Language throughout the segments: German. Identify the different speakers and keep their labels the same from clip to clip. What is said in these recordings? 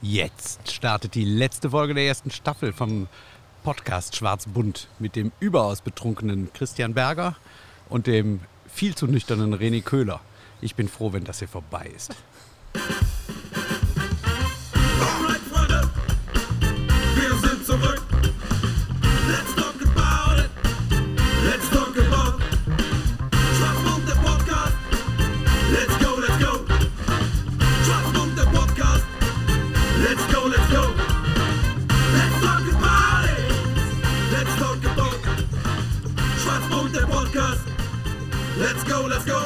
Speaker 1: Jetzt startet die letzte Folge der ersten Staffel vom Podcast Schwarz-Bunt mit dem überaus betrunkenen Christian Berger und dem viel zu nüchternen René Köhler. Ich bin froh, wenn das hier vorbei ist.
Speaker 2: Alright, Freunde, wir sind zurück. Let's talk about it. Let's talk about Schwarzmund, der Podcast. Let's go, let's go. Schwarzmund, der Podcast. Let's go, let's go. Let's talk about it. Let's talk about Schwarzmund, der Podcast. Let's go, let's go.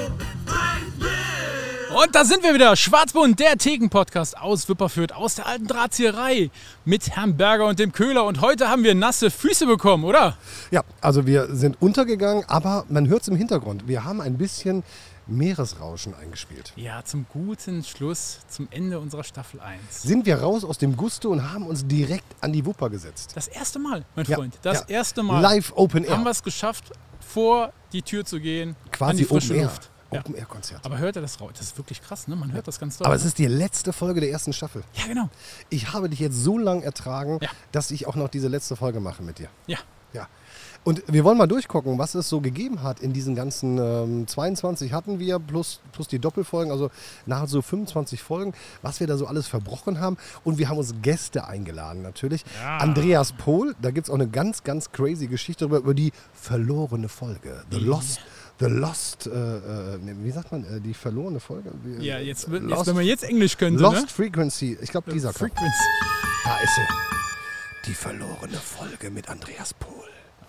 Speaker 2: Hey, yeah.
Speaker 3: Und da sind wir wieder. Schwarzbund, der Theken-Podcast aus Wipperfürth, aus der alten Drahtzieherei mit Herrn Berger und dem Köhler. Und heute haben wir nasse Füße bekommen, oder?
Speaker 4: Ja, also wir sind untergegangen, aber man hört es im Hintergrund. Wir haben ein bisschen Meeresrauschen eingespielt.
Speaker 3: Ja, zum guten Schluss, zum Ende unserer Staffel 1.
Speaker 4: Sind wir raus aus dem Gusto und haben uns direkt an die Wupper gesetzt.
Speaker 3: Das erste Mal, mein
Speaker 4: Ja,
Speaker 3: Freund. Das
Speaker 4: ja.
Speaker 3: erste Mal
Speaker 4: Live Open Air.
Speaker 3: haben wir es geschafft, vor die Tür zu gehen. an
Speaker 4: Quasi
Speaker 3: die frische
Speaker 4: Open Air.
Speaker 3: Luft. Ja.
Speaker 4: Open Air Konzert. Aber,
Speaker 3: Aber hört ihr das raus? Das ist wirklich krass, ne? Man hört das ganz doll.
Speaker 4: es ist die letzte Folge der ersten Staffel.
Speaker 3: ja, genau.
Speaker 4: Ich habe dich jetzt so lang ertragen,
Speaker 3: Ja.
Speaker 4: dass ich auch noch diese letzte Folge mache mit dir.
Speaker 3: Ja.
Speaker 4: Ja. Und wir wollen mal durchgucken, was es so gegeben hat in diesen ganzen ähm, 22 hatten wir, plus, plus die Doppelfolgen, also nach so 25 Folgen, was wir da so alles verbrochen haben. Und wir haben uns Gäste eingeladen natürlich. Andreas Pohl, da gibt es auch eine ganz, ganz crazy Geschichte darüber, über die verlorene Folge. The Lost. The Lost, äh, äh, nee, wie sagt man, äh, die verlorene Folge? Wie-
Speaker 3: Ja, jetzt,
Speaker 4: äh,
Speaker 3: jetzt,
Speaker 4: Lost-
Speaker 3: wenn man jetzt Englisch könnte,
Speaker 4: Lost
Speaker 3: ne?
Speaker 4: Frequency, ich glaube, dieser kommt.
Speaker 3: Frequency.
Speaker 4: Da ist sie. Die verlorene Folge mit Andreas Pohl.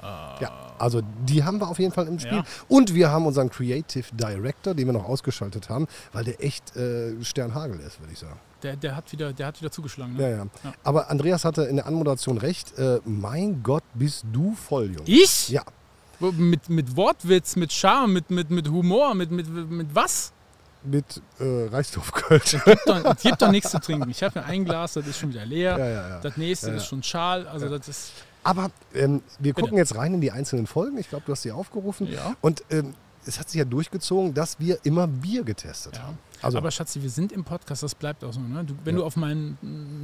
Speaker 4: Ja, also die haben wir auf jeden Fall im Spiel.
Speaker 3: Ah. Ja.
Speaker 4: Und wir haben unseren Creative Director, den wir noch ausgeschaltet haben, weil der echt äh, Sternhagel ist, würde ich sagen.
Speaker 3: Der, der, hat wieder, der hat wieder zugeschlagen, ne?
Speaker 4: Ja, ja. Aber Andreas hatte in der Anmoderation recht. Äh, mein Gott, bist du voll, Junge.
Speaker 3: Ich?
Speaker 4: Ja,
Speaker 3: Wo- Mit, mit Wortwitz, mit Charme, mit, mit, mit Humor, mit, mit, mit was?
Speaker 4: mit äh, Reichsdorfkölsch.
Speaker 3: Gibt doch- Es gibt doch nichts zu trinken. Ich habe mir ein Glas, das ist schon wieder leer.
Speaker 4: Ja, ja, ja.
Speaker 3: Das nächste ist schon schal. Also das ist.
Speaker 4: Aber ähm, wir gucken jetzt rein in die einzelnen Folgen. Ich glaube, du hast sie aufgerufen.
Speaker 3: Ja.
Speaker 4: Und ähm, es hat sich ja durchgezogen, dass wir immer Bier getestet haben. Also,
Speaker 3: Aber Schatzi, wir sind im Podcast, das bleibt auch so. Ne? Du, wenn du auf meinen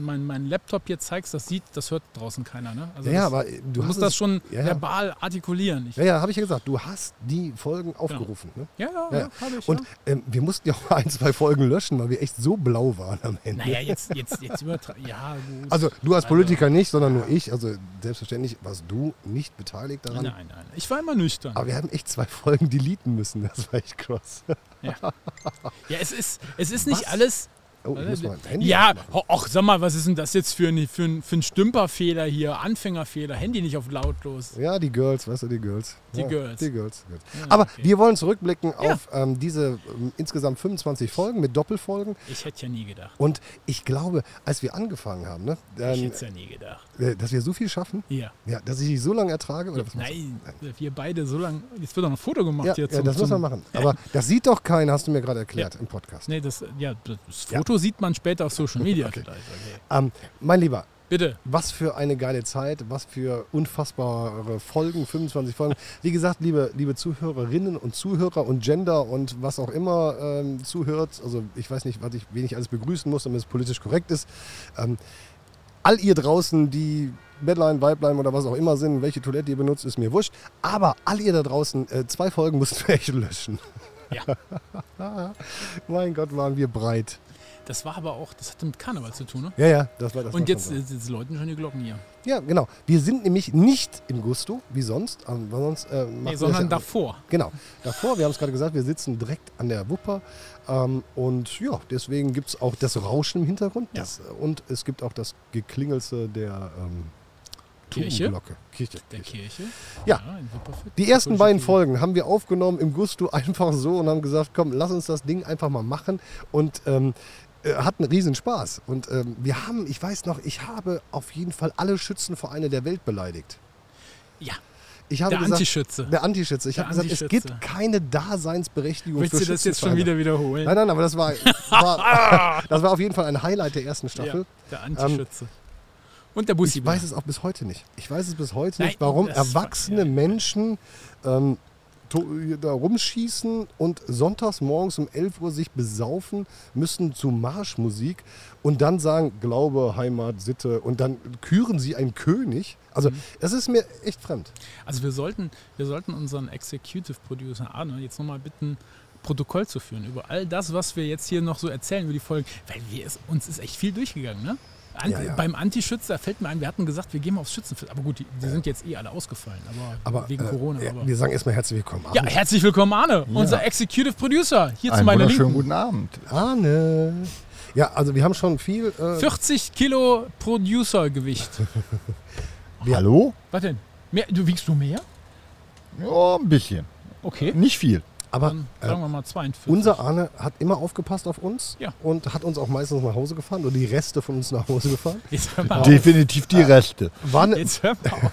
Speaker 3: mein, mein Laptop hier zeigst, das sieht, das hört draußen keiner. Ne? Also
Speaker 4: ja, ja,
Speaker 3: das,
Speaker 4: aber äh, du
Speaker 3: du
Speaker 4: hast
Speaker 3: musst
Speaker 4: es-
Speaker 3: das schon
Speaker 4: ja, ja.
Speaker 3: verbal artikulieren. Ich,
Speaker 4: Ja, ja, habe ich ja gesagt. Du hast die Folgen aufgerufen. Ne?
Speaker 3: Genau. ja, ja,
Speaker 4: Ja,
Speaker 3: ja,
Speaker 4: ja.
Speaker 3: hab ich.
Speaker 4: Und
Speaker 3: ja.
Speaker 4: ähm, wir mussten ja auch ein, zwei Folgen löschen, weil wir echt so blau waren am Ende.
Speaker 3: Naja, jetzt, jetzt, jetzt übertra. Ja, gut.
Speaker 4: Also du als
Speaker 3: Also-
Speaker 4: Politiker nicht, sondern nur ich. Also selbstverständlich warst du nicht beteiligt daran.
Speaker 3: Nein, nein, nein. Ich war immer nüchtern.
Speaker 4: Aber wir haben echt zwei Folgen deleten müssen. Das war echt krass.
Speaker 3: Ja, es ist, es ist nicht
Speaker 4: Was?
Speaker 3: alles.
Speaker 4: Oh, ich muss mal mein Handy
Speaker 3: Ja,
Speaker 4: ausmachen.
Speaker 3: ho- ach, sag mal, was ist denn das jetzt für ein, für ein, für ein Stümperfehler hier? Anfängerfehler, Handy nicht auf lautlos.
Speaker 4: Ja, die Girls, weißt du, die Girls.
Speaker 3: Die
Speaker 4: ja,
Speaker 3: Girls.
Speaker 4: Die Girls. die Girls. Aber
Speaker 3: okay.
Speaker 4: wir wollen zurückblicken auf ähm, diese ähm, insgesamt 25 Folgen mit Doppelfolgen.
Speaker 3: Ich hätte ja nie gedacht.
Speaker 4: Und ich glaube, als wir angefangen haben, ne,
Speaker 3: Ich
Speaker 4: dann,
Speaker 3: hätte es ja nie gedacht.
Speaker 4: äh, dass wir so viel schaffen,
Speaker 3: Ja.
Speaker 4: Ja, dass ich dich so lange ertrage? Oder was machst du?
Speaker 3: Nein, wir beide so lange. Jetzt wird auch noch ein Foto gemacht
Speaker 4: Ja,
Speaker 3: hier
Speaker 4: ja, das muss man machen. Aber das sieht doch keiner, hast du mir gerade erklärt im Podcast.
Speaker 3: Nee, das, ja, das Foto sieht man später auf Social Media vielleicht. Okay.
Speaker 4: Ähm, mein Lieber,
Speaker 3: Bitte.
Speaker 4: was für eine geile Zeit, was für unfassbare Folgen, 25 Folgen. Wie gesagt, liebe, liebe Zuhörerinnen und Zuhörer und Gender und was auch immer ähm, zuhört, also ich weiß nicht, was ich, wen ich alles begrüßen muss, damit es politisch korrekt ist. Ähm, all ihr draußen, die Männlein, Weiblein oder was auch immer sind, welche Toilette ihr benutzt, ist mir wurscht. Aber all ihr da draußen, äh, zwei Folgen mussten wir echt löschen.
Speaker 3: Ja.
Speaker 4: Mein Gott, waren wir breit.
Speaker 3: Das war aber auch, das hatte mit Karneval zu tun, ne?
Speaker 4: Ja, ja, das war das. war
Speaker 3: Und jetzt,
Speaker 4: schon
Speaker 3: jetzt, jetzt läuten schon die Glocken hier.
Speaker 4: so. Ja, genau. Wir sind nämlich nicht im Gusto, wie sonst. Ähm, weil sonst äh, machen wir
Speaker 3: Nee,
Speaker 4: das
Speaker 3: sondern
Speaker 4: ja-
Speaker 3: davor.
Speaker 4: Genau. Davor, wir haben es gerade gesagt, wir sitzen direkt an der Wupper. Ähm, und ja, deswegen gibt es auch das Rauschen im Hintergrund.
Speaker 3: Ja.
Speaker 4: Das, äh, und es gibt auch das Geklingelste der ähm,
Speaker 3: Kirche?
Speaker 4: Turmglocke. Kirche.
Speaker 3: Der Kirche.
Speaker 4: Ja.
Speaker 3: in Wipperfürth.
Speaker 4: Die ersten beiden
Speaker 3: Kirche.
Speaker 4: Folgen haben wir aufgenommen im Gusto einfach so und haben gesagt, komm, lass uns das Ding einfach mal machen und ähm, äh, hatten riesen Spaß. Und ähm, wir haben, ich weiß noch, ich habe auf jeden Fall alle Schützenvereine der Welt beleidigt.
Speaker 3: Ja,
Speaker 4: Ich habe
Speaker 3: Der
Speaker 4: gesagt,
Speaker 3: Antischütze.
Speaker 4: Der Antischütze. Ich
Speaker 3: Der
Speaker 4: habe gesagt, es
Speaker 3: Antischütze.
Speaker 4: gibt keine Daseinsberechtigung
Speaker 3: Willst
Speaker 4: für
Speaker 3: du das jetzt schon
Speaker 4: Schützenvereine.
Speaker 3: wieder wiederholen?
Speaker 4: Nein, nein, aber das war, war, das war auf jeden Fall ein Highlight der ersten Staffel. Ähm,
Speaker 3: Ja, der Antischütze. und der Bussi.
Speaker 4: Ich weiß es auch bis heute nicht. Ich weiß es bis heute
Speaker 3: Nein,
Speaker 4: nicht, warum
Speaker 3: das war-
Speaker 4: erwachsene
Speaker 3: ja.
Speaker 4: Menschen ähm, to- hier da rumschießen und sonntags morgens um 11 Uhr sich besaufen müssen zu Marschmusik und dann sagen Glaube, Heimat, Sitte und dann küren sie einen König. Also
Speaker 3: Mhm.
Speaker 4: das ist mir echt fremd.
Speaker 3: Also wir sollten, wir sollten unseren Executive Producer Arne jetzt nochmal bitten, Protokoll zu führen über all das, was wir jetzt hier noch so erzählen über die Folgen. Weil wir es, uns ist echt viel durchgegangen, ne? An,
Speaker 4: Ja, ja.
Speaker 3: Beim Antischütz, da fällt mir ein, wir hatten gesagt, wir gehen mal aufs Schützenfest. Aber gut, die, die sind jetzt eh alle ausgefallen, aber,
Speaker 4: Aber
Speaker 3: wegen
Speaker 4: äh,
Speaker 3: Corona.
Speaker 4: ja,
Speaker 3: Aber.
Speaker 4: wir sagen erstmal herzlich willkommen.
Speaker 3: Ja, herzlich willkommen, Arne, unser Executive Producer, hier zu
Speaker 5: Einen
Speaker 3: meiner
Speaker 5: wunderschönen
Speaker 3: Linken.
Speaker 5: guten Abend.
Speaker 4: Arne. Ja, also wir haben schon viel. Äh,
Speaker 3: 40 Kilo Producer-Gewicht.
Speaker 5: Hallo?
Speaker 3: Was denn? Mehr, du wiegst du mehr?
Speaker 5: Ja, ein bisschen.
Speaker 3: Okay.
Speaker 5: Nicht viel.
Speaker 4: aber
Speaker 3: Dann
Speaker 4: äh,
Speaker 3: sagen wir mal 42.
Speaker 4: unser Arne hat immer aufgepasst auf uns
Speaker 3: Ja.
Speaker 4: und hat uns auch meistens nach Hause gefahren oder die Reste von uns nach Hause gefahren.
Speaker 3: Jetzt hör mal auf.
Speaker 5: Definitiv die Reste.
Speaker 4: War eine,
Speaker 3: Jetzt hör mal auf.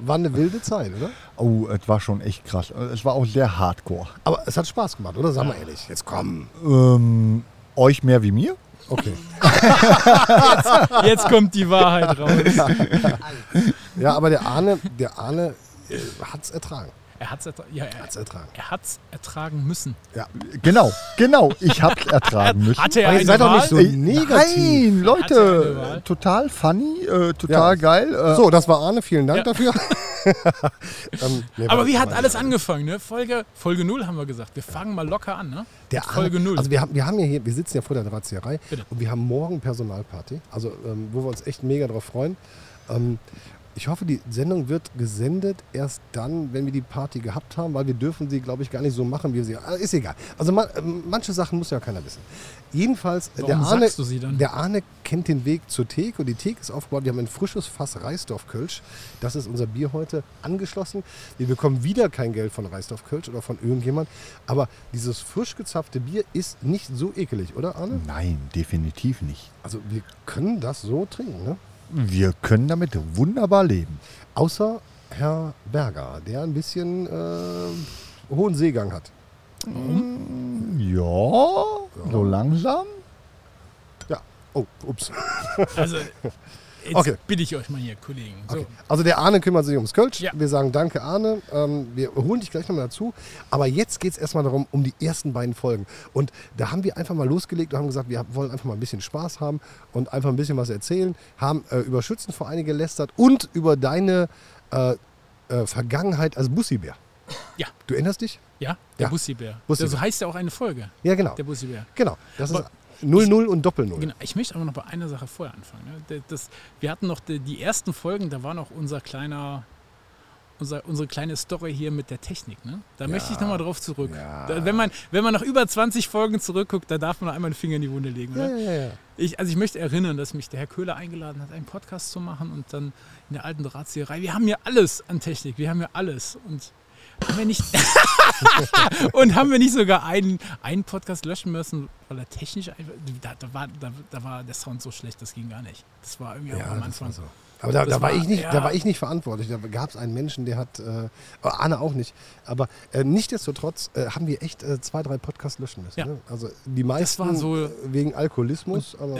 Speaker 4: war eine wilde Zeit, oder?
Speaker 5: Oh, es war schon echt krass. Es war auch sehr hardcore.
Speaker 4: Aber es hat Spaß gemacht, oder? Sagen wir ehrlich. Jetzt komm.
Speaker 5: Ähm, euch mehr wie mir?
Speaker 4: Okay.
Speaker 3: Jetzt kommt die Wahrheit raus.
Speaker 4: Ja, aber der Arne, der Arne äh, hat's ertragen.
Speaker 3: Er hat's ertragen. Ja, er,
Speaker 4: Hat's ertragen.
Speaker 3: er hat's ertragen müssen.
Speaker 4: Ja.
Speaker 5: Genau, genau. Ich hab's ertragen müssen.
Speaker 3: Hatte er
Speaker 4: Ey,
Speaker 3: eine
Speaker 4: seid doch
Speaker 3: Wahl?
Speaker 4: nicht so
Speaker 5: Ey,
Speaker 4: negativ.
Speaker 5: Nein,
Speaker 3: Hatte eine Wahl.
Speaker 5: Leute, total funny, äh, total
Speaker 4: Ja.
Speaker 5: geil. Äh,
Speaker 4: So, das war Arne. Vielen Dank
Speaker 3: Ja.
Speaker 4: dafür. Ähm, nee,
Speaker 3: Aber
Speaker 4: war-
Speaker 3: wie hat
Speaker 4: war-
Speaker 3: alles angefangen, ne? Folge, Folge 0 haben wir gesagt. Wir fangen mal locker an, ne?
Speaker 4: Der
Speaker 3: Mit Folge
Speaker 4: Arne-
Speaker 3: 0.
Speaker 4: Also wir haben, wir haben ja hier, wir sitzen ja vor der Drahtzieherei
Speaker 3: Bitte.
Speaker 4: und wir haben morgen Personalparty, also ähm, wo wir uns echt mega drauf freuen. Ähm, ich hoffe, die Sendung wird gesendet erst dann, wenn wir die Party gehabt haben, weil wir dürfen sie, glaube ich, gar nicht so machen, wie wir sie. Ah, Ist egal. Also man, ähm, manche Sachen muss ja keiner wissen. Jedenfalls, äh, der
Speaker 3: Warum
Speaker 4: Arne,
Speaker 3: sagst du sie dann?
Speaker 4: der Arne kennt den Weg zur Theke und die Theke ist aufgebaut. Wir haben ein frisches Fass Reisdorf-Kölsch. Das ist unser Bier heute angeschlossen. Wir bekommen wieder kein Geld von Reisdorf-Kölsch oder von irgendjemand. Aber dieses frisch gezapfte Bier ist nicht so ekelig, oder Arne?
Speaker 5: Nein, definitiv nicht.
Speaker 4: Also wir können das so trinken, ne?
Speaker 5: Wir können damit wunderbar leben.
Speaker 4: Außer Herr Berger, der ein bisschen äh, hohen Seegang hat.
Speaker 5: Ja, so langsam.
Speaker 4: Ja. Oh, ups.
Speaker 3: also, jetzt
Speaker 4: Okay.
Speaker 3: bitte ich euch mal hier, Kollegen. So.
Speaker 4: Okay. Also der Arne kümmert sich ums Kölsch.
Speaker 3: Ja.
Speaker 4: Wir sagen danke, Arne. Ähm, wir holen dich gleich nochmal dazu. Aber jetzt geht es erstmal darum, um die ersten beiden Folgen. Und da haben wir einfach mal losgelegt und haben gesagt, wir wollen einfach mal ein bisschen Spaß haben und einfach ein bisschen was erzählen. Haben äh, über Schützenvereine gelästert und über deine äh, äh, Vergangenheit als Bussibär.
Speaker 3: Ja.
Speaker 4: Du erinnerst dich?
Speaker 3: Ja, der
Speaker 4: Ja.
Speaker 3: Bussibär.
Speaker 4: Bussibär.
Speaker 3: So heißt ja auch eine Folge.
Speaker 4: Ja, genau.
Speaker 3: Der Bussibär.
Speaker 4: Genau. Das
Speaker 3: Aber
Speaker 4: ist 0-0 und Doppel-0.
Speaker 3: Genau, ich möchte aber noch bei einer Sache vorher anfangen. Ne? D- Das, wir hatten noch die, die ersten Folgen, da war noch unser kleiner, unser, unsere kleine Story hier mit der Technik. Ne? Da möchte ich nochmal drauf zurück. Da, wenn, man, wenn man nach über 20 Folgen zurückguckt, da darf man noch einmal den Finger in die Wunde legen.
Speaker 4: Ja,
Speaker 3: Oder?
Speaker 4: ja, ja, ja.
Speaker 3: Ich, also ich möchte erinnern, dass mich der Herr Köhler eingeladen hat, einen Podcast zu machen und dann in der alten Drahtzieherei. Wir haben ja alles an Technik, wir haben ja alles. Und haben wir nicht, und haben wir nicht sogar einen, einen Podcast löschen müssen, weil er technisch einfach, da, da, war, da, da war der Sound so schlecht, das ging gar nicht. Das war irgendwie auch
Speaker 4: Ja,
Speaker 3: am
Speaker 4: das
Speaker 3: Anfang.
Speaker 4: war so. Aber da,
Speaker 3: Das
Speaker 4: da, war
Speaker 3: war-
Speaker 4: ich nicht,
Speaker 3: ja.
Speaker 4: da war ich nicht verantwortlich. Da gab es einen Menschen, der hat, äh, Anne auch nicht. Aber äh, nichtsdestotrotz äh, haben wir echt äh, zwei, drei Podcasts löschen müssen.
Speaker 3: Ja.
Speaker 4: Ne? Also die meisten
Speaker 3: war so-
Speaker 4: äh, wegen Alkoholismus. Aber,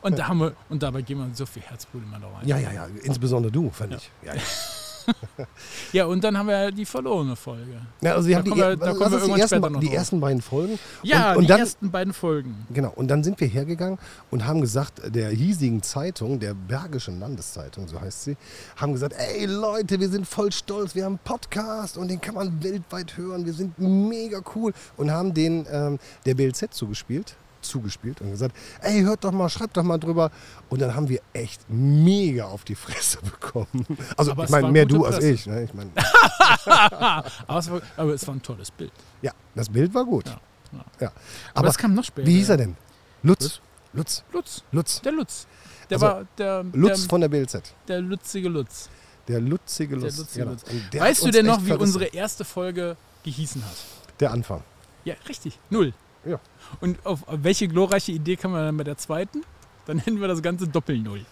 Speaker 3: Und, da haben wir, und dabei gehen wir so viel Herzblut immer da rein.
Speaker 4: ja, ja, ja. Insbesondere du, fand ich. Ja, ja.
Speaker 3: ja, und dann haben wir die verlorene Folge.
Speaker 4: Ja, also wir
Speaker 3: Da
Speaker 4: haben die,
Speaker 3: kommen wir-
Speaker 4: er-
Speaker 3: da kommen
Speaker 4: lass
Speaker 3: wir
Speaker 4: uns die,
Speaker 3: irgendwann
Speaker 4: ersten,
Speaker 3: später noch
Speaker 4: die
Speaker 3: drauf.
Speaker 4: ersten beiden Folgen.
Speaker 3: Ja,
Speaker 4: und, und
Speaker 3: die
Speaker 4: dann,
Speaker 3: ersten beiden Folgen.
Speaker 4: Genau, und dann sind wir hergegangen und haben gesagt, der hiesigen Zeitung, der Bergischen Landeszeitung, so heißt sie, haben gesagt, ey Leute, wir sind voll stolz, wir haben einen Podcast und den kann man weltweit hören, wir sind mega cool und haben den ähm, der BLZ zugespielt, zugespielt und gesagt, ey, hört doch mal, schreibt doch mal drüber. Und dann haben wir echt mega auf die Fresse bekommen. Also
Speaker 3: Aber
Speaker 4: ich
Speaker 3: es
Speaker 4: meine,
Speaker 3: war
Speaker 4: mehr
Speaker 3: gute
Speaker 4: du als
Speaker 3: Presse.
Speaker 4: ich. Ne? ich mein,
Speaker 3: Aber es war, aber es war ein tolles Bild.
Speaker 4: ja, das Bild war gut.
Speaker 3: Ja,
Speaker 4: Ja.
Speaker 3: ja.
Speaker 4: Aber,
Speaker 3: es kam noch später.
Speaker 4: wie hieß er denn? Lutz.
Speaker 3: Lutz?
Speaker 4: Lutz.
Speaker 3: Lutz.
Speaker 4: Lutz.
Speaker 3: Der Lutz. Der
Speaker 4: Also,
Speaker 3: war der,
Speaker 4: Lutz
Speaker 3: der,
Speaker 4: von der BLZ.
Speaker 3: der lutzige Lutz.
Speaker 4: Der lutzige Lutz.
Speaker 3: Ähm, Der lutzige
Speaker 4: genau.
Speaker 3: Lutz.
Speaker 4: Und der
Speaker 3: weißt
Speaker 4: hat
Speaker 3: du
Speaker 4: uns
Speaker 3: denn noch,
Speaker 4: echt
Speaker 3: wie
Speaker 4: verrissen.
Speaker 3: unsere erste Folge gehießen hat?
Speaker 4: Der Anfang.
Speaker 3: Ja, richtig. Null.
Speaker 4: Ja.
Speaker 3: Und auf welche glorreiche Idee kann man dann bei der zweiten? Dann nennen wir das Ganze Doppel-Null.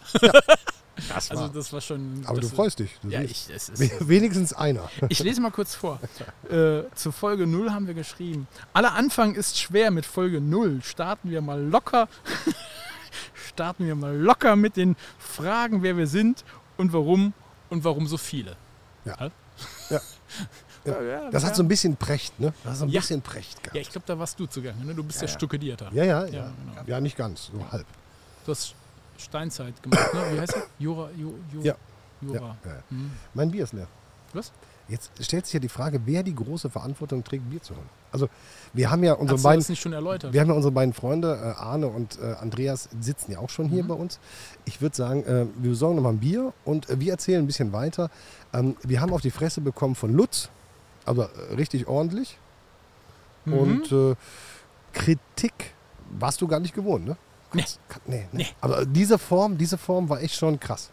Speaker 4: Das
Speaker 3: Also das war schon...
Speaker 4: Aber du
Speaker 3: das,
Speaker 4: freust dich. Du
Speaker 3: Ja,
Speaker 4: siehst.
Speaker 3: ich, es ist,
Speaker 4: We- Wenigstens einer.
Speaker 3: Ich lese mal kurz vor. Äh, zur Folge 0 haben wir geschrieben. Aller Anfang ist schwer mit Folge 0. Starten wir mal locker. starten wir mal locker mit den Fragen, wer wir sind und warum und warum so viele.
Speaker 4: Ja.
Speaker 3: Halt.
Speaker 4: Ja. Das hat so ein bisschen Precht, ne? Das hat so ein
Speaker 3: Ja.
Speaker 4: bisschen Precht gehabt.
Speaker 3: Ja, ich glaube, da warst du zugange. Ne? Du bist ja, Stuckadierter.
Speaker 4: Ja, ja, ja.
Speaker 3: Ja,
Speaker 4: Ja,
Speaker 3: genau.
Speaker 4: nicht ganz, so halb.
Speaker 3: Du hast Steinzeit gemacht, ne? Wie heißt das? Jura, Ju, Ju,
Speaker 4: Ja.
Speaker 3: Jura.
Speaker 4: Ja, ja.
Speaker 3: Hm.
Speaker 4: Mein Bier ist leer.
Speaker 3: Was?
Speaker 4: Jetzt stellt sich ja die Frage, wer die große Verantwortung trägt, Bier zu holen. Also, wir haben ja unsere
Speaker 3: Hast du
Speaker 4: beiden
Speaker 3: das nicht schon erläutert?
Speaker 4: Wir haben ja unsere beiden Freunde, äh, Arne und äh, Andreas, sitzen ja auch schon
Speaker 3: Mhm.
Speaker 4: hier bei uns. Ich würde sagen, äh, wir besorgen nochmal ein Bier und äh, wir erzählen ein bisschen weiter. Ähm, wir haben auf die Fresse bekommen von Lutz, also äh, richtig ordentlich.
Speaker 3: Mhm.
Speaker 4: Und äh, Kritik warst du gar nicht gewohnt, ne?
Speaker 3: Nee.
Speaker 4: Ka- Nee, nee.
Speaker 3: Nee.
Speaker 4: Aber äh, diese Form, diese Form war echt schon krass.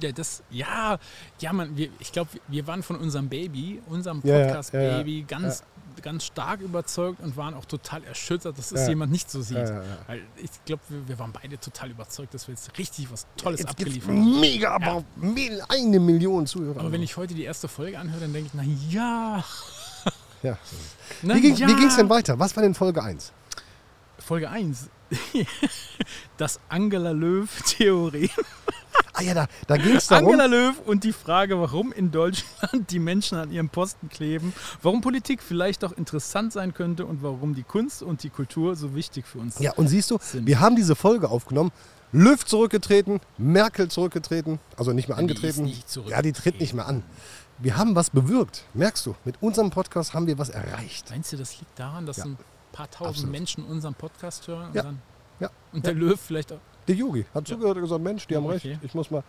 Speaker 3: Ja, das, ja, ja, man, wir, ich glaube, wir waren von unserem Baby, unserem
Speaker 4: Ja, ja,
Speaker 3: Podcast-Baby,
Speaker 4: ja, ja.
Speaker 3: ganz, ganz stark überzeugt und waren auch total erschüttert, dass es
Speaker 4: Ja.
Speaker 3: jemand nicht so sieht.
Speaker 4: Ja, ja, ja.
Speaker 3: Weil ich glaube, wir, wir waren beide total überzeugt, dass wir jetzt richtig was Tolles
Speaker 4: Jetzt gibt's
Speaker 3: abgeliefert haben.
Speaker 4: mega, aber mil- eine Million Zuhörer.
Speaker 3: Aber wenn ich heute die erste Folge anhöre, dann denke ich, na ja,
Speaker 4: ja.
Speaker 3: na
Speaker 4: Wie ging
Speaker 3: Ne? ja.
Speaker 4: es denn weiter? Was war denn Folge 1?
Speaker 3: Folge 1. das Angela Löw-Theorem.
Speaker 4: Ah ja, da, da ging es darum.
Speaker 3: Angela Löw und die Frage, warum in Deutschland die Menschen an ihrem Posten kleben, warum Politik vielleicht doch interessant sein könnte und warum die Kunst und die Kultur so wichtig für uns sind.
Speaker 4: Ja, und siehst du,
Speaker 3: Sinn.
Speaker 4: wir haben diese Folge aufgenommen. Löw zurückgetreten, Merkel zurückgetreten, also nicht mehr
Speaker 3: die
Speaker 4: angetreten.
Speaker 3: ist nicht zurückgetreten.
Speaker 4: ja, die tritt nicht mehr an. Wir haben was bewirkt, merkst du? Mit unserem Podcast haben wir was erreicht.
Speaker 3: Meinst du, das liegt daran, dass
Speaker 4: Ja,
Speaker 3: ein paar tausend
Speaker 4: absolut.
Speaker 3: Menschen unseren Podcast hören und,
Speaker 4: Ja,
Speaker 3: dann,
Speaker 4: ja,
Speaker 3: und der Löw vielleicht auch?
Speaker 4: Der Yogi hat zugehört und gesagt, Mensch, die haben
Speaker 3: Okay.
Speaker 4: recht, ich muss mal.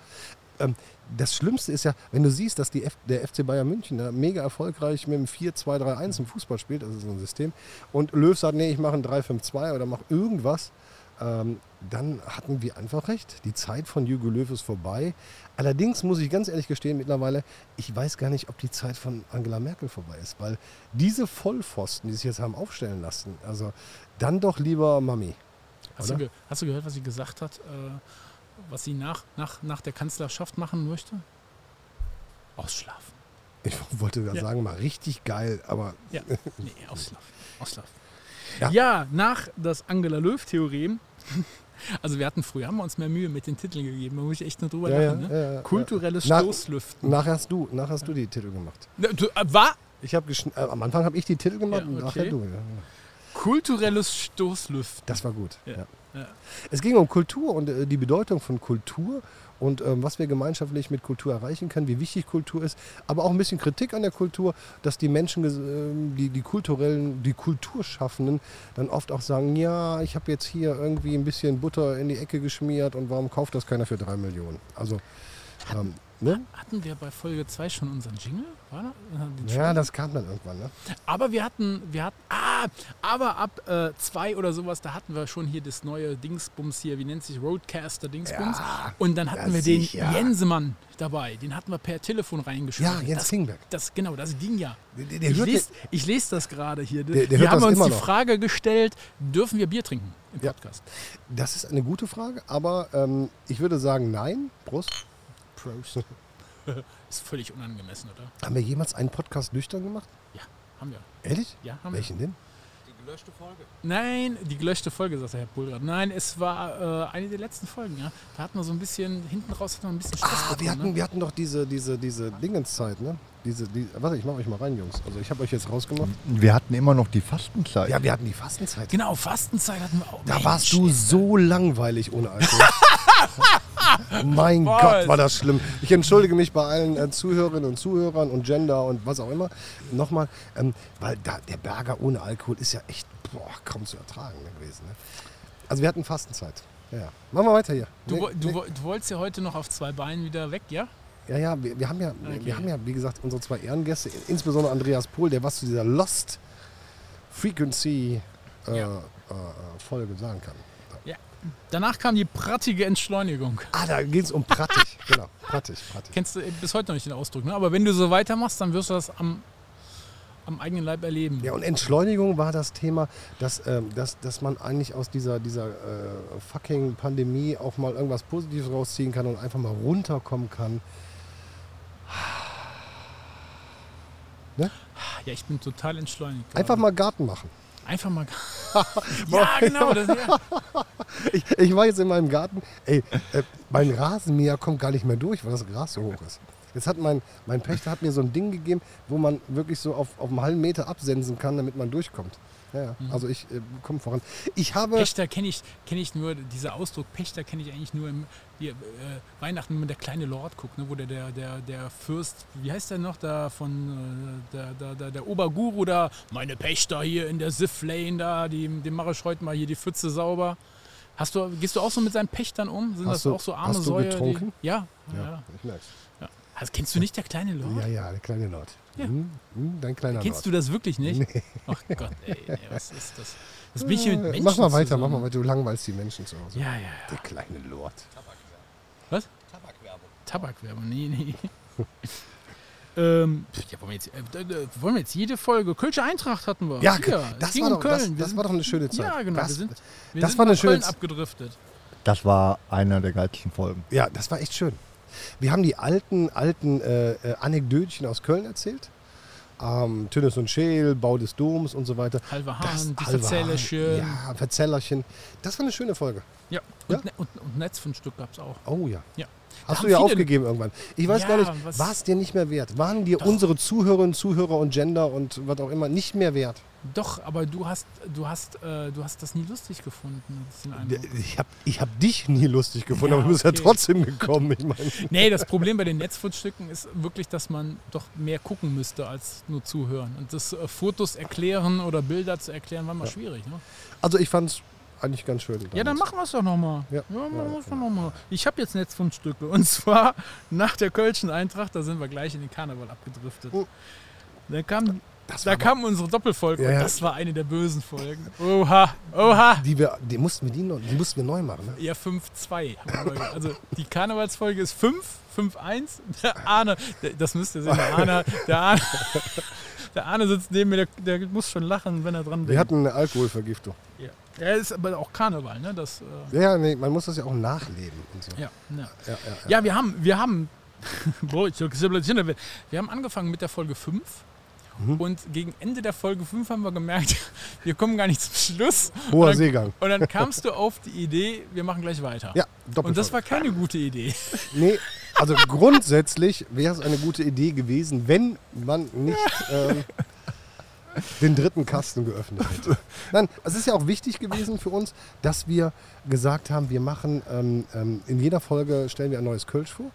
Speaker 4: Ähm, das Schlimmste ist ja, wenn du siehst, dass die F der FC Bayern München da mega erfolgreich mit dem 4-2-3-1 im Fußball spielt, das ist so ein System, und Löw sagt, nee, ich mache ein 3-5-2 oder mache irgendwas, ähm, dann hatten wir einfach recht. Die Zeit von Jürgen Löw ist vorbei. Allerdings muss ich ganz ehrlich gestehen, mittlerweile, ich weiß gar nicht, ob die Zeit von Angela Merkel vorbei ist, weil diese Vollpfosten, die sich jetzt haben aufstellen lassen, also dann doch lieber Mami.
Speaker 3: Hast, du,
Speaker 4: Oder?
Speaker 3: ge- hast du gehört, was sie gesagt hat, äh, was sie nach, nach, nach der Kanzlerschaft machen möchte? Ausschlafen.
Speaker 4: Ich wollte gerade
Speaker 3: Ja.
Speaker 4: sagen, mal richtig geil, aber
Speaker 3: Ja, nee, Auslauf. Auslauf.
Speaker 4: Ja.
Speaker 3: Ja. nach das Angela-Löw-Theorem. Also wir hatten früher, haben wir uns mehr Mühe mit den Titeln gegeben, da muss ich echt nur drüber
Speaker 4: Ja,
Speaker 3: lachen.
Speaker 4: ja,
Speaker 3: ne?
Speaker 4: ja, ja.
Speaker 3: Kulturelles
Speaker 4: Na-
Speaker 3: Stoßlüften.
Speaker 4: nachher hast du, nachher hast du die Titel gemacht.
Speaker 3: Na, du, äh, war
Speaker 4: Ich habe geschn- äh, am Anfang habe ich die Titel gemacht
Speaker 3: Ja,
Speaker 4: und nachher
Speaker 3: okay.
Speaker 4: du. Ja.
Speaker 3: kulturelles Stoßlüften.
Speaker 4: Das war gut. Ja.
Speaker 3: Ja, ja.
Speaker 4: Es ging um Kultur und äh, die Bedeutung von Kultur und ähm, was wir gemeinschaftlich mit Kultur erreichen können, wie wichtig Kultur ist, aber auch ein bisschen Kritik an der Kultur, dass die Menschen, ges- ähm, die, die kulturellen, die Kulturschaffenden dann oft auch sagen, ja, ich habe jetzt hier irgendwie ein bisschen Butter in die Ecke geschmiert und warum kauft das keiner für drei Millionen? Also, ähm, ne?
Speaker 3: Hatten wir bei Folge 2 schon unseren Jingle? War da? Den
Speaker 4: Ja, das kam dann irgendwann, ne?
Speaker 3: Aber wir hatten, wir hatten, ah, aber ab äh, zwei oder sowas, da hatten wir schon hier das neue Dingsbums hier, wie nennt sich Roadcaster Dingsbums.
Speaker 4: Ja,
Speaker 3: und dann hatten
Speaker 4: ja,
Speaker 3: wir den
Speaker 4: sicher.
Speaker 3: Jensemann dabei, den hatten wir per Telefon reingeschrieben.
Speaker 4: Ja, Jens Hingberg.
Speaker 3: Das, genau, das ging ja.
Speaker 4: Der- der- der
Speaker 3: ich,
Speaker 4: hört
Speaker 3: lese, ich lese das gerade hier.
Speaker 4: Der- der
Speaker 3: wir
Speaker 4: hört
Speaker 3: haben
Speaker 4: das
Speaker 3: uns
Speaker 4: immer
Speaker 3: die
Speaker 4: noch.
Speaker 3: Frage gestellt, dürfen wir Bier trinken im
Speaker 4: Ja.
Speaker 3: Podcast? Ja.
Speaker 4: Das ist eine gute Frage, aber ähm, ich würde sagen, nein. Prost.
Speaker 3: Prost. Ist völlig unangemessen, oder?
Speaker 4: Haben wir jemals einen Podcast nüchtern gemacht?
Speaker 3: Ja, haben wir.
Speaker 4: Ehrlich?
Speaker 3: Ja, haben wir.
Speaker 4: Welchen denn?
Speaker 1: Die gelöschte Folge.
Speaker 3: Nein, die gelöschte Folge, sagt der Herr Bulgrat. Nein, es war äh, eine der letzten Folgen, ja. Da hatten wir so ein bisschen, hinten raus hatten wir ein bisschen Stress
Speaker 4: Ah,
Speaker 3: bekommen,
Speaker 4: wir hatten,
Speaker 3: ne?
Speaker 4: wir hatten doch diese, diese, diese Dingenszeit, ne? Diese, die, warte, ich mache euch mal rein, Jungs. Also ich habe euch jetzt rausgemacht.
Speaker 5: Wir hatten immer noch die Fastenzeit.
Speaker 4: Ja, wir hatten die Fastenzeit.
Speaker 3: Genau, Fastenzeit hatten wir auch.
Speaker 4: Da
Speaker 3: Mensch,
Speaker 4: warst du
Speaker 3: ist
Speaker 4: so langweilig ohne Alkohol. mein
Speaker 3: Was?
Speaker 4: Gott, war das schlimm. Ich entschuldige mich bei allen äh, Zuhörerinnen und Zuhörern und Gender und was auch immer. Nochmal, ähm, weil da, der Burger ohne Alkohol ist ja echt boah, kaum zu ertragen gewesen. Ne? Also wir hatten Fastenzeit. Ja, ja. Machen wir weiter hier.
Speaker 3: Du,
Speaker 4: Nee,
Speaker 3: wo- du,
Speaker 4: nee.
Speaker 3: wo- du wolltest ja heute noch auf zwei Beinen wieder weg, ja?
Speaker 4: Ja, ja, wir, wir, haben ja
Speaker 3: Okay.
Speaker 4: wir haben ja, wie gesagt, unsere zwei Ehrengäste, insbesondere Andreas Pohl, der was zu dieser Lost Frequency äh,
Speaker 3: Ja.
Speaker 4: äh, Folge sagen kann.
Speaker 3: Ja. Danach kam die prattige Entschleunigung.
Speaker 4: Ah, da geht es um Prattich. genau, Prattich, Prattich.
Speaker 3: Kennst du äh, bis heute noch nicht den Ausdruck, ne? Aber wenn du so weitermachst, dann wirst du das am, am eigenen Leib erleben.
Speaker 4: Ja, und Entschleunigung war das Thema, dass, ähm, dass, dass man eigentlich aus dieser, dieser äh, fucking Pandemie auch mal irgendwas Positives rausziehen kann und einfach mal runterkommen kann.
Speaker 3: Ja, ich bin total entschleunigt. gerade.
Speaker 4: Einfach mal Garten machen.
Speaker 3: Einfach mal. ja, genau. Das, ja.
Speaker 4: Ich, ich war jetzt in meinem Garten, ey, äh, mein Rasenmäher kommt gar nicht mehr durch, weil das Gras so hoch ist. Jetzt hat mein, mein Pächter hat mir so ein Ding gegeben, wo man wirklich so auf, auf einem halben Meter absensen kann, damit man durchkommt. Ja, ja.
Speaker 3: Mhm.
Speaker 4: Also ich äh, komme voran. Ich habe.
Speaker 3: Pächter kenne ich, kenn ich nur, dieser Ausdruck Pächter kenne ich eigentlich nur im hier, äh, Weihnachten, wenn der kleine Lord guckt, ne, wo der, der, der, der Fürst, wie heißt der noch, da von äh, der, der, der, der Oberguru da, meine Pächter hier in der Siff Lane da, die, dem mache ich heute mal hier die Pfütze sauber. Hast du, gehst du auch so mit seinen Pächtern um? Sind
Speaker 4: Hast
Speaker 3: das
Speaker 4: du-
Speaker 3: auch so arme
Speaker 4: hast du
Speaker 3: Säue?
Speaker 4: getrunken?
Speaker 3: Die, ja, ja.
Speaker 4: Ja,
Speaker 3: ja.
Speaker 4: ich merk's.
Speaker 3: Also kennst du nicht der kleine Lord?
Speaker 4: Ja, ja, der kleine Nord.
Speaker 3: Ja.
Speaker 4: Hm, hm, dein kleiner
Speaker 3: Kennst du
Speaker 4: Nord.
Speaker 3: das wirklich nicht? Ach Gott, ey, ey, was ist das? Das bin ich hier mit
Speaker 4: Äh,
Speaker 3: Menschen
Speaker 4: mach mal weiter, mach
Speaker 3: zusammen.
Speaker 4: mal weiter. Du langweilst die Menschen zu Hause.
Speaker 3: Ja, ja, ja.
Speaker 4: Der kleine Lord.
Speaker 3: Was? Tabakwerbung. Tabakwerbung, nee, nee. ähm, pf, ja, wollen, wir jetzt, äh, äh, wollen wir jetzt jede Folge? Kölsche Eintracht hatten wir.
Speaker 4: Ja,
Speaker 3: Hier, es
Speaker 4: das
Speaker 3: ging
Speaker 4: war,
Speaker 3: um
Speaker 4: doch, das,
Speaker 3: Wir
Speaker 4: das
Speaker 3: sind-
Speaker 4: war doch eine schöne Zeit.
Speaker 3: Ja, genau.
Speaker 4: Das,
Speaker 3: wir sind, wir
Speaker 4: das
Speaker 3: sind
Speaker 4: war eine
Speaker 3: nach Köln
Speaker 4: schöne-
Speaker 3: abgedriftet.
Speaker 5: Das war einer der geilsten Folgen.
Speaker 4: ja, das war echt schön. Wir haben die alten, alten äh, äh, Anekdötchen aus Köln erzählt. Ähm, Tünnes und Scheel, Bau des Doms und so weiter.
Speaker 3: Halber
Speaker 4: Das
Speaker 3: Hahn, die
Speaker 4: Alva-
Speaker 3: Verzellerchen.
Speaker 4: Ja, Verzellerchen. Das war eine schöne Folge.
Speaker 3: Ja. Und,
Speaker 4: Ja?
Speaker 3: Ne- Und, und Netzfundstück gab es auch.
Speaker 4: Oh ja.
Speaker 3: Ja. Da
Speaker 4: Hast
Speaker 3: haben
Speaker 4: du ja
Speaker 3: viele-
Speaker 4: aufgegeben irgendwann. Ich weiß
Speaker 3: Ja,
Speaker 4: gar nicht,
Speaker 3: was-
Speaker 4: war es dir nicht mehr wert? Waren dir unsere Zuhörerinnen, Zuhörer und Gender und was auch immer nicht mehr wert?
Speaker 3: Doch, aber du hast, du hast, äh, du hast das nie lustig gefunden. Das ist ein Eindruck.
Speaker 4: Ich habe ich hab dich nie lustig gefunden,
Speaker 3: Ja,
Speaker 4: aber du bist
Speaker 3: okay.
Speaker 4: ja trotzdem gekommen. Ich meine,
Speaker 3: Nee, das Problem bei den Netzfundstücken ist wirklich, dass man doch mehr gucken müsste als nur zuhören. Und das äh, Fotos erklären oder Bilder zu erklären war mal schwierig. Ne?
Speaker 4: also ich fand es eigentlich ganz schön.
Speaker 3: Ja, dann
Speaker 4: damals.
Speaker 3: machen wir es doch nochmal.
Speaker 4: Ja.
Speaker 3: ja, machen
Speaker 4: Ja, genau.
Speaker 3: wir es doch nochmal. Ich habe jetzt Netzfundstücke. Und zwar nach der Kölschen Eintracht, da sind wir gleich in den Karneval abgedriftet.
Speaker 4: Oh.
Speaker 3: Da kam, da kam unsere Doppelfolge.
Speaker 4: Ja, ja.
Speaker 3: Und das war eine der bösen Folgen. Oha, oha.
Speaker 4: Die, wir, die, mussten wir die, noch, die mussten wir neu machen. Ne?
Speaker 3: Ja, 5-2. haben wir- Also die Karnevalsfolge ist 5, 5-1. Der Arne, der- das müsst ihr sehen, der Arne, der Arne, der Arne sitzt neben mir, der, der muss schon lachen, wenn er dran
Speaker 4: Wir
Speaker 3: denkt.
Speaker 4: hatten eine Alkoholvergiftung.
Speaker 3: Ja. Er ist aber auch Karneval, ne? Das, äh,
Speaker 4: Ja, ja, nee, man muss das ja auch nachleben. Und so.
Speaker 3: ja, ne.
Speaker 4: ja, ja.
Speaker 3: ja, wir haben, wir haben, Boah, ich sag, wir haben angefangen mit der Folge 5.
Speaker 4: Mhm.
Speaker 3: Und gegen Ende der Folge 5 haben wir gemerkt, wir kommen gar nicht zum Schluss.
Speaker 4: Hoher
Speaker 3: und dann,
Speaker 4: Seegang.
Speaker 3: Und dann kamst du auf die Idee, wir machen gleich weiter.
Speaker 4: Ja,
Speaker 3: Und das
Speaker 4: Doppelfolge.
Speaker 3: war keine gute Idee.
Speaker 4: Nee, also grundsätzlich wäre es eine gute Idee gewesen, wenn man nicht ähm, den dritten Kasten geöffnet hätte. Nein, es ist ja auch wichtig gewesen für uns, dass wir gesagt haben, wir machen ähm, ähm, in jeder Folge stellen wir ein neues Kölsch vor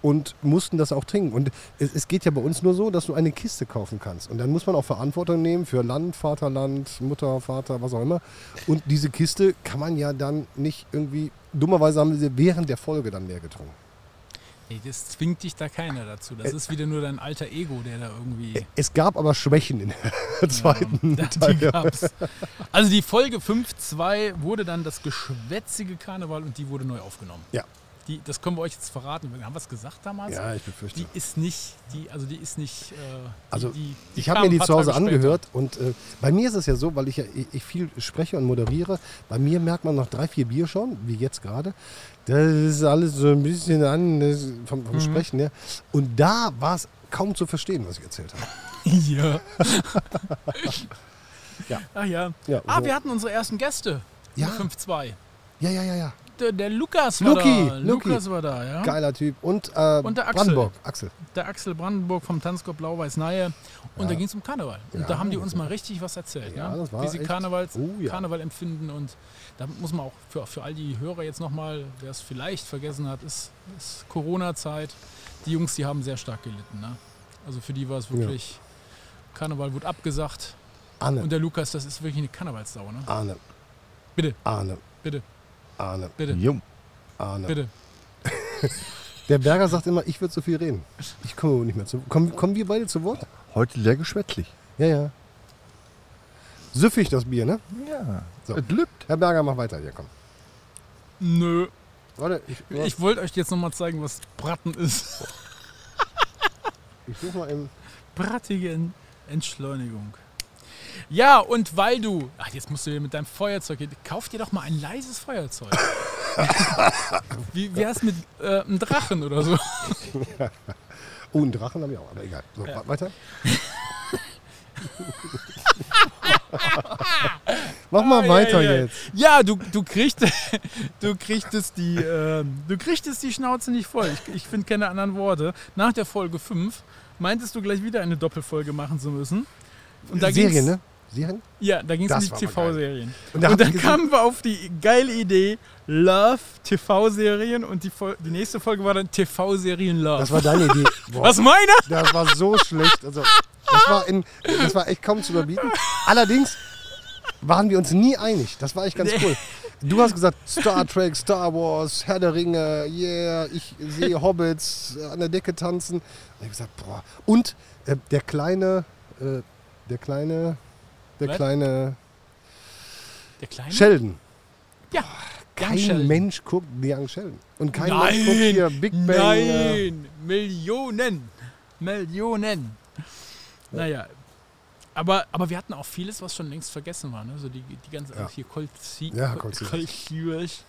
Speaker 4: und mussten das auch trinken. Und es, es geht ja bei uns nur so, dass du eine Kiste kaufen kannst. Und dann muss man auch Verantwortung nehmen für Land, Vaterland, Mutter, Vater, was auch immer. Und diese Kiste kann man ja dann nicht irgendwie, dummerweise haben wir sie während der Folge dann leer getrunken.
Speaker 3: Nee, das zwingt dich da keiner dazu. Das ist wieder nur dein alter Ego, der da irgendwie. ähm,
Speaker 4: Es gab aber Schwächen in der zweiten Teil.
Speaker 3: Die gab's. Also die Folge 5.2 wurde dann das geschwätzige Karneval und die wurde neu aufgenommen.
Speaker 4: Ja.
Speaker 3: Die, das können wir euch jetzt verraten. Wir haben was gesagt damals.
Speaker 4: ja, ich befürchte.
Speaker 3: Die ist nicht, die, also die ist nicht. Äh, die,
Speaker 4: Also,
Speaker 3: die, die
Speaker 4: ich habe
Speaker 3: kam
Speaker 4: mir
Speaker 3: ein
Speaker 4: die
Speaker 3: paar
Speaker 4: zu Hause
Speaker 3: Tage später.
Speaker 4: angehört und äh, bei mir ist es ja so, weil ich ja ich, ich viel spreche und moderiere, bei mir merkt man nach drei, vier Bier schon, wie jetzt gerade, das ist alles so ein bisschen anders vom,
Speaker 3: Mhm.
Speaker 4: vom Sprechen her. Und da war es kaum zu verstehen, was ich erzählt habe.
Speaker 3: Ja.
Speaker 4: Ja.
Speaker 3: Ach ja.
Speaker 4: Ja,
Speaker 3: ah,
Speaker 4: so.
Speaker 3: wir hatten unsere ersten Gäste.
Speaker 4: Ja.
Speaker 3: 5.2.
Speaker 4: Ja, ja, ja, ja.
Speaker 3: Der, der Lukas war
Speaker 4: Luki,
Speaker 3: da.
Speaker 4: Luki.
Speaker 3: Lukas war da, ja.
Speaker 4: Geiler Typ. Und, äh,
Speaker 3: Und der Axel.
Speaker 4: Brandenburg, Axel.
Speaker 3: der Axel Brandenburg vom Tanzkorb Blau-Weiß-Neue. Und da ging es um Karneval. Und
Speaker 4: Ja,
Speaker 3: da haben die uns
Speaker 4: das
Speaker 3: mal richtig was erzählt.
Speaker 4: Ja,
Speaker 3: ne?
Speaker 4: das war
Speaker 3: Wie sie
Speaker 4: echt-
Speaker 3: Karnevals,
Speaker 4: Oh ja.
Speaker 3: Karneval empfinden. Und da muss man auch für, für all die Hörer jetzt nochmal, wer es vielleicht vergessen hat, ist, ist Corona-Zeit. Die Jungs, die haben sehr stark gelitten. Ne? Also für die war es wirklich, Karneval wurde abgesagt.
Speaker 4: Anne.
Speaker 3: Und der Lukas, das ist wirklich eine Karnevalssau. Ne?
Speaker 4: Arne.
Speaker 3: Bitte.
Speaker 4: Arne.
Speaker 3: Bitte,
Speaker 4: Arne.
Speaker 3: bitte,
Speaker 5: Jung.
Speaker 4: Arne.
Speaker 3: bitte.
Speaker 4: Der Berger sagt immer, ich würde so viel reden. Ich komme nicht mehr zu. Kommen, kommen wir beide zu Wort?
Speaker 5: Heute sehr geschwätzlich.
Speaker 4: Ja, ja. Süffig das Bier, ne?
Speaker 5: Ja.
Speaker 4: So.
Speaker 5: Es lübt.
Speaker 4: Herr Berger, mach weiter. Hier, komm.
Speaker 3: Nö.
Speaker 4: Warte, ich, ich,
Speaker 3: Ich wollte euch jetzt nochmal zeigen, was Bratten ist.
Speaker 4: ich such mal im.
Speaker 3: brattige Ent- Entschleunigung. Ja, und weil du. Ach, jetzt musst du hier mit deinem Feuerzeug. hier- Kauf dir doch mal ein leises Feuerzeug. Wie wär's mit äh, einem Drachen oder so?
Speaker 4: Oh, einen Drachen habe ich auch, aber egal. So, wa- weiter. Mach mal
Speaker 3: Ah,
Speaker 4: weiter
Speaker 3: ja, ja.
Speaker 4: jetzt.
Speaker 3: Ja, du, du, kriegst, du, kriegtest die, ähm, du kriegtest die Schnauze nicht voll. Ich, ich finde keine anderen Worte. Nach der Folge 5 meintest du gleich wieder eine Doppelfolge machen zu müssen. Und da
Speaker 4: Serien,
Speaker 3: ging's-
Speaker 4: ne? Serien?
Speaker 3: Ja, da ging es
Speaker 4: Das
Speaker 3: um die
Speaker 4: war mal
Speaker 3: TV-Serien.
Speaker 4: Und
Speaker 3: Und,
Speaker 4: da hab ich
Speaker 3: dann
Speaker 4: gesehen-
Speaker 3: kamen wir auf die geile Idee, Love TV-Serien und die, Fol die nächste Folge war dann TV-Serien Love.
Speaker 4: Das war deine Idee. Boah,
Speaker 3: Oh. Was meine?
Speaker 4: das war so schlecht. Also, das, war in, das war echt kaum zu überbieten. Allerdings waren wir uns nie einig. Das war echt ganz cool. Du hast gesagt, Star Trek, Star Wars, Herr der Ringe, yeah, ich sehe Hobbits äh, an der Decke tanzen. Und ich hab gesagt, boah. Und äh, der kleine, äh, der kleine, der
Speaker 3: Was?
Speaker 4: kleine
Speaker 3: Der kleine?
Speaker 4: Sheldon.
Speaker 3: ja.
Speaker 4: Kein Mensch guckt Young Sheldon. Und kein Mensch guckt hier
Speaker 3: Nein,
Speaker 4: Big Bang. äh,
Speaker 3: nein, Millionen, Millionen.
Speaker 4: Oh.
Speaker 3: Naja, aber, aber wir hatten auch vieles, was schon längst vergessen war. Ne? So die, die ganze,
Speaker 4: Ja.
Speaker 3: auch hier Colt Sea-
Speaker 4: Ja,
Speaker 3: Colt
Speaker 4: Colt Sea-
Speaker 3: Sears.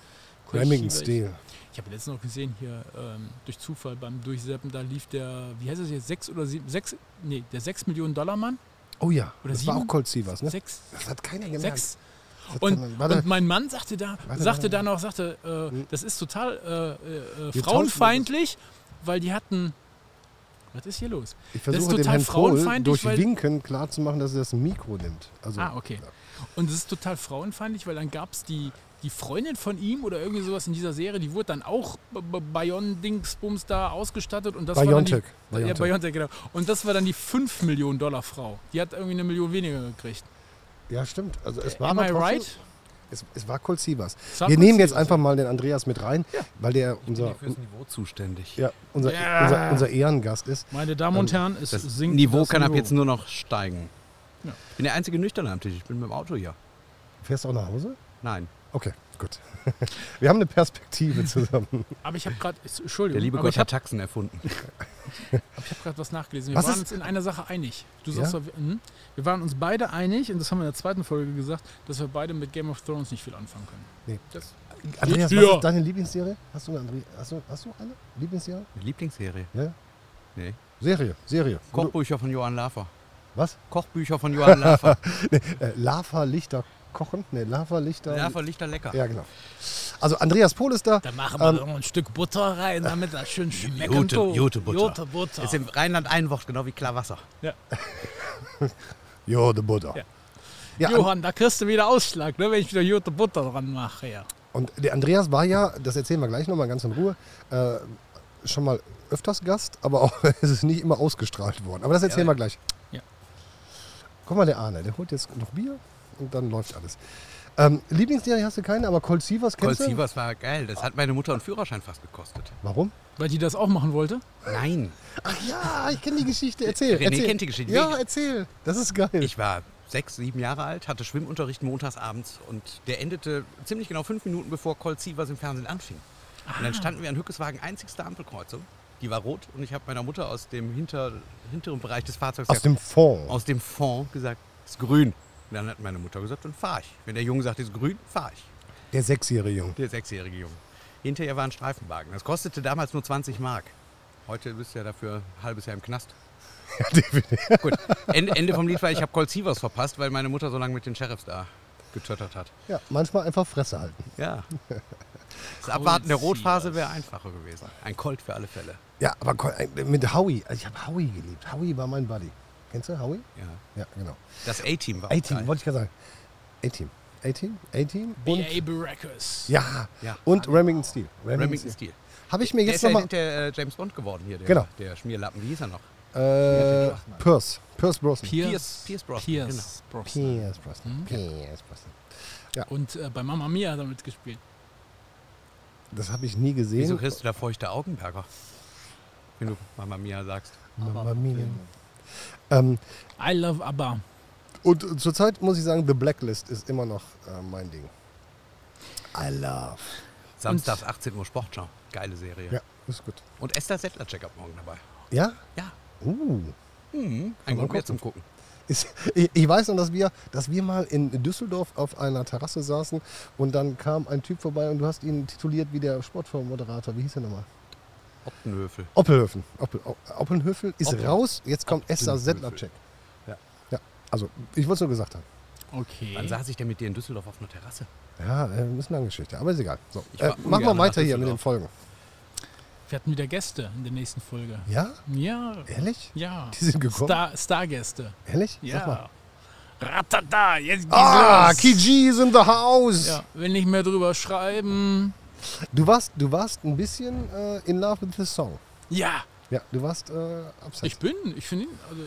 Speaker 3: Colt
Speaker 4: Remington
Speaker 3: Sears.
Speaker 4: Steel.
Speaker 3: Ich habe letztens noch gesehen hier ähm, durch Zufall beim Durchseppen, da lief der, wie heißt das jetzt, sechs oder sieben, sechs, nee, der 6 Millionen Dollar Mann.
Speaker 4: Oh ja,
Speaker 3: Oder
Speaker 4: das war
Speaker 3: sieben?
Speaker 4: auch Colt Sievers, ne?
Speaker 3: Sechs,
Speaker 4: Das hat keiner gemerkt.
Speaker 3: sechs.
Speaker 4: Das hat
Speaker 3: Und,
Speaker 4: keiner- warte,
Speaker 3: und mein Mann sagte da,
Speaker 4: warte, Hm.
Speaker 3: sagte
Speaker 4: warte.
Speaker 3: dann auch, sagte, äh, das ist total äh, äh, äh,
Speaker 4: Wir
Speaker 3: frauenfeindlich, weil die hatten. Was ist hier los? das
Speaker 4: ich
Speaker 3: ist
Speaker 4: versuche dem
Speaker 3: total
Speaker 4: Herrn Kohl
Speaker 3: frauenfeindlich,
Speaker 4: durch
Speaker 3: weil-
Speaker 4: Winken klarzumachen, dass er das Mikro nimmt. Also,
Speaker 3: Ah, okay. Und es ist total frauenfeindlich, weil dann gab es die, die Freundin von ihm oder irgendwie sowas in dieser Serie, die wurde dann auch B- B- Bion-Dingsbums da ausgestattet und das war
Speaker 4: Biontech.
Speaker 3: dann die,
Speaker 4: Biontech.
Speaker 3: Ja, Biontech, genau. Und das war dann die 5 Millionen Dollar Frau. Die hat irgendwie eine Million weniger gekriegt.
Speaker 4: Ja, stimmt. Also es war
Speaker 3: Äh, Am
Speaker 4: aber
Speaker 3: I
Speaker 4: trotzdem-
Speaker 3: right?
Speaker 4: Es, es war Colt Sievers.
Speaker 3: Es war
Speaker 4: Wir
Speaker 3: Colt
Speaker 4: nehmen jetzt
Speaker 3: Sievers,
Speaker 4: einfach mal den Andreas mit rein, weil der unser,
Speaker 1: fürs Niveau zuständig.
Speaker 4: ja, unser,
Speaker 3: Ja.
Speaker 4: unser, unser Ehrengast ist.
Speaker 3: Meine Damen und Herren, es
Speaker 1: Also, Das
Speaker 3: sinkt
Speaker 1: Niveau
Speaker 3: das
Speaker 1: kann ab
Speaker 3: Niveau.
Speaker 1: jetzt nur noch steigen.
Speaker 3: Ja.
Speaker 1: Ich bin der einzige Nüchterne am Tisch. Ich bin mit dem Auto hier.
Speaker 4: Fährst du auch nach Hause?
Speaker 1: Nein.
Speaker 4: Okay, gut. Wir haben eine Perspektive zusammen.
Speaker 3: Aber ich habe gerade, Entschuldigung,
Speaker 1: Der liebe
Speaker 3: aber
Speaker 1: Gott
Speaker 3: ich habe
Speaker 1: hat Taxen erfunden.
Speaker 3: Ich habe gerade was nachgelesen. Wir
Speaker 4: Was
Speaker 3: waren
Speaker 4: ist-
Speaker 3: uns in einer Sache einig. Du
Speaker 4: Ja?
Speaker 3: sagst, doch, wir, mhm. wir waren uns beide einig, und das haben wir in der zweiten Folge gesagt, dass wir beide mit Game of Thrones nicht viel anfangen können.
Speaker 4: Nee.
Speaker 3: Das,
Speaker 4: Andreas,
Speaker 3: Ja.
Speaker 4: was ist deine Lieblingsserie? Hast du eine, Andre hast du, hast du eine Lieblingsserie?
Speaker 1: Eine Lieblingsserie.
Speaker 4: Ja?
Speaker 1: Nee.
Speaker 4: Serie, Serie.
Speaker 1: Kochbücher von Johann Lafer.
Speaker 4: Was?
Speaker 1: Kochbücher von Johann Lafer.
Speaker 4: Äh, Lava, Lichter, kochen? Ne, Lava, Lichter.
Speaker 1: Lafer Lichter lecker.
Speaker 4: Ja, genau. Also Andreas Pohl ist da.
Speaker 3: da machen
Speaker 4: Ähm,
Speaker 3: wir noch ein Stück Butter rein, damit das schön schmeckt.
Speaker 1: Jute- Jute Butter.
Speaker 3: Jute Butter.
Speaker 1: Ist im Rheinland ein Wort, genau wie klar Wasser.
Speaker 3: Ja.
Speaker 4: Jo, de Butter.
Speaker 3: Ja.
Speaker 4: Ja, An-
Speaker 3: Johann, da kriegst du wieder Ausschlag, ne, wenn ich wieder Jute Butter dran mache. Ja.
Speaker 4: und der Andreas war ja, das erzählen wir gleich nochmal ganz in Ruhe, äh, schon mal öfters Gast, aber auch es ist nicht immer ausgestrahlt worden. Aber das erzählen wir gleich.
Speaker 3: Ja.
Speaker 4: Guck mal, der Arne, der holt jetzt noch Bier und dann läuft alles. Ähm, Lieblingsserie hast du keine, aber Colt Sievers
Speaker 1: Colt
Speaker 4: kennst du?
Speaker 1: Sievers war geil. Das hat meine Mutter einen Führerschein fast gekostet.
Speaker 4: Warum?
Speaker 3: Weil die das auch machen wollte.
Speaker 1: Nein.
Speaker 4: Ach ja, ich kenne die Geschichte. Erzähl.
Speaker 1: René
Speaker 4: erzähl.
Speaker 1: kennt die Geschichte.
Speaker 4: Ja, erzähl. Das ist geil.
Speaker 1: Ich war sechs, sieben Jahre alt, hatte Schwimmunterricht montags abends und der endete ziemlich genau fünf Minuten bevor Colt Sievers im Fernsehen anfing. Und
Speaker 4: Ah.
Speaker 1: dann standen wir an Hückeswagen, einzigste Ampelkreuzung. Die war rot und ich habe meiner Mutter aus dem hinter, hinteren Bereich des Fahrzeugs
Speaker 4: Aus dem Fond.
Speaker 1: aus dem Fond gesagt, ist grün. Und dann hat meine Mutter gesagt, dann fahre ich. Wenn der Junge sagt, ist grün, fahre ich.
Speaker 4: der sechsjährige Junge.
Speaker 1: Der sechsjährige Junge. Hinterher war ein Streifenwagen. Das kostete damals nur 20 Mark. Heute bist du ja dafür ein halbes Jahr im Knast. Gut. Ende, Ende vom Lied war, ich habe Colt Sievers verpasst, weil meine Mutter so lange mit den Sheriffs da getöttert hat.
Speaker 4: Ja, manchmal einfach Fresse halten.
Speaker 1: Ja. Das Abwarten der
Speaker 3: Colt
Speaker 1: Rotphase wäre einfacher gewesen. Ein Colt für alle Fälle.
Speaker 4: Ja, aber Col- äh, mit Howie. Also ich habe Howie geliebt. Howie war mein Buddy. Kennst du Howie?
Speaker 1: Ja.
Speaker 4: Ja, genau.
Speaker 1: Das A-Team war auch
Speaker 4: A-Team,
Speaker 1: geil.
Speaker 4: wollte ich gerade sagen. A-Team. A-Team? A-Team? Und,
Speaker 3: B.A. Baracus.
Speaker 4: ja.
Speaker 1: Ja.
Speaker 4: und Remington Steel.
Speaker 1: Remington Steel.
Speaker 4: Habe ich mir
Speaker 1: Der
Speaker 4: jetzt
Speaker 1: ist ja
Speaker 4: nochmal...
Speaker 1: der äh, James Bond geworden hier, der,
Speaker 4: Genau.
Speaker 1: der Schmierlappen. Wie hieß er noch?
Speaker 4: Äh, Pierce. Pierce Brosnan. genau.
Speaker 1: Pierce- Mhm. Pierce Brosnan,
Speaker 3: Pierce Brosnan.
Speaker 4: Pierce Brosnan. Pierce Brosnan.
Speaker 3: Und äh, bei Mama Mia hat er mitgespielt.
Speaker 4: Das habe ich
Speaker 1: Wieso
Speaker 4: nie gesehen.
Speaker 1: kriegst du da feuchte Augenberger? Wenn du Mama Mia sagst.
Speaker 4: Mamma Mia. Ähm,
Speaker 3: I love ABBA.
Speaker 4: und zurzeit muss ich sagen, The Blacklist ist immer noch äh, mein Ding. I love.
Speaker 1: Samstags 18 Uhr Sportschau. Geile Serie.
Speaker 4: Ja, ist gut.
Speaker 1: Und Esther Settler-Check ab morgen dabei.
Speaker 4: Ja?
Speaker 1: Ja.
Speaker 4: Uh.
Speaker 1: Ein Grund
Speaker 4: man
Speaker 1: mehr
Speaker 4: gucken.
Speaker 1: zum Gucken.
Speaker 4: Ist, ich, ich weiß noch, dass wir, dass wir mal in Düsseldorf auf einer Terrasse saßen und dann kam ein Typ vorbei und du hast ihn tituliert wie der Sportfondsmoderator. Wie hieß er nochmal?
Speaker 1: Optenhöfel.
Speaker 4: Oppelhöfen. Oppel, O- Oppelhöfel ist
Speaker 1: Oppel-
Speaker 4: raus, jetzt kommt Esther
Speaker 1: Oppenhöfel.
Speaker 4: Settlercheck.
Speaker 1: Ja.
Speaker 4: ja. Also, ich wollte es nur gesagt haben.
Speaker 3: Okay.
Speaker 1: Wann saß ich denn mit dir in Düsseldorf auf einer Terrasse?
Speaker 4: Ja, äh, ist eine lange Geschichte, aber ist egal. So,
Speaker 1: Ich war
Speaker 4: äh, machen wir
Speaker 1: ungern nach
Speaker 4: weiter hier mit den
Speaker 1: Düsseldorf.
Speaker 4: Folgen.
Speaker 3: Wir hatten wieder Gäste in der nächsten Folge.
Speaker 4: Ja?
Speaker 3: Ja.
Speaker 4: Ehrlich?
Speaker 3: Ja.
Speaker 4: Die sind gekommen?
Speaker 3: Star, Stargäste.
Speaker 4: Ehrlich? Sag mal.
Speaker 3: Ja. Ratata, jetzt geht's
Speaker 4: Ah,
Speaker 3: los.
Speaker 4: Kiji is in the house!
Speaker 3: Ja, will nicht mehr drüber schreiben.
Speaker 4: Du, warst, du warst ein bisschen äh, in love with the song.
Speaker 3: Ja,
Speaker 4: Ja, du warst äh, abseits.
Speaker 3: ich bin, ich finde ihn, also,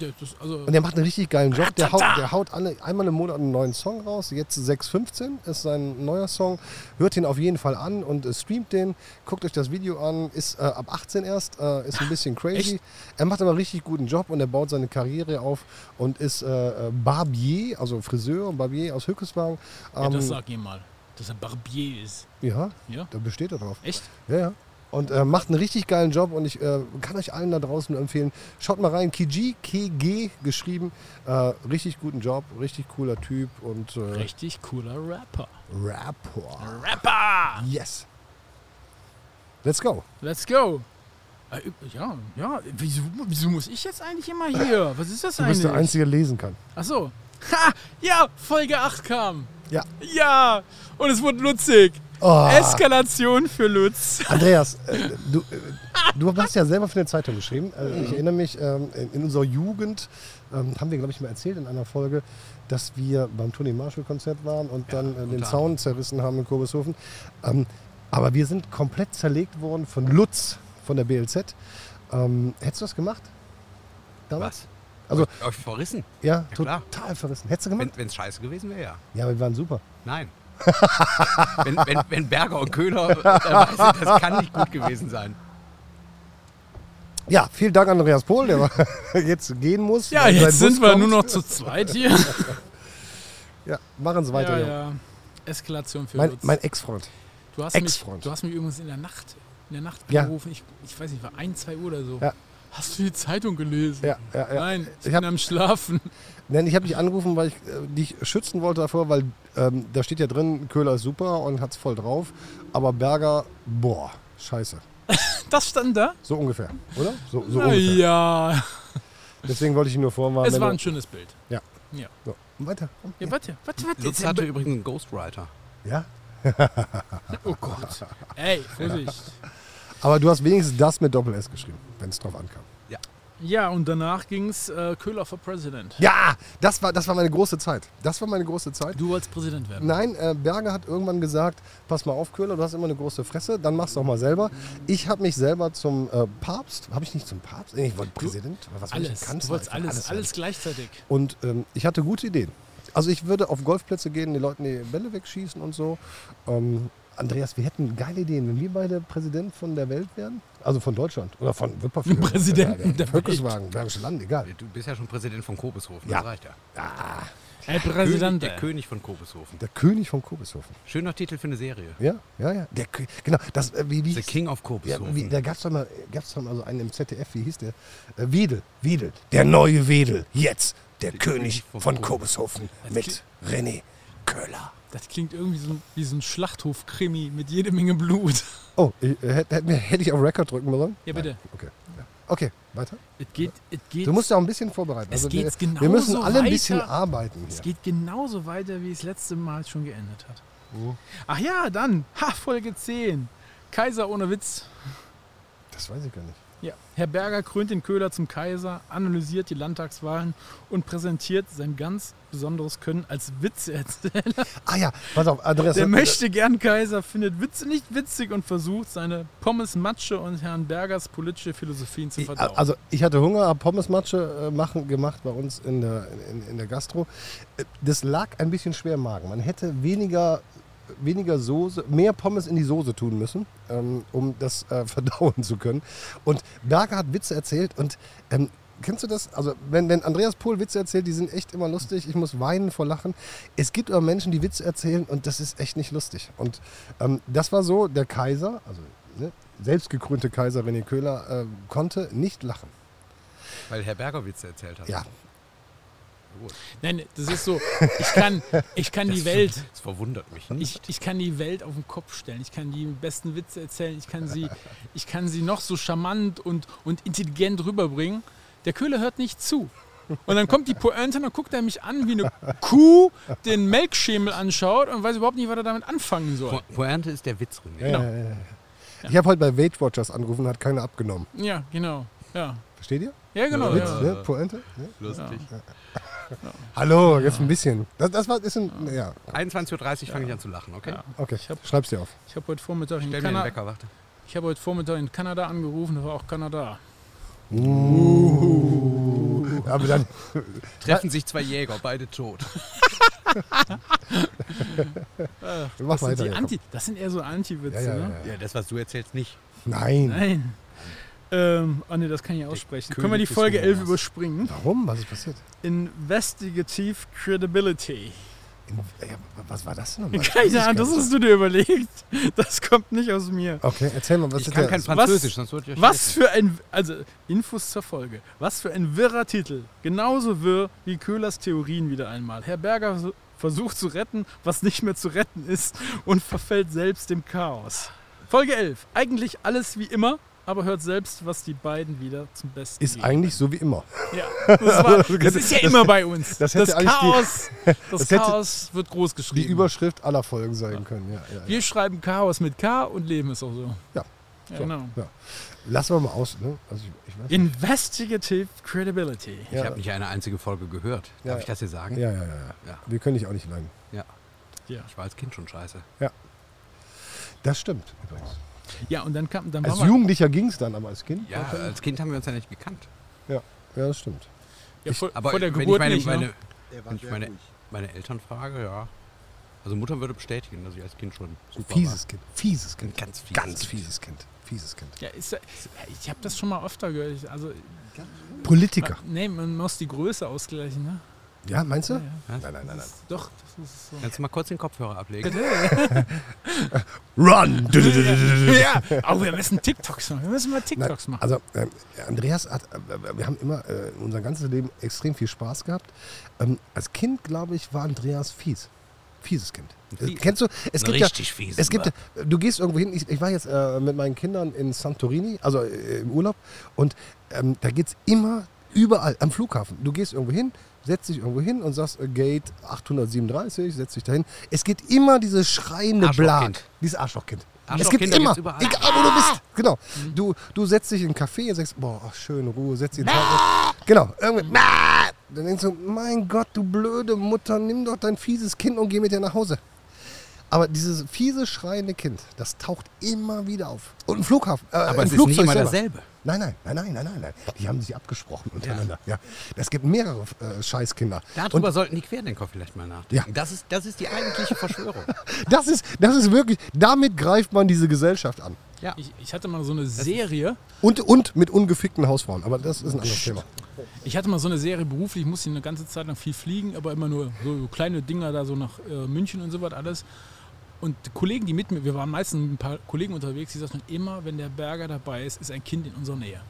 Speaker 3: der- das, also
Speaker 4: Und der macht einen richtig geilen Job. Der haut, der haut alle, einmal im Monat einen neuen Song raus. Jetzt 6.15 ist sein neuer Song. Hört ihn auf jeden Fall an und äh, streamt den. Guckt euch das Video an. Ist äh, ab 18 erst. Äh, ist ein bisschen crazy. Er macht aber einen richtig guten Job und er baut seine Karriere auf und ist äh, äh, Barbier, also Friseur und Barbier aus Hückeswagen.
Speaker 3: ja,
Speaker 4: Ähm,
Speaker 3: das sag ihm mal, dass er Barbier ist.
Speaker 4: ja,
Speaker 3: Ja,
Speaker 4: da besteht er drauf.
Speaker 3: echt?
Speaker 4: Ja, ja. Und äh, macht einen richtig geilen Job und ich äh, kann euch allen da draußen empfehlen, schaut mal rein, Kiji, KG geschrieben, äh, richtig guten Job, richtig cooler Typ und äh,
Speaker 3: Richtig cooler Rapper.
Speaker 4: Rapper.
Speaker 3: Rapper!
Speaker 4: Yes. Let's go.
Speaker 3: Let's go! Äh, üb- Ja, ja, wieso, wieso muss ich jetzt eigentlich immer hier? Was ist das
Speaker 4: Du bist
Speaker 3: eigentlich?
Speaker 4: der Einzige, der lesen kann.
Speaker 3: Ach so. Ha! Ja, Folge 8 kam.
Speaker 4: Ja.
Speaker 3: Ja! Und es wurde Lutzig.
Speaker 4: Oh,
Speaker 3: Eskalation für Lutz.
Speaker 4: Andreas, äh, du, äh, du hast ja selber für eine Zeitung geschrieben. Äh, ich erinnere mich, ähm, in, in unserer Jugend ähm, haben wir, glaube ich, mal erzählt in einer Folge, dass wir beim Tony Marshall-Konzert waren und dann äh, den
Speaker 1: unter
Speaker 4: Zaun zerrissen haben in Kurbishofen. Ähm, aber wir sind komplett zerlegt worden von Lutz von der BLZ. Ähm, hättest du das gemacht? Damals? Also-
Speaker 1: euch, euch verrissen,
Speaker 4: Ja,
Speaker 1: Ja, klar.
Speaker 4: total verrissen. Hättest du gemacht?
Speaker 1: wenn es scheiße gewesen wäre, ja.
Speaker 4: ja, aber wir waren super.
Speaker 1: Nein. wenn, wenn, wenn Berger und Köhler, äh, dann weiß ich, das kann nicht gut gewesen sein.
Speaker 4: Ja, vielen Dank an Andreas Pohl, der jetzt gehen muss.
Speaker 3: Ja,
Speaker 4: weil sein
Speaker 3: jetzt sind
Speaker 4: Bus
Speaker 3: wir
Speaker 4: kommt.
Speaker 3: nur noch zu zweit hier.
Speaker 4: Ja, machen Sie weiter.
Speaker 3: ja,
Speaker 4: Junge.
Speaker 3: ja. Eskalation für
Speaker 4: Mein,
Speaker 3: Lutz.
Speaker 4: mein Ex-Freund.
Speaker 3: du, hast mich,
Speaker 4: Ex-Freund.
Speaker 3: du hast mich übrigens in der Nacht, in der Nacht
Speaker 4: Ja.
Speaker 3: gerufen. Ich, ich weiß nicht, war ein, zwei Uhr oder so.
Speaker 4: Ja.
Speaker 3: Hast du die Zeitung gelesen?
Speaker 4: Ja, ja, ja.
Speaker 3: Nein, ich,
Speaker 4: Ich hab-
Speaker 3: bin am Schlafen.
Speaker 4: Nein, ich habe dich angerufen, weil ich äh, dich schützen wollte davor, weil ähm, da steht ja drin, Köhler ist super und hat's voll drauf, aber Berger, boah, scheiße.
Speaker 3: Das stand da?
Speaker 4: So ungefähr, oder? So, so
Speaker 3: Na
Speaker 4: ungefähr.
Speaker 3: ja.
Speaker 4: Deswegen wollte ich ihn nur vorwarnen.
Speaker 3: Es war
Speaker 4: wenn
Speaker 3: ein
Speaker 4: du-
Speaker 3: schönes Bild.
Speaker 4: so, weiter.
Speaker 3: Ja, warte, warte, warte.
Speaker 1: Lutz
Speaker 3: jetzt-
Speaker 1: hatte übrigens einen Ghostwriter.
Speaker 4: Ja.
Speaker 3: oh Gott. Ey, Vorsicht.
Speaker 4: Aber du hast wenigstens das mit Doppel S geschrieben, wenn es drauf ankam.
Speaker 3: Ja, und danach ging's äh, Köhler for President.
Speaker 4: Ja, das war, das war meine große Zeit. Das war meine große Zeit.
Speaker 3: Du wolltest Präsident werden.
Speaker 4: Nein, äh, Berger hat irgendwann gesagt, pass mal auf, Köhler, du hast immer eine große Fresse, dann mach's doch mal selber. Ich habe mich selber zum äh, Papst, habe ich nicht zum Papst? Nee, ich wollte Präsident, aber was wollte ich?
Speaker 3: Alles.
Speaker 4: Kanzler,
Speaker 3: Du wolltest
Speaker 4: ich wollte
Speaker 3: alles, alles,
Speaker 4: werden.
Speaker 3: gleichzeitig.
Speaker 4: Und ähm, ich hatte gute Ideen. Also ich würde auf Golfplätze gehen, den Leuten die Bälle wegschießen und so. Ähm, Andreas, wir hätten geile Ideen, wenn wir beide Präsident von der Welt wären. Also von Deutschland oder von Wipperfürth.
Speaker 3: Präsidenten
Speaker 4: Ja, ja,
Speaker 3: der Welt.
Speaker 4: Höckeswagen, Bergische Land, egal.
Speaker 1: Du bist ja schon Präsident von Kobeshofen,
Speaker 4: Ja. äh.
Speaker 1: das reicht ja.
Speaker 3: Ey, Präsident.
Speaker 1: König,
Speaker 3: ey.
Speaker 1: der König von Kobeshofen.
Speaker 4: Der König von Kobishofen.
Speaker 1: Schöner Titel für eine Serie.
Speaker 4: Ja, ja, ja. Der, Kö- genau, das, äh, wie, wie
Speaker 1: The King of
Speaker 4: Ja,
Speaker 1: Kobeshofen.
Speaker 4: wie, da gab es doch mal, gab's doch mal so einen im ZDF, wie hieß der? Äh, Wedel, Wedel. Der neue Wedel, jetzt der König
Speaker 1: von
Speaker 4: von
Speaker 1: Kobe.
Speaker 4: Kobeshofen mit René Köhler.
Speaker 3: Das klingt irgendwie so, wie so ein Schlachthof-Krimi mit jede Menge Blut.
Speaker 4: Oh, äh, hätte hätte mir- hätte ich auf Record drücken sollen?
Speaker 3: Ja, bitte.
Speaker 4: Nein, Okay. ja. Okay, weiter.
Speaker 3: Es geht, es geht,
Speaker 4: Du musst ja auch ein bisschen vorbereiten. Also
Speaker 3: Es
Speaker 4: wir,
Speaker 3: geht's genauso
Speaker 4: wir müssen alle ein bisschen
Speaker 3: weiter.
Speaker 4: arbeiten. Hier.
Speaker 3: es geht genauso weiter, wie es letzte Mal schon geendet hat. Ach ja, dann. Ha, Folge 10. Kaiser ohne Witz.
Speaker 4: Das weiß ich gar nicht.
Speaker 3: Ja. Herr Berger krönt den Köhler zum Kaiser, analysiert die Landtagswahlen und präsentiert sein ganz besonderes Können als Witzeerzähler.
Speaker 4: Ah ja, pass auf, Andreas.
Speaker 3: Der
Speaker 4: äh,
Speaker 3: möchte gern Kaiser, findet Witze nicht witzig und versucht, seine Pommes Matsche und Herrn Bergers politische Philosophien zu
Speaker 4: Ich-
Speaker 3: verdauen.
Speaker 4: Also ich hatte Hunger, habe Pommesmatsche äh, machen, gemacht bei uns in der, in, in der Gastro. Äh, Das lag ein bisschen schwer im Magen. Man hätte weniger, weniger Soße, mehr Pommes in die Soße tun müssen, ähm, um das äh, verdauen zu können. Und Berger hat Witze erzählt und ähm, Kennst du das? Also, wenn, wenn Andreas Pohl Witze erzählt, die sind echt immer lustig. Ich muss weinen vor Lachen. Es gibt aber Menschen, die Witze erzählen und das ist echt nicht lustig. Und ähm, das war so, der Kaiser, also ne, selbstgekrönte Kaiser René Köhler, äh, konnte nicht lachen.
Speaker 1: Weil Herr Berger Witze erzählt hat.
Speaker 4: Ja,
Speaker 1: Gut.
Speaker 3: Nein, das ist so, ich kann, ich kann die Welt,
Speaker 1: Das verwundert mich nicht.
Speaker 3: ich, ich kann die Welt auf den Kopf stellen. Ich kann die besten Witze erzählen. Ich kann sie, ich kann sie noch so charmant und, und intelligent rüberbringen. Der Köhler hört nicht zu. Und dann kommt die Pointe und dann guckt er mich an, wie eine Kuh den Melkschemel anschaut und weiß überhaupt nicht, was er damit anfangen soll.
Speaker 1: Po- Pointe ist der Witz drin.
Speaker 3: Genau.
Speaker 4: Ja, ja, ja. Äh, Ich habe heute bei Weight Watchers angerufen, hat keiner abgenommen.
Speaker 3: Ja, genau. Ja,
Speaker 4: Versteht ihr?
Speaker 3: ja genau.
Speaker 4: Witz,
Speaker 3: Ja.
Speaker 4: ne? Pointe? Ne?
Speaker 1: Lustig.
Speaker 4: Hallo, jetzt ein bisschen. Das, das war, ist ein, ja,
Speaker 1: 21.30 Uhr fange ich an zu lachen, okay?
Speaker 3: Ja.
Speaker 4: okay,
Speaker 3: Ich hab-
Speaker 4: schreib's dir auf.
Speaker 3: Ich habe heute Vormittag in
Speaker 1: Stell mir den
Speaker 3: Kanada.
Speaker 1: Wecker, warte.
Speaker 3: Ich habe heute Vormittag in Kanada angerufen, da war auch Kanada. Uh.
Speaker 4: Aber dann,
Speaker 1: Treffen sich zwei Jäger, beide tot.
Speaker 4: mach
Speaker 3: Das sind,
Speaker 4: weiter.
Speaker 3: die
Speaker 4: Jakob.
Speaker 3: Anti, das sind eher so Anti-Witze,
Speaker 4: Ja, ja,
Speaker 3: ne?
Speaker 4: ja, ja.
Speaker 1: Ja, das, was du erzählst, nicht.
Speaker 4: Nein.
Speaker 3: Nein. Ähm, oh ne, das kann ich aussprechen.
Speaker 1: König
Speaker 3: Können wir die
Speaker 1: des
Speaker 3: Folge 11
Speaker 1: Humors.
Speaker 3: überspringen?
Speaker 4: Warum? Was ist passiert?
Speaker 3: Investigative Credibility.
Speaker 4: Ja, was war das denn nochmal?
Speaker 3: Keine Ahnung, das hast du dir überlegt. Das kommt nicht aus mir.
Speaker 4: Okay, erzähl mal, was
Speaker 1: Ich
Speaker 4: ist
Speaker 1: kann
Speaker 4: der-
Speaker 1: kein Französisch, sonst würde ich euch
Speaker 3: Was für ein, also Infos zur Folge. Was für ein wirrer Titel. Genauso wirr wie Köhlers Theorien wieder einmal. Herr Berger so- versucht zu retten, was nicht mehr zu retten ist und verfällt selbst dem Chaos. Folge 11. Eigentlich alles wie immer, aber hört selbst, was die beiden wieder zum Besten
Speaker 4: Ist
Speaker 3: geben.
Speaker 4: eigentlich so wie immer.
Speaker 3: Ja, das, war, das ist ja immer bei uns.
Speaker 4: das hätte eigentlich die-
Speaker 3: Chaos, das
Speaker 4: das hätte
Speaker 3: Chaos wird groß
Speaker 4: Die
Speaker 3: geschrieben.
Speaker 4: Überschrift aller Folgen sein können. Ja, ja, ja.
Speaker 3: Wir schreiben Chaos mit K und leben es auch so.
Speaker 4: Ja.
Speaker 3: Ja,
Speaker 4: So.
Speaker 3: genau.
Speaker 4: Lassen wir mal aus. Ne? Also ich, ich weiß.
Speaker 3: Investigative Credibility.
Speaker 1: Ich habe nicht eine einzige Folge gehört. Darf
Speaker 4: Ja.
Speaker 1: ich das hier sagen?
Speaker 4: ja, ja, ja, ja.
Speaker 1: Ja.
Speaker 4: Wir können dich auch nicht leiden.
Speaker 1: Ja.
Speaker 3: Ja,
Speaker 1: Ich war als Kind schon scheiße.
Speaker 4: Das stimmt übrigens.
Speaker 3: ja und dann kam dann
Speaker 4: Als
Speaker 3: war mal,
Speaker 4: Jugendlicher ging es dann, aber als Kind?
Speaker 1: Ja, als Kind haben wir uns ja nicht gekannt.
Speaker 4: Ja, ja das stimmt.
Speaker 3: ja, vor,
Speaker 1: Aber
Speaker 3: vor der
Speaker 1: wenn
Speaker 3: Geburt
Speaker 1: ich meine,
Speaker 3: nicht.
Speaker 1: meine,
Speaker 3: ne?
Speaker 1: wenn ich meine, meine Eltern frage, ja. Also Mutter würde bestätigen, dass ich als Kind schon super
Speaker 4: Fieses Kind. Fieses Kind.
Speaker 1: Ganz fieses
Speaker 4: Ganz
Speaker 1: Kind.
Speaker 4: fieses Kind. Fieses Kind.
Speaker 3: Ja, ist, ja- ich habe das schon mal öfter gehört. Ich- Also,
Speaker 4: Politiker.
Speaker 3: nee, man muss die Größe ausgleichen. Ne?
Speaker 4: Ja, meinst du?
Speaker 3: Ja, ja.
Speaker 1: war. Ja?
Speaker 4: Nein, nein, nein, nein.
Speaker 3: Doch, das ist so.
Speaker 1: Kannst du mal kurz den Kopfhörer ablegen?
Speaker 4: Run!
Speaker 3: ja, aber wir müssen TikToks machen. Wir müssen mal
Speaker 4: Nein,
Speaker 3: TikToks machen.
Speaker 4: also ähm, Andreas hat, äh, wir haben immer äh, unser ganzes Leben extrem viel Spaß gehabt. Ähm, als Kind, glaube ich, war Andreas fies. Fieses Kind.
Speaker 1: Fies.
Speaker 4: Äh, Kennst du? Es
Speaker 1: Ein
Speaker 4: gibt ja,
Speaker 1: richtig fieses,
Speaker 4: Es gibt,
Speaker 1: ne?
Speaker 4: ja- du gehst irgendwo hin. Ich, ich war jetzt äh, mit meinen Kindern in Santorini, also äh, im Urlaub, und ähm, da geht es immer überall am Flughafen. Du gehst irgendwo hin, setzt dich irgendwo hin und sagst äh, Gate 837, setzt dich dahin. Es geht immer dieses schreiende Blag,
Speaker 1: Arschlochkind.
Speaker 4: dieses Arschlochkind. Es
Speaker 1: Arschlochkinder
Speaker 4: gibt immer,
Speaker 1: gibt's überall. Ah! Mhm.
Speaker 4: egal wo du bist. Genau. Du, du setzt dich in einen Café und sagst, boah, ach, schöne Ruhe, setz dich in den Tag- Genau. Irgendwie, "Mäh!" Dann denkst du, mein Gott, du blöde Mutter, nimm doch dein fieses Kind und geh mit dir nach Hause. Aber dieses fiese, schreiende Kind, das taucht immer wieder auf. Und ein Flughafen. Äh,
Speaker 1: Aber
Speaker 4: ein
Speaker 1: es ist
Speaker 4: Flugzeug
Speaker 1: nicht immer
Speaker 4: selber.
Speaker 1: dasselbe.
Speaker 4: Nein, nein, nein, nein, nein, nein, nein. Die haben sich abgesprochen untereinander. Ja. Es gibt mehrere äh, Scheißkinder.
Speaker 1: Darüber sollten die Querdenker vielleicht mal nachdenken.
Speaker 4: Ja.
Speaker 1: Das, ist, das ist die eigentliche Verschwörung.
Speaker 4: Das ist, das ist wirklich, damit greift man diese Gesellschaft an.
Speaker 1: Ja.
Speaker 3: Ich, ich hatte mal so eine Serie.
Speaker 4: Und, und mit ungefickten Hausfrauen. Aber das ist ein anderes Thema.
Speaker 3: Ich hatte mal so eine Serie beruflich, musste eine ganze Zeit lang viel fliegen, aber immer nur so kleine Dinger da so nach äh, München und so was alles. Und die Kollegen, die mit mir, wir waren meistens mit ein paar Kollegen unterwegs, die sagten immer, wenn der Berger dabei ist, ist ein Kind in unserer Nähe.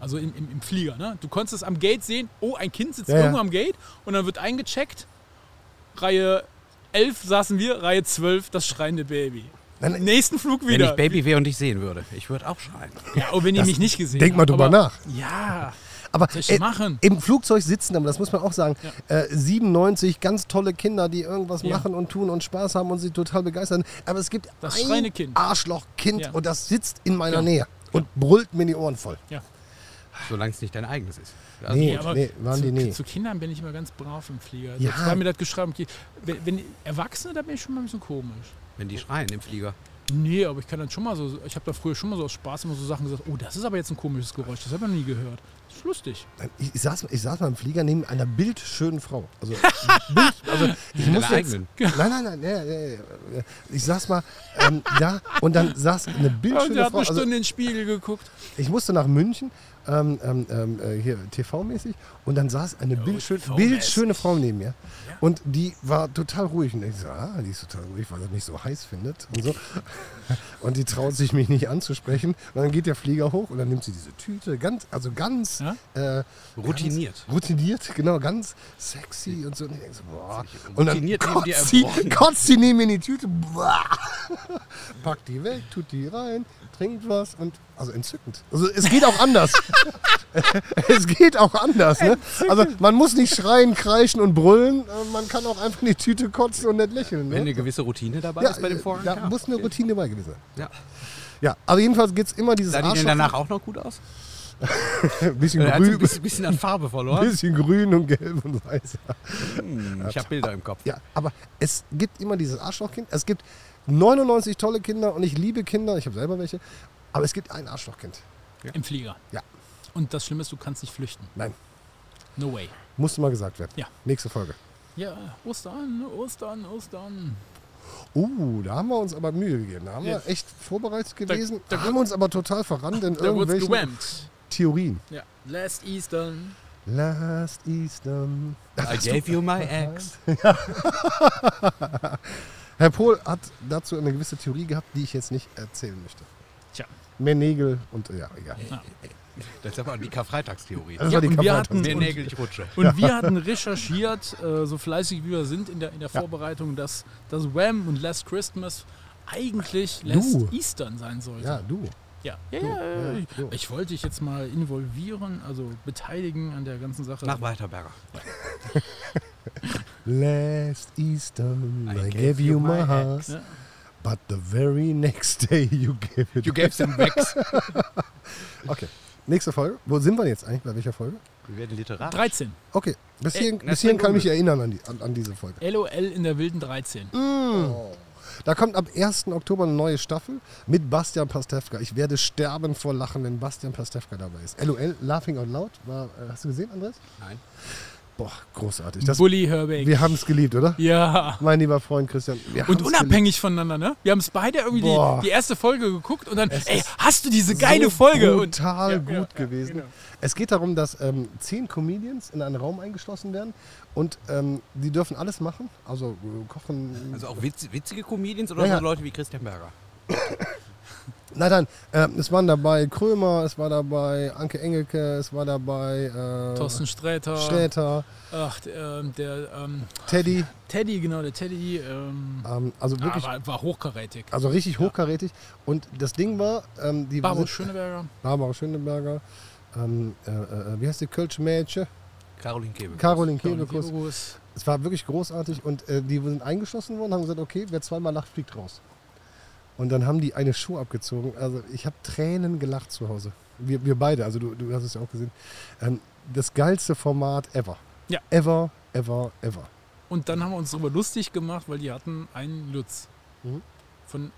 Speaker 3: Also im, im, im Flieger. Ne? Du konntest es am Gate sehen, oh, ein Kind sitzt
Speaker 4: Ja, ja.
Speaker 3: irgendwo am Gate und dann wird eingecheckt. Reihe 11 saßen wir, Reihe 12 das schreiende Baby.
Speaker 4: Nein,
Speaker 3: Nächsten Flug
Speaker 1: Wenn
Speaker 3: wieder.
Speaker 1: ich Baby wäre und dich sehen würde, ich würde auch schreien.
Speaker 3: ja, oh, wenn ihr mich nicht gesehen
Speaker 4: denk mal
Speaker 3: habt,
Speaker 4: drüber
Speaker 3: aber-
Speaker 4: nach.
Speaker 3: Ja,
Speaker 4: Aber
Speaker 3: soll ich
Speaker 4: äh,
Speaker 3: machen?
Speaker 4: im Flugzeug sitzen, aber das muss man auch sagen, äh, 97 ganz tolle Kinder, die irgendwas
Speaker 3: Ja.
Speaker 4: machen und tun und Spaß haben und sie total begeistern. Aber es gibt
Speaker 3: Das schreiende
Speaker 4: ein
Speaker 3: Kind.
Speaker 4: Arschlochkind
Speaker 3: Ja.
Speaker 4: und das sitzt in meiner
Speaker 3: Ja.
Speaker 4: Nähe und brüllt mir die Ohren voll.
Speaker 3: ja.
Speaker 1: Solange es nicht dein eigenes ist. Also,
Speaker 4: Nee,
Speaker 3: Ja, aber
Speaker 4: nee, waren
Speaker 3: zu,
Speaker 4: die nie.
Speaker 3: zu Kindern bin ich immer ganz brav im Flieger.
Speaker 4: Ja.
Speaker 3: Ja. mir das geschrieben. okay, Wenn, wenn Erwachsene, da bin ich schon mal ein bisschen komisch.
Speaker 1: Wenn die schreien im Flieger.
Speaker 3: Nee, aber ich kann dann schon mal so, ich habe da früher schon mal so aus Spaß immer so Sachen gesagt, oh, das ist aber jetzt ein komisches Geräusch, das habe ich noch nie gehört. Das ist lustig.
Speaker 4: Ich, ich, saß, ich saß mal im Flieger neben einer bildschönen Frau. Also, bild, also ich muss
Speaker 1: deiner
Speaker 4: jetzt,
Speaker 1: eigenen.
Speaker 4: Nein, nein, nein. Nee, nee, nee. Ich saß mal ähm, da und dann saß
Speaker 3: Ja,
Speaker 4: eine bildschöne
Speaker 3: der hat
Speaker 4: Frau.
Speaker 3: eine
Speaker 4: Also,
Speaker 3: Stunde in den Spiegel geguckt.
Speaker 4: Ich musste nach München, ähm, ähm, ähm, äh, hier TV-mäßig, und dann saß eine bildschön,
Speaker 3: TV-mäßig.
Speaker 4: bildschöne Frau neben mir. Und die war total ruhig. Und ich so, ah, die ist total ruhig, weil sie mich so heiß findet und so. Und die traut sich, mich nicht anzusprechen. Und dann geht der Flieger hoch und dann nimmt sie diese Tüte, ganz, also ganz
Speaker 3: Ja?
Speaker 4: äh,
Speaker 1: Routiniert.
Speaker 4: Ganz, routiniert, genau, ganz sexy und so. Und ich denk so, boah.
Speaker 1: Routiniert
Speaker 4: Und dann
Speaker 1: neben dir
Speaker 4: kotzt sie,
Speaker 1: erworben.
Speaker 4: kotzt sie neben mir in die Tüte. Boah packt die weg, tut die rein, trinkt was und also entzückend. Also es geht auch anders. Es geht auch anders. Ne? Also man muss nicht schreien, kreischen und brüllen. äh, Man kann auch einfach in die Tüte kotzen und nicht lächeln.
Speaker 1: Wenn
Speaker 4: Ne?
Speaker 1: eine gewisse Routine dabei ist bei dem Vorgang.
Speaker 4: äh, da
Speaker 1: ja,
Speaker 4: muss eine
Speaker 1: okay.
Speaker 4: Routine dabei gewesen sein.
Speaker 1: Ja.
Speaker 4: Ja, aber jedenfalls geht es immer dieses
Speaker 1: Sah die denn
Speaker 4: Arschloch-
Speaker 1: danach auch noch gut aus?
Speaker 4: bisschen,
Speaker 1: Er hat so ein
Speaker 4: grün,
Speaker 1: bisschen, bisschen an Farbe verloren.
Speaker 4: bisschen grün und gelb und weiß.
Speaker 1: Hm, ich habe Bilder im Kopf.
Speaker 4: Ja, aber es gibt immer dieses Arschlochkind. Es gibt 99 tolle Kinder und ich liebe Kinder. Ich habe selber welche. Aber es gibt ein Arschlochkind.
Speaker 3: Im Flieger.
Speaker 4: Ja.
Speaker 3: Und das Schlimme ist, du kannst nicht flüchten.
Speaker 4: Nein,
Speaker 3: No way.
Speaker 4: musste mal gesagt werden.
Speaker 3: Ja.
Speaker 4: Nächste Folge.
Speaker 3: Ja, Ostern, Ostern, Ostern.
Speaker 4: Uh, da haben wir uns aber Mühe gegeben. Da haben
Speaker 3: Ja.
Speaker 4: wir echt vorbereitet
Speaker 3: Da-
Speaker 4: gewesen.
Speaker 3: da
Speaker 4: Da, haben wir uns aber total verrannt in
Speaker 3: Da wurd's
Speaker 4: irgendwelchen
Speaker 3: gewammt.
Speaker 4: Theorien.
Speaker 3: Ja. Last Eastern.
Speaker 4: Last Easter.
Speaker 1: I gave you my ex.
Speaker 4: Herr Pohl hat dazu eine gewisse Theorie gehabt, die ich jetzt nicht erzählen möchte.
Speaker 3: Tja.
Speaker 4: Mehr Nägel und ja, egal.
Speaker 3: Äh.
Speaker 1: Das ist aber die Karfreitagstheorie.
Speaker 4: Das
Speaker 3: Ja,
Speaker 4: war die
Speaker 3: und wir
Speaker 4: Kampfhaltung.
Speaker 3: hatten-
Speaker 1: Mehr
Speaker 3: und-
Speaker 1: Nägel, ich rutsche.
Speaker 3: Und wir hatten recherchiert, äh, so fleißig wie wir sind in der, in der Vorbereitung, dass, dass Wham und Last Christmas eigentlich Last
Speaker 4: Du.
Speaker 3: Eastern sein sollte.
Speaker 4: Ja, du.
Speaker 3: ja. ja, ja, ja.
Speaker 4: du.
Speaker 3: Ich wollte dich jetzt mal involvieren, also beteiligen an der ganzen Sache.
Speaker 1: Nach Weiterberger.
Speaker 4: Last Easter, I, gave you my heart,
Speaker 3: Ja.
Speaker 4: but the very next day you gave it.
Speaker 1: You gave them Wex.
Speaker 4: Okay, nächste Folge. Wo sind wir jetzt eigentlich? Bei welcher Folge?
Speaker 1: Wir werden literar.
Speaker 3: 13.
Speaker 4: Okay, bis
Speaker 1: Äh,
Speaker 4: hierhin,
Speaker 1: das
Speaker 4: bis hierhin
Speaker 1: klingt
Speaker 4: kann ich mich erinnern an, die, an, an diese Folge.
Speaker 3: LOL in der wilden 13.
Speaker 4: Da kommt ab 1. Oktober eine neue Staffel mit Bastian Pastewka. Ich werde sterben vor Lachen, wenn Bastian Pastewka dabei ist. LOL, Laughing Out Loud, war, äh, hast du gesehen, Andreas?
Speaker 1: Nein.
Speaker 4: Boah, großartig. Das,
Speaker 3: Bully Herbeck.
Speaker 4: wir haben es geliebt, oder?
Speaker 3: Ja.
Speaker 4: Mein lieber Freund Christian. Wir
Speaker 3: Und
Speaker 4: haben's
Speaker 3: unabhängig voneinander, ne? Wir haben es beide irgendwie die,
Speaker 4: Boah.
Speaker 3: die erste Folge geguckt und dann, ey, hast du diese
Speaker 4: so
Speaker 3: geile Folge? Und
Speaker 4: Total
Speaker 3: Ja,
Speaker 4: gut
Speaker 3: ja, ja,
Speaker 4: gewesen.
Speaker 3: genau.
Speaker 4: Es geht darum, dass ähm, zehn Comedians in einen Raum eingeschlossen werden und ähm, die dürfen alles machen. Also äh, kochen.
Speaker 1: Also auch witz, witzige Comedians oder
Speaker 4: Ja, ja.
Speaker 1: so Leute wie Christian Berger?
Speaker 4: Nein, nein, ähm, es waren dabei Krömer, es war dabei Anke Engelke, es war dabei äh,
Speaker 3: Thorsten Sträter.
Speaker 4: Sträter,
Speaker 3: Ach, der, ähm, der ähm,
Speaker 4: Teddy.
Speaker 3: Teddy, genau, der Teddy. Ähm,
Speaker 4: Ähm, also wirklich,
Speaker 3: ah, war, war hochkarätig.
Speaker 4: also richtig hochkarätig. Und das Ding war, ähm, die
Speaker 3: Barbara
Speaker 4: sind-
Speaker 3: Schöneberger.
Speaker 4: Barbara Schöneberger, ähm, äh, äh, wie heißt die Kölsche Mädchen?
Speaker 1: Caroline Kebekus.
Speaker 4: Caroline
Speaker 3: Caroline
Speaker 4: Kebekus.
Speaker 3: Kebekus.
Speaker 4: Es war wirklich großartig und äh, die sind eingeschlossen worden, haben gesagt, okay, wer zweimal lacht, fliegt raus. Und dann haben die eine Show abgezogen. Also ich habe Tränen gelacht zu Hause. Wir, wir beide, also du, du hast es ja auch gesehen. Ähm, das geilste Format ever.
Speaker 3: Ja.
Speaker 4: Ever, ever, ever.
Speaker 3: Und dann haben wir uns darüber lustig gemacht, weil die hatten einen Lutz.
Speaker 4: Mhm.
Speaker 3: Von,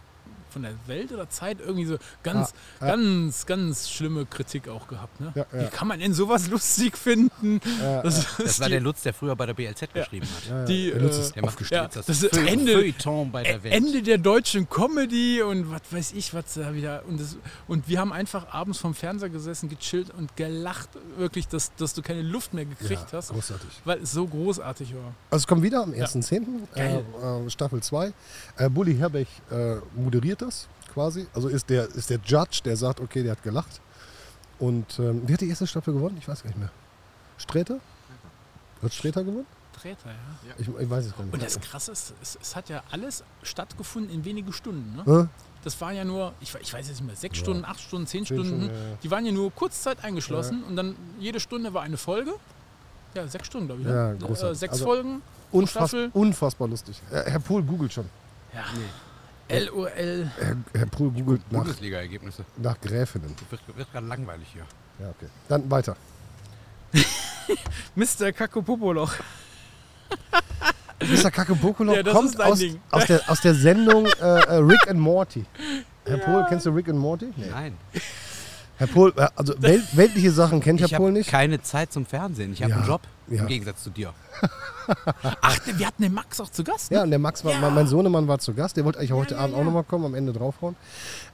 Speaker 3: von der Welt oder Zeit irgendwie so ganz,
Speaker 4: Ah, ah.
Speaker 3: ganz, ganz schlimme Kritik auch gehabt. Ne?
Speaker 4: Ja,
Speaker 3: Wie
Speaker 4: ja.
Speaker 3: kann man denn sowas lustig finden?
Speaker 4: Ja,
Speaker 3: das,
Speaker 1: Das
Speaker 3: ist
Speaker 1: war
Speaker 3: die-
Speaker 1: der Lutz, der früher bei der BLZ geschrieben hat.
Speaker 4: Ja,
Speaker 3: die,
Speaker 4: der Lutz
Speaker 3: äh,
Speaker 4: ist
Speaker 1: Der macht
Speaker 3: Ja,
Speaker 1: stets
Speaker 3: das ist
Speaker 1: Feu-
Speaker 3: Ende-
Speaker 1: Feuilleton bei der Welt.
Speaker 3: E- Ende der deutschen Comedy und was weiß ich, was da wieder. Und, das, und wir haben einfach abends vom Fernseher gesessen, gechillt und gelacht, wirklich, dass, dass du keine Luft mehr gekriegt hast,
Speaker 4: großartig.
Speaker 3: weil es so großartig war.
Speaker 4: Also es kommt wieder am 1.10.,
Speaker 3: Geil.
Speaker 4: äh, äh, Staffel 2. Äh, Bully Herbig äh, moderiert das quasi. Also ist der, ist der Judge, der sagt, okay, der hat gelacht. Und ähm, wer hat die erste Staffel gewonnen? Ich weiß gar nicht mehr. Sträter? Hat Sträter gewonnen?
Speaker 3: Treter, ja.
Speaker 4: Ich, ich weiß es gar nicht
Speaker 3: Und
Speaker 4: mehr.
Speaker 3: das Krasse ist, es, es hat ja alles stattgefunden in wenige Stunden. Ne?
Speaker 4: Hä?
Speaker 3: Das waren ja nur, ich, we- ich weiß jetzt nicht mehr, sechs Stunden, acht Stunden, zehn Stunden. hm?
Speaker 4: Stunden, ja, ja.
Speaker 3: Die waren ja nur kurzzeit eingeschlossen und dann jede Stunde war eine Folge. Ja, sechs Stunden, glaube ich. ne?
Speaker 4: Ja, großartig.
Speaker 3: äh, sechs
Speaker 4: Also-
Speaker 3: Folgen.
Speaker 4: Unfass,
Speaker 3: Staffel?
Speaker 4: unfassbar lustig. Äh, Herr Pohl googelt schon.
Speaker 3: Ja. LOL.
Speaker 4: Herr, Herr Pohl googelt nach,
Speaker 1: Bundesliga-Ergebnisse.
Speaker 4: nach Gräfinnen.
Speaker 1: Wird, wird gerade langweilig hier.
Speaker 4: Ja, okay. Dann weiter.
Speaker 3: Mr. Kakopopoloch.
Speaker 4: Mr. Kakebokolo
Speaker 3: Ja, das ist
Speaker 4: kommt
Speaker 3: dein
Speaker 4: aus,
Speaker 3: Ding.
Speaker 4: aus, der, aus der Sendung äh, äh, Rick and Morty. Herr Pohl, kennst du Rick and Morty? Nee.
Speaker 1: Nein.
Speaker 4: Herr Pohl, äh, also wel weltliche Sachen kennt Herr
Speaker 1: Ich
Speaker 4: Pohl
Speaker 1: habe
Speaker 4: nicht.
Speaker 1: keine Zeit zum Fernsehen. Ich habe
Speaker 4: Ja,
Speaker 1: einen Job.
Speaker 4: ja.
Speaker 1: Im Gegensatz zu dir.
Speaker 3: Ach, wir hatten den Max auch zu Gast. ne?
Speaker 4: Ja, und der Max, war, mein- mein Sohnemann war zu Gast, der wollte eigentlich heute Abend auch nochmal kommen, am Ende draufhauen.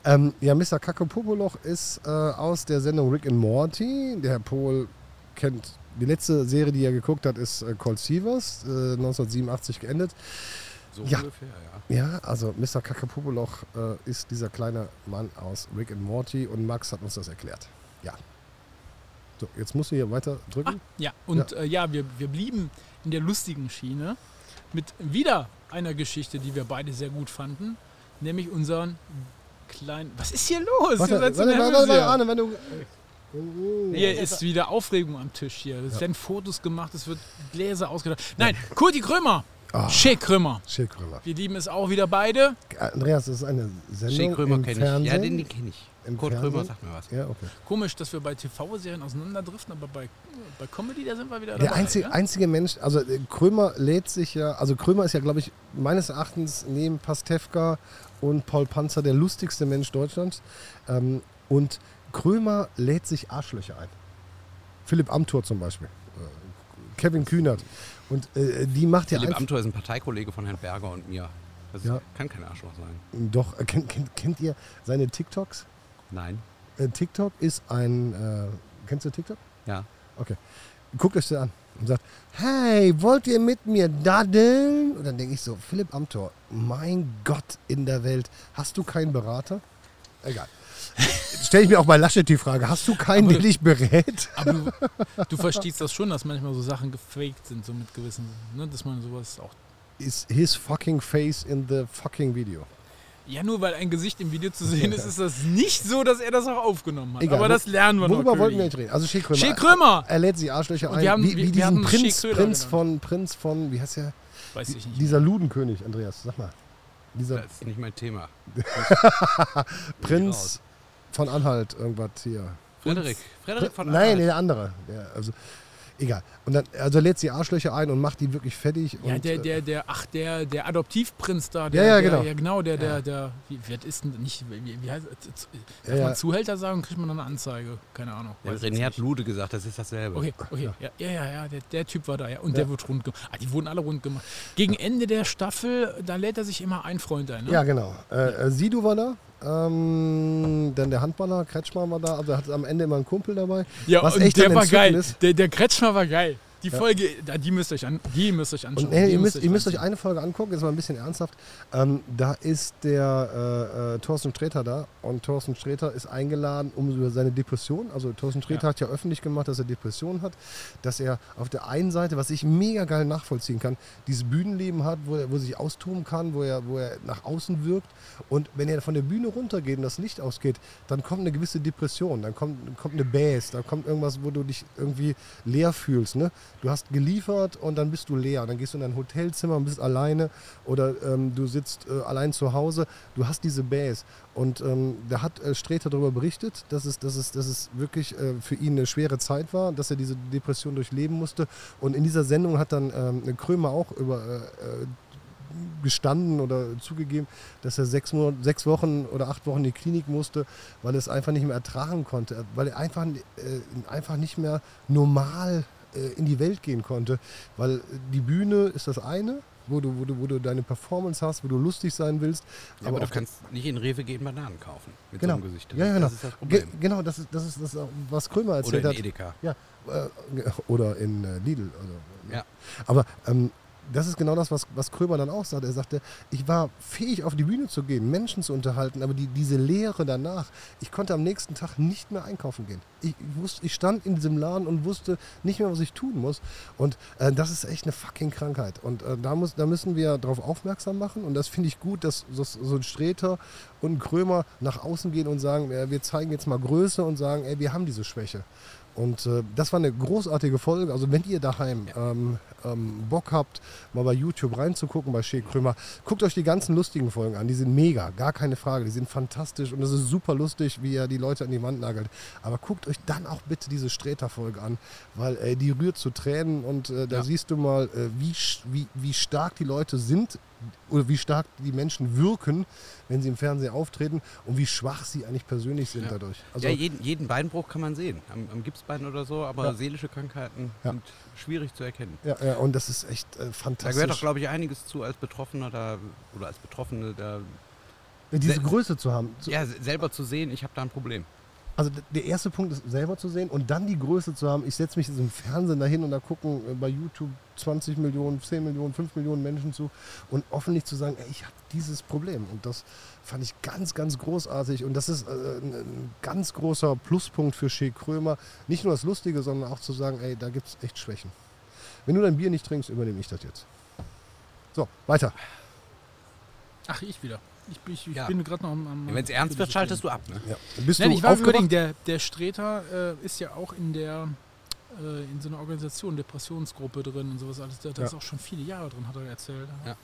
Speaker 4: Ähm, ja, Mr. Kakopopoloch ist äh, aus der Sendung Rick and Morty. Der Herr Pohl kennt, die letzte Serie, die er geguckt hat, ist äh, Cold Seavers, äh, 1987 geendet.
Speaker 1: So
Speaker 4: Ja.
Speaker 1: ungefähr, ja.
Speaker 4: Ja, also Mr. Kakapopoloch äh, ist dieser kleine Mann aus Rick and Morty und Max hat uns das erklärt. Ja. So, jetzt musst du hier weiter drücken.
Speaker 3: Ja, und ja, äh, ja wir, wir blieben in der lustigen Schiene mit wieder einer Geschichte, die wir beide sehr gut fanden, nämlich unseren kleinen. Was ist hier los? Ihr
Speaker 4: warte,
Speaker 3: seid
Speaker 4: warte,
Speaker 3: so
Speaker 4: warte, warte,
Speaker 3: nervös hier.
Speaker 4: Arne, wenn du.
Speaker 3: Hier ist wieder Aufregung am Tisch hier. Es werden Fotos gemacht, es wird Gläser ausgedacht. Nein, Kurti Krömer.
Speaker 4: Ah.
Speaker 3: Che Krömer.
Speaker 4: Schick, Krömer.
Speaker 3: Wir lieben es auch wieder beide.
Speaker 4: Andreas, das ist eine Sendung
Speaker 1: Schick Krömer
Speaker 4: im
Speaker 1: kenne
Speaker 4: Fernsehen.
Speaker 1: ich. Ja, den, den kenne ich.
Speaker 4: Im
Speaker 1: Kurt
Speaker 4: Fernsehen?
Speaker 1: Krömer sagt mir was.
Speaker 4: Ja, okay.
Speaker 3: Komisch, dass wir bei TV-Serien auseinanderdriften, aber bei, bei Comedy, da sind wir wieder
Speaker 4: Der
Speaker 3: dabei.
Speaker 4: einzige,
Speaker 3: ja?
Speaker 4: einzige Mensch, also äh, Krömer lädt sich ja, also Krömer ist ja, glaube ich, meines Erachtens neben Pastewka und Paul Panzer der lustigste Mensch Deutschlands. Ähm, und Krömer lädt sich Arschlöcher ein. Philipp Amthor zum Beispiel. Äh, Kevin Kühnert. Und äh, die macht ja
Speaker 1: Philipp
Speaker 4: einfach.
Speaker 1: Amthor ist ein Parteikollege von Herrn Berger und mir. Das ist-
Speaker 4: Ja.
Speaker 1: kann kein Arschloch sein.
Speaker 4: Doch, äh, kennt, kennt, kennt ihr seine TikToks?
Speaker 1: Nein.
Speaker 4: Äh, TikTok ist ein. Äh, kennst du TikTok?
Speaker 1: Ja.
Speaker 4: Okay. Guckt euch das an und sagt, hey, wollt ihr mit mir daddeln? Und dann denke ich so, Philipp Amthor, mein Gott in der Welt, hast du keinen Berater? Egal. Stelle ich mir auch bei Laschet die Frage, hast du keinen, der dich berät?
Speaker 3: Aber du, du verstehst das schon, dass manchmal so Sachen gefaked sind, so mit gewissen, ne, dass man sowas auch.
Speaker 4: Is his fucking face in the fucking video.
Speaker 3: Ja, nur weil ein Gesicht im Video zu sehen ist, ist das nicht so, dass er das auch aufgenommen hat.
Speaker 4: Egal,
Speaker 3: aber
Speaker 4: wo-
Speaker 3: das lernen wir
Speaker 4: Worüber
Speaker 3: noch.
Speaker 4: wollten wir
Speaker 3: König.
Speaker 4: eigentlich reden? Also Schick Krömer.
Speaker 3: Che Krömer!
Speaker 4: Er lädt sich Arschlöcher
Speaker 3: Und
Speaker 4: ein.
Speaker 3: wir haben-
Speaker 4: wie,
Speaker 3: wir-
Speaker 4: wie
Speaker 3: wir
Speaker 4: diesen
Speaker 3: haben
Speaker 4: Prinz,
Speaker 3: Schick Krömer
Speaker 4: Prinz
Speaker 3: genannt.
Speaker 4: von, Prinz von, wie heißt der?
Speaker 3: Weiß ich nicht.
Speaker 4: Dieser Ludenkönig, Andreas, sag mal. Dieser
Speaker 1: Das ist nicht mein Thema.
Speaker 4: Prinz von Anhalt, irgendwas hier.
Speaker 1: Frederik. Frederik von
Speaker 4: Nein, nee,
Speaker 1: Anhalt.
Speaker 4: der andere. Der, also, egal. Und dann, also er lädt sie Arschlöcher ein und macht die wirklich fertig.
Speaker 3: Ja,
Speaker 4: und,
Speaker 3: der,
Speaker 4: äh,
Speaker 3: der, der, ach, der, der Adoptivprinz da, der,
Speaker 4: Ja, ja,
Speaker 3: der,
Speaker 4: genau.
Speaker 3: ja, genau, der, der, der, wie, wer ist denn nicht, wie, wie heißt, äh, darf
Speaker 4: Ja, ja.
Speaker 3: man Zuhälter sagen, kriegt man dann eine Anzeige, keine Ahnung.
Speaker 1: Der
Speaker 3: Weiß ich
Speaker 1: René
Speaker 3: nicht.
Speaker 1: hat Lude gesagt, das ist dasselbe.
Speaker 3: Okay, okay, ja, ja, ja, ja der, der Typ war da, ja, und der wird rund gemacht. Ah, die wurden alle rund gemacht. Gegen Ende der Staffel, da lädt er sich immer einen Freund ein, ne?
Speaker 4: Ja, genau. Äh, äh, Sidu war da. Ähm, dann der Handballer, Kretschmann war da. Also er hat am Ende immer einen Kumpel dabei.
Speaker 3: Ja,
Speaker 4: was
Speaker 3: und
Speaker 4: echt
Speaker 3: der
Speaker 4: dann
Speaker 3: war
Speaker 4: entzückend
Speaker 3: geil.
Speaker 4: ist.
Speaker 3: Der, der Kretschmer war geil. Die Folge, da, die müsst ihr euch an, die müsst ihr euch anschauen.
Speaker 4: Und nee,
Speaker 3: die
Speaker 4: ihr, müsst, ihr müsst euch
Speaker 3: anschauen.
Speaker 4: eine Folge angucken, jetzt mal ein bisschen ernsthaft. Ähm, da ist der äh, äh, Thorsten Sträter da und Thorsten Sträter ist eingeladen, um über seine Depression, also Thorsten Sträter hat ja öffentlich gemacht, dass er Depressionen hat, dass er auf der einen Seite, was ich mega geil nachvollziehen kann, dieses Bühnenleben hat, wo er, wo er sich austoben kann, wo er, wo er nach außen wirkt. Und wenn er von der Bühne runtergeht und das Licht ausgeht, dann kommt eine gewisse Depression, dann kommt, kommt eine Bass, dann kommt irgendwas, wo du dich irgendwie leer fühlst. Ne? Du hast geliefert und dann bist du leer. Dann gehst du in dein Hotelzimmer und bist alleine oder ähm, du sitzt äh, allein zu Hause. Du hast diese Bass. Und ähm, da hat äh, Sträter darüber berichtet, dass es, dass es, dass es wirklich äh, für ihn eine schwere Zeit war, dass er diese Depression durchleben musste. Und in dieser Sendung hat dann ähm, Krömer auch über äh, äh, gestanden oder zugegeben, dass er sechs, Monat, sechs Wochen oder acht Wochen in die Klinik musste, weil er es einfach nicht mehr ertragen konnte, weil er einfach, äh, einfach nicht mehr normal äh, in die Welt gehen konnte, weil die Bühne ist das eine, wo du, wo du, wo du deine Performance hast, wo du lustig sein willst,
Speaker 1: Ja, aber du
Speaker 4: auf der-
Speaker 1: kannst nicht in Rewe gehen Bananen kaufen. Mit
Speaker 4: genau,
Speaker 1: so einem Gesicht.
Speaker 4: ja, ja, genau,
Speaker 1: Das ist das
Speaker 4: Ge
Speaker 1: Problem.
Speaker 4: genau, das ist das ist das, ist auch, was Krömer
Speaker 1: Oder
Speaker 4: erzählt
Speaker 1: in
Speaker 4: hat.
Speaker 1: Edeka.
Speaker 4: Ja, äh, ge- oder in äh, Lidl. Oder,
Speaker 1: Ja.
Speaker 4: Aber ähm, das ist genau das, was, was Krömer dann auch sagt. Er sagte, ich war fähig, auf die Bühne zu gehen, Menschen zu unterhalten, aber die, diese Leere danach, ich konnte am nächsten Tag nicht mehr einkaufen gehen. Ich, ich wusste, ich stand in diesem Laden und wusste nicht mehr, was ich tun muss. Und äh, das ist echt eine fucking Krankheit. Und äh, da, muss, da müssen wir darauf aufmerksam machen. Und das finde ich gut, dass so, so ein Sträter und ein Krömer nach außen gehen und sagen, äh, wir zeigen jetzt mal Größe und sagen, ey, wir haben diese Schwäche. Und äh, das war eine großartige Folge. Also wenn ihr daheim ähm, ähm, Bock habt, mal bei YouTube reinzugucken bei Shea Krömer, guckt euch die ganzen lustigen Folgen an. Die sind mega, gar keine Frage. Die sind fantastisch und es ist super lustig, wie er die Leute an die Wand nagelt. Aber guckt euch dann auch bitte diese Sträter-Folge an, weil äh, die rührt zu Tränen und äh, da siehst du mal, äh, wie, sch- wie, wie stark die Leute sind oder wie stark die Menschen wirken, wenn sie im Fernsehen auftreten und wie schwach sie eigentlich persönlich sind dadurch. Also,
Speaker 1: ja, jeden, jeden Beinbruch kann man sehen. Am, am Gipsbein oder so, aber seelische Krankheiten
Speaker 4: Ja.
Speaker 1: sind schwierig zu erkennen.
Speaker 4: ja, ja, und das ist echt äh,
Speaker 1: Da
Speaker 4: fantastisch.
Speaker 1: gehört doch, glaube ich, einiges zu als Betroffener da, oder als Betroffene da,
Speaker 4: Ja, diese
Speaker 1: Se-
Speaker 4: Größe zu haben. Zu,
Speaker 1: ja, se- selber zu sehen, ich habe da ein Problem.
Speaker 4: Also d- der erste Punkt ist selber zu sehen und dann die Größe zu haben. Ich setze mich in so einem Fernsehen dahin und da gucken äh, bei YouTube 20 Millionen, 10 Millionen, 5 Millionen Menschen zu und offenlich zu sagen, ey, ich habe dieses Problem. Und das fand ich ganz, ganz großartig. Und das ist äh, ein, ein ganz großer Pluspunkt für Shea Krömer. Nicht nur das Lustige, sondern auch zu sagen, ey, da gibt es echt Schwächen. Wenn du dein Bier nicht trinkst, übernehme ich das jetzt. So, weiter.
Speaker 3: Ach, ich wieder. Ich, bin- ich, ich
Speaker 1: Ja.
Speaker 3: bin gerade noch am. am
Speaker 1: Wenn es ernst wird, schaltest du ab. Ne?
Speaker 4: Ja. Bist
Speaker 3: Nein,
Speaker 4: du
Speaker 3: ich war
Speaker 4: aufgewacht?
Speaker 3: überlegen, der, der Streter äh, ist ja auch in der äh, in so einer Organisation, Depressionsgruppe drin und sowas alles. Der hat
Speaker 4: Ja.
Speaker 3: das auch schon viele Jahre drin, hat er erzählt.
Speaker 1: Ja.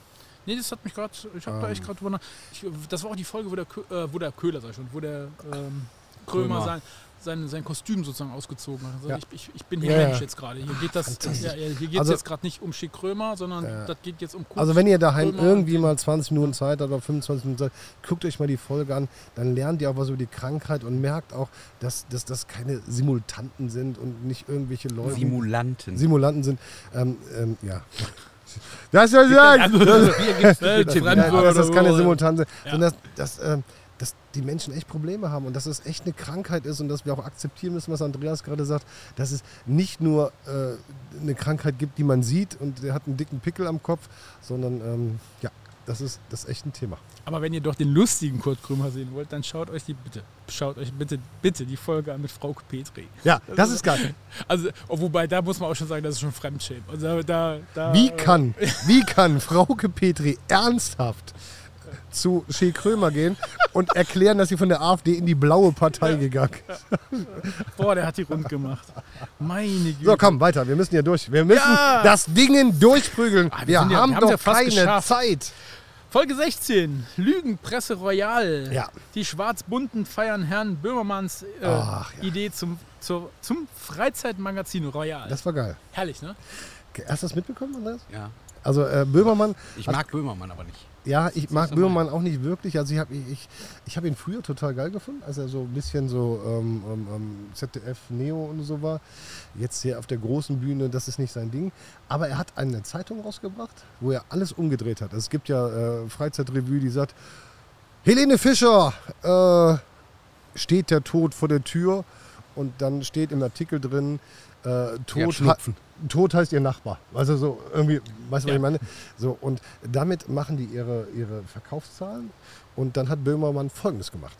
Speaker 3: Nee, das hat mich gerade, ich habe da
Speaker 4: Ähm.
Speaker 3: echt gerade drüber nach- ich, Das war auch die Folge, wo der, Kö- äh, wo der Köhler, sag ich schon, wo der ähm, Krömer,
Speaker 1: Krömer.
Speaker 3: Sein, sein, sein Kostüm sozusagen ausgezogen hat. Also
Speaker 4: Ja.
Speaker 3: ich, ich, ich bin hier
Speaker 4: Ja, ja.
Speaker 3: Mensch jetzt gerade. Hier geht das, ja, ja, hier geht's
Speaker 4: Also-
Speaker 3: jetzt gerade nicht um Schick Krömer, sondern
Speaker 4: Ja.
Speaker 3: das geht jetzt um Kurt.
Speaker 4: Also wenn ihr daheim
Speaker 3: Krömer
Speaker 4: irgendwie mal 20 Minuten Zeit habt oder 25 Minuten Zeit, guckt euch mal die Folge an, dann lernt ihr auch was über die Krankheit und merkt auch, dass, dass das keine Simultanten sind und nicht irgendwelche Leute.
Speaker 1: Simulanten.
Speaker 4: Simulanten sind. Ähm, ähm, ja. Das ist ja
Speaker 3: äh,
Speaker 4: Nein, dass das keine
Speaker 3: Fremdwörter. oh,
Speaker 4: simultan sind,
Speaker 3: Ja.
Speaker 4: sondern dass, dass, ähm, dass die Menschen echt Probleme haben und dass es echt eine Krankheit ist und dass wir auch akzeptieren müssen, was Andreas gerade sagt, dass es nicht nur äh, eine Krankheit gibt, die man sieht und der hat einen dicken Pickel am Kopf, sondern ähm, ja, das ist, das ist echt ein Thema.
Speaker 3: Aber wenn ihr doch den lustigen Kurt Krömer sehen wollt, dann schaut euch die bitte, schaut euch bitte, bitte die Folge an mit Frau Petri.
Speaker 4: Ja,
Speaker 3: Das
Speaker 4: das
Speaker 3: ist-
Speaker 4: ist geil.
Speaker 3: Also, oh, wobei, da muss man auch schon sagen, das ist schon Fremdschämen. Also, da, da, da,
Speaker 4: Wie kann, wie kann Frauke Petri ernsthaft zu Schee Krömer gehen und erklären, dass sie von der AfD in die blaue Partei gegangen ist?
Speaker 3: Boah, der hat die rund gemacht. Meine Güte.
Speaker 4: So, komm, weiter. Wir müssen ja durch. Wir müssen
Speaker 3: Ja!
Speaker 4: das Dingen durchprügeln.
Speaker 3: Ah, wir
Speaker 4: wir
Speaker 3: sind ja-
Speaker 4: haben
Speaker 3: wir haben's
Speaker 4: doch
Speaker 3: ja fast
Speaker 4: keine
Speaker 3: geschafft.
Speaker 4: Zeit.
Speaker 3: Folge 16. Lügenpresse Royal.
Speaker 4: Ja.
Speaker 3: Die Schwarz-Bunten feiern Herrn Böhmermanns äh,
Speaker 4: Ach, ja.
Speaker 3: Idee zum, zur, zum Freizeitmagazin Royal.
Speaker 4: Das war geil.
Speaker 3: Herrlich, ne?
Speaker 4: Hast du das mitbekommen, Andreas?
Speaker 1: Ja.
Speaker 4: Also äh, Böhmermann,
Speaker 1: Ich mag Böhmermann aber nicht.
Speaker 4: ja, ich mag
Speaker 1: so
Speaker 4: Böhmermann auch nicht wirklich. Also ich habe ich, ich, ich hab ihn früher total geil gefunden, als er so ein bisschen so ähm, ähm, ähm, ZDF Neo und so war. Jetzt hier auf der großen Bühne, das ist nicht sein Ding. Aber er hat eine Zeitung rausgebracht, wo er alles umgedreht hat. Also es gibt ja äh, Freizeitrevue, die sagt, Helene Fischer, äh, steht der Tod vor der Tür und dann steht im Artikel drin, äh, Tod, ha
Speaker 1: Schnupfen.
Speaker 4: Tod heißt ihr Nachbar. Also so irgendwie, weißt du, was
Speaker 3: Ja.
Speaker 4: ich meine? So, und damit machen die ihre, ihre Verkaufszahlen und dann hat Böhmermann Folgendes gemacht.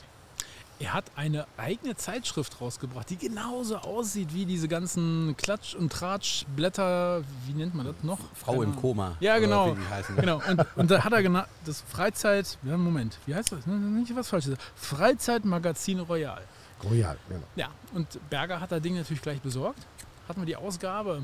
Speaker 3: Er hat eine eigene Zeitschrift rausgebracht, die genauso aussieht wie diese ganzen Klatsch- und Tratschblätter. Wie nennt man das noch?
Speaker 1: Frau
Speaker 3: Keine
Speaker 1: im
Speaker 3: Ahnung.
Speaker 1: Koma.
Speaker 3: Ja,
Speaker 1: oder
Speaker 3: genau.
Speaker 1: Wie die heißen. ne?
Speaker 3: Genau, und, und da hat er genau das Freizeit, ja, Moment, wie heißt das? N- Nicht was Falsches. Freizeitmagazin Royal.
Speaker 4: Royal, genau.
Speaker 3: Ja, und Berger hat das Ding natürlich gleich besorgt. Hatten wir die Ausgabe.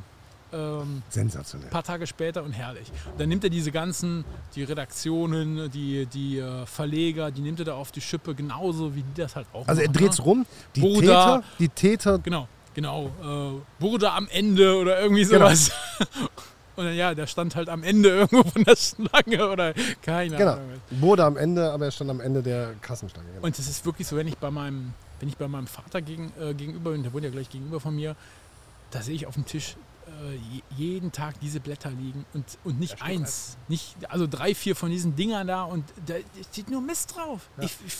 Speaker 3: Ähm,
Speaker 4: Sensationell.
Speaker 3: ein paar Tage später und herrlich. Und dann nimmt er diese ganzen, die Redaktionen, die, die äh, Verleger, die nimmt er da auf die Schippe, genauso wie die das halt auch
Speaker 4: Also er
Speaker 3: machen,
Speaker 4: dreht
Speaker 3: ne?
Speaker 4: es rum, die
Speaker 3: Bruder.
Speaker 4: Täter, die Täter,
Speaker 3: Genau, genau. Äh, Burda am Ende oder irgendwie sowas. Und dann, ja, der stand halt am Ende irgendwo von der Schlange oder keine
Speaker 4: genau,
Speaker 3: Ahnung.
Speaker 4: wurde am Ende, aber er stand am Ende der Kassenstange. Genau.
Speaker 3: Und es ist wirklich so, wenn ich bei meinem, wenn ich bei meinem Vater gegen, äh, gegenüber bin, der wohnt ja gleich gegenüber von mir, da sehe ich auf dem Tisch äh, je- jeden Tag diese Blätter liegen und, und nicht eins, nicht, also drei, vier von diesen Dingern da und da steht nur Mist drauf. Ich, ich,